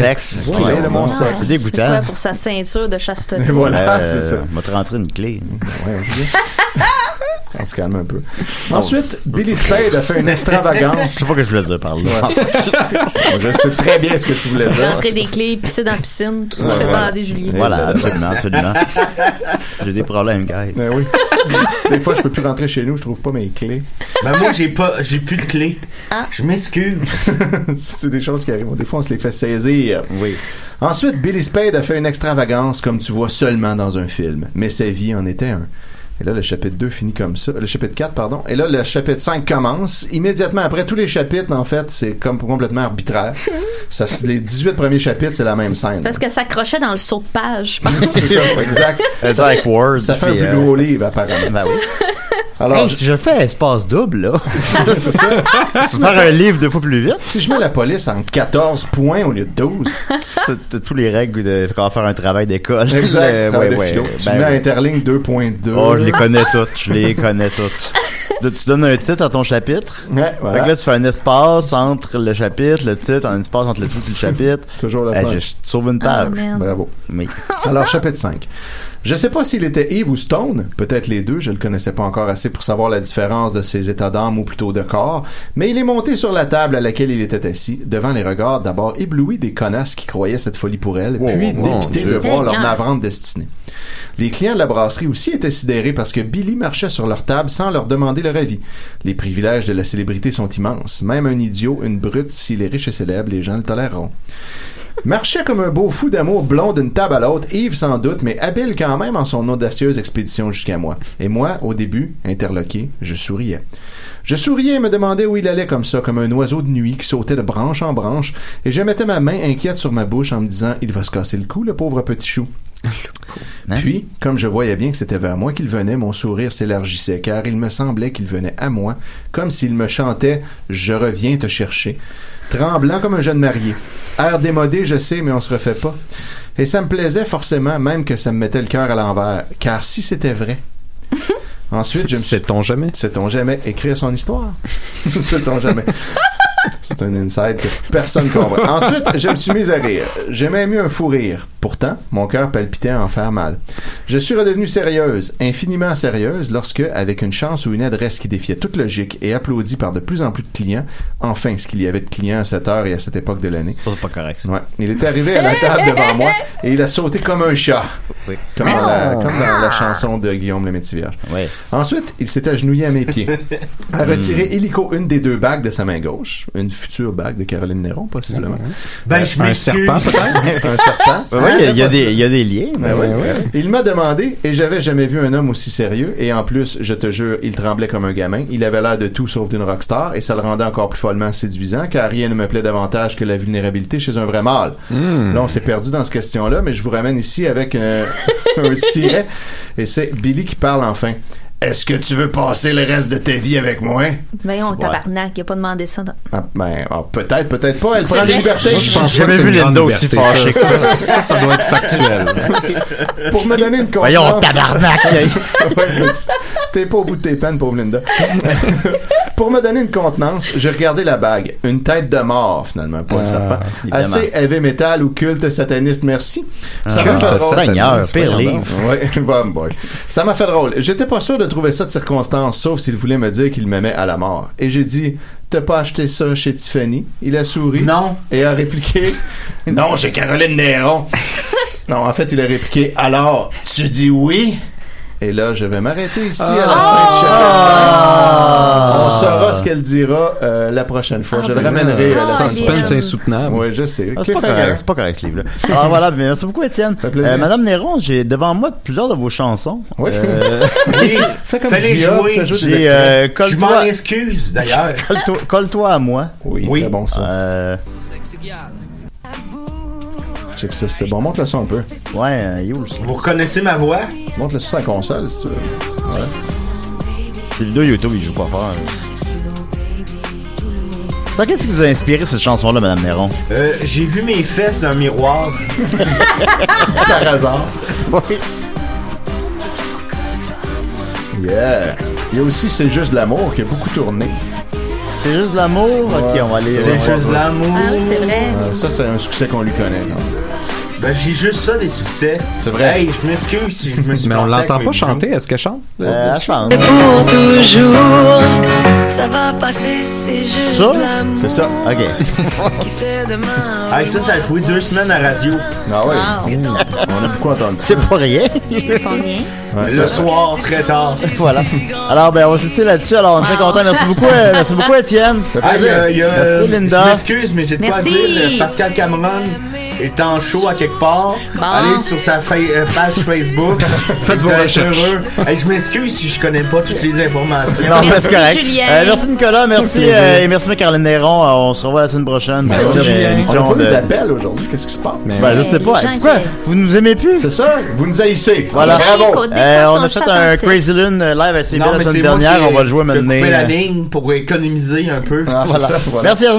Speaker 4: sexe.
Speaker 7: La clé de mon sexe.
Speaker 4: C'est
Speaker 6: Ouais,
Speaker 4: dégoûtant.
Speaker 6: pour sa ceinture de chasteté.
Speaker 7: Et
Speaker 4: Euh,
Speaker 7: voilà, c'est ça.
Speaker 4: M'a te rentré une clé.
Speaker 7: Ouais, on se dit. on se calme un peu. Ensuite, Billy Spade a fait une
Speaker 4: Je
Speaker 7: extravagance.
Speaker 4: sais pas ce que je voulais dire par là.
Speaker 7: je sais très bien ce que tu voulais dire.
Speaker 6: Rentrer des clés, pisser dans la piscine, tout ça,
Speaker 7: Ouais,
Speaker 6: je fais
Speaker 7: ouais.
Speaker 6: bander Julien.
Speaker 4: Voilà, absolument, absolument. J'ai des problèmes, guys.
Speaker 7: Ben oui. Des fois, je peux plus rentrer chez nous, je trouve pas mes clés.
Speaker 8: Ben moi j'ai pas j'ai plus de clé. Je m'excuse.
Speaker 7: c'est des choses qui arrivent. Des fois, on se les fait saisir.
Speaker 4: Oui.
Speaker 7: Ensuite, Billy Spade a fait une extravagance comme tu vois seulement dans un film, mais sa vie en était un. Et là, le chapitre 2 finit comme ça. Le chapitre 4, pardon. Et là, le chapitre 5 commence. Immédiatement après, tous les chapitres, en fait, c'est comme complètement arbitraire. ça, c'est- les 18 premiers chapitres, c'est la même scène.
Speaker 6: Parce qu'elle s'accrochait dans le saut de page.
Speaker 7: C'est ça, exact.
Speaker 4: C'est like Euh, Word.
Speaker 7: Ça fait un
Speaker 4: puis,
Speaker 7: plus
Speaker 4: euh,
Speaker 7: gros livre, apparemment.
Speaker 4: Ben oui.
Speaker 7: Alors,
Speaker 4: Hey,
Speaker 7: je-
Speaker 4: si je fais espace double, là,
Speaker 7: c'est ça.
Speaker 4: tu peux faire un livre deux fois plus vite.
Speaker 7: Si je mets la police en 14 points au lieu de 12,
Speaker 4: T'as- T'as tous les règles de comment faire un travail d'école.
Speaker 7: exact,
Speaker 4: Euh,
Speaker 7: travail
Speaker 4: ouais,
Speaker 7: de
Speaker 4: ouais,
Speaker 7: philo,
Speaker 4: ouais.
Speaker 7: tu
Speaker 4: Ben
Speaker 7: mets à
Speaker 4: oui.
Speaker 7: Interligne 2.2.
Speaker 4: Oh, je les connais toutes. Je les connais toutes. Tu- Tu donnes un titre à ton chapitre.
Speaker 7: Ouais, voilà.
Speaker 4: Fait que là, tu fais un espace entre le chapitre, le titre, un espace entre le titre et le chapitre.
Speaker 7: Toujours la
Speaker 4: Eh,
Speaker 7: fin.
Speaker 4: je- je te sauve une
Speaker 6: Ah,
Speaker 4: page.
Speaker 6: man.
Speaker 7: Bravo.
Speaker 4: Mais
Speaker 7: Alors, chapitre 5. Je sais pas s'il était Eve ou Stone, peut-être les deux, je le connaissais pas encore assez pour savoir la différence de ses états d'âme ou plutôt de corps, mais il est monté sur la table à laquelle il était assis, devant les regards d'abord ébloui des connasses qui croyaient cette folie pour elle, puis
Speaker 5: mon
Speaker 7: dépité
Speaker 5: Dieu.
Speaker 7: de voir leur
Speaker 6: Seigneur.
Speaker 7: navrante destinée. Les clients de la brasserie aussi étaient sidérés parce que Billy marchait sur leur table sans leur demander leur avis. Les privilèges de la célébrité sont immenses. Même un idiot, une brute, s'il est riche et célèbre, les gens le toléreront. Marchait comme un beau fou d'amour blond d'une table à l'autre, Yves sans doute, mais habile quand même en son audacieuse expédition jusqu'à moi. Et moi, au début, interloqué, je souriais. Je souriais et me demandais où il allait comme ça, comme un oiseau de nuit qui sautait de branche en branche, et je mettais ma main inquiète sur ma bouche en me disant « Il va se casser le cou, le pauvre petit chou ».
Speaker 4: Hein?
Speaker 7: Puis, comme je voyais bien que c'était vers moi qu'il venait, mon sourire s'élargissait, car il me semblait qu'il venait à moi, comme s'il me chantait Je reviens te chercher, tremblant comme un jeune marié. Air démodé, je sais, mais on se refait pas. Et ça me plaisait forcément, même que ça me mettait le cœur à l'envers, car si c'était vrai. Ensuite, je me suis
Speaker 5: Sait-on jamais?
Speaker 7: Sait-on jamais écrire son histoire? Sait-on jamais? C'est un insight que personne comprend. Ensuite, je me suis mis à rire. J'ai même eu un fou rire. Pourtant, mon cœur palpitait à en faire mal. Je suis redevenue sérieuse, infiniment sérieuse, lorsque, avec une chance ou une adresse qui défiait toute logique et applaudie par de plus en plus de clients, enfin, ce qu'il y avait de clients à cette heure et à cette époque de l'année,
Speaker 4: ça, c'est pas correct. ça.
Speaker 7: Ouais. Il est arrivé à la table devant moi et il a sauté comme un chat.
Speaker 4: Oui.
Speaker 7: Comme, dans la, comme dans la chanson de Guillaume le Métis Vierge.
Speaker 4: Ouais.
Speaker 7: Ensuite, il s'est agenouillé à mes pieds, a retiré
Speaker 4: Hmm.
Speaker 7: illico une des deux bagues de sa main gauche, une future bague de Caroline Néron, possiblement.
Speaker 8: Ben je
Speaker 5: Un
Speaker 8: m'excuse.
Speaker 5: serpent, peut-être?
Speaker 7: Un serpent.
Speaker 4: Ben oui, il y a- il y, a des- il y a des liens. mais
Speaker 7: Ben oui.
Speaker 4: ouais.
Speaker 7: Il m'a demandé et j'avais jamais vu un homme aussi sérieux et en plus, je te jure, il tremblait comme un gamin. Il avait l'air de tout sauf d'une rockstar et ça le rendait encore plus follement séduisant car rien ne me plaît davantage que la vulnérabilité chez un vrai mâle. Là, on s'est perdu dans cette question-là, mais je vous ramène ici avec euh, un tiret et c'est Billy qui parle enfin. Est-ce que tu veux passer le reste de ta vie avec moi?
Speaker 6: Mais on
Speaker 4: Ouais.
Speaker 6: tabarnak, il a pas demandé ça. dans-
Speaker 7: Ah, ben, ah, peut-être, peut-être pas. Elle prend des
Speaker 6: vrai.
Speaker 7: libertés.
Speaker 5: Moi, je pense
Speaker 4: J'ai
Speaker 5: pas
Speaker 4: jamais
Speaker 5: que c'est
Speaker 4: vu
Speaker 5: une grande
Speaker 4: Linda aussi fâchée
Speaker 5: liberté, ça. Ça, ça, ça doit être factuel.
Speaker 7: Pour me donner une
Speaker 4: Voyons,
Speaker 7: confiance.
Speaker 4: tabarnak!
Speaker 7: Ouais, mais T'es pas au bout de tes peines, pauvre Linda. Pour me donner une contenance, j'ai regardé la bague. Une tête de mort, finalement, pour le serpent.
Speaker 4: Ah, évidemment.
Speaker 7: Assez heavy metal ou culte sataniste, merci. Ça m'a fait
Speaker 4: Ah,
Speaker 7: drôle.
Speaker 4: Seigneur,
Speaker 5: c'est
Speaker 4: pire
Speaker 5: pas
Speaker 4: livre.
Speaker 7: Ouais, bon boy. Ça m'a fait drôle. J'étais pas sûr de trouver ça de circonstance, sauf s'il voulait me dire qu'il m'aimait à la mort. Et j'ai dit, t'as pas acheté ça chez Tiffany? Il a souri.
Speaker 8: Non.
Speaker 7: Et a répliqué, non, chez Caroline Néron. Non, en fait, il a répliqué Alors, tu dis oui Et là, je vais m'arrêter ici à la fin de chaque
Speaker 8: Ah!
Speaker 7: scène. On saura ce qu'elle dira euh, la prochaine fois.
Speaker 4: ben
Speaker 7: je le ramènerai à la fin de
Speaker 5: Suspense insoutenable.
Speaker 7: Oui, je sais.
Speaker 4: Ah, c'est pas
Speaker 7: Cliffhanger.
Speaker 4: correct, c'est pas correct ce livre-là. Alors voilà, mais merci beaucoup Étienne. Euh,
Speaker 7: fait plaisir.
Speaker 4: Madame Néron, j'ai devant moi plusieurs de vos chansons.
Speaker 7: Oui.
Speaker 4: Euh,
Speaker 8: Allez,
Speaker 7: Fais comme
Speaker 8: Fallait
Speaker 7: Diop,
Speaker 8: jouer.
Speaker 7: fais jouer des
Speaker 4: j'ai
Speaker 7: extraits.
Speaker 4: euh,
Speaker 8: Je m'en
Speaker 4: colle-toi,
Speaker 8: excuse d'ailleurs.
Speaker 4: colle-toi, colle-toi à moi.
Speaker 7: Oui,
Speaker 8: Oui.
Speaker 7: très bon ça.
Speaker 4: Euh,
Speaker 7: Check ça, c'est bon. Montre le son un peu.
Speaker 4: ouais, euh, you,
Speaker 8: Vous reconnaissez ma voix?
Speaker 7: Montre le son à la console si tu veux.
Speaker 4: ces vidéos YouTube, ils jouent pas fort. Ça, qu'est-ce qui vous a inspiré cette chanson-là, Madame Néron?
Speaker 8: Euh, J'ai vu mes fesses dans le miroir.
Speaker 7: Par hasard.
Speaker 4: Oui.
Speaker 7: Yeah. Il y a aussi C'est juste de l'amour qui a beaucoup tourné.
Speaker 4: C'est juste de l'amour? Ok, on va aller...
Speaker 8: C'est
Speaker 4: on va-
Speaker 8: juste de l'amour.
Speaker 6: Ah oui, c'est vrai.
Speaker 7: Euh, ça, c'est un succès qu'on lui connaît. hein.
Speaker 8: Ben, j'ai juste ça des succès.
Speaker 7: C'est vrai.
Speaker 8: Hey, je m'excuse si je me suis
Speaker 5: Mais on
Speaker 8: planté avec
Speaker 5: l'entend
Speaker 8: mes
Speaker 5: pas
Speaker 8: bijoux.
Speaker 5: chanter. Est-ce qu'elle chante?
Speaker 4: Euh, elle chante.
Speaker 9: Pour toujours, ça va passer, c'est juste
Speaker 4: Ça?
Speaker 9: l'amour
Speaker 7: C'est ça.
Speaker 4: Ok.
Speaker 9: qui sait demain.
Speaker 8: Hey, ça, ça a joué deux semaines à radio.
Speaker 7: Ah ouais.
Speaker 9: Wow.
Speaker 7: On a beaucoup entendu.
Speaker 4: C'est pas rien.
Speaker 6: Combien?
Speaker 8: le soir, très tard.
Speaker 4: voilà. Alors, ben, on se laisse là-dessus. Alors, on est content. Merci beaucoup, euh, merci beaucoup, Étienne.
Speaker 8: Hey, euh, y a, euh,
Speaker 4: Merci, Linda.
Speaker 8: Je m'excuse, mais j'ai de quoi à
Speaker 6: Merci.
Speaker 8: dire. Euh, Pascal Cameron est en show à quelque part. Allez sur sa fa- euh, page Facebook. Faites
Speaker 7: vos recherches.
Speaker 8: je m'excuse si je connais pas toutes les informations.
Speaker 4: Non,
Speaker 6: Merci,
Speaker 4: c'est correct.
Speaker 6: Julien.
Speaker 4: Euh, merci Nicolas, merci euh, et merci Caroline Néron. Euh, on se revoit la semaine prochaine pour
Speaker 7: On
Speaker 4: Ah, une
Speaker 7: a
Speaker 4: émission
Speaker 7: pas eu
Speaker 4: de.
Speaker 7: d'appel aujourd'hui. Qu'est-ce qui se passe?
Speaker 4: Ben, je sais
Speaker 6: Les
Speaker 4: pas.
Speaker 6: gens
Speaker 4: Pourquoi
Speaker 6: étaient-
Speaker 4: vous nous aimez plus
Speaker 7: C'est ça. Vous nous haïssez.
Speaker 4: Voilà.
Speaker 6: Les gens
Speaker 7: Bravo.
Speaker 6: écoutent. Des
Speaker 4: Euh,
Speaker 6: fois,
Speaker 4: on a
Speaker 6: sont
Speaker 4: fait un
Speaker 6: charpentés.
Speaker 4: Crazy Lune euh, live à CB
Speaker 8: Non,
Speaker 4: la
Speaker 8: mais
Speaker 4: semaine
Speaker 8: c'est moi
Speaker 4: dernière.
Speaker 8: qui ai-
Speaker 4: On va le jouer
Speaker 8: qui ai coupé la
Speaker 4: maintenant.
Speaker 8: ligne pour économiser un peu.
Speaker 7: Ah, c'est
Speaker 4: Voilà.
Speaker 7: ça, voilà.
Speaker 4: Merci à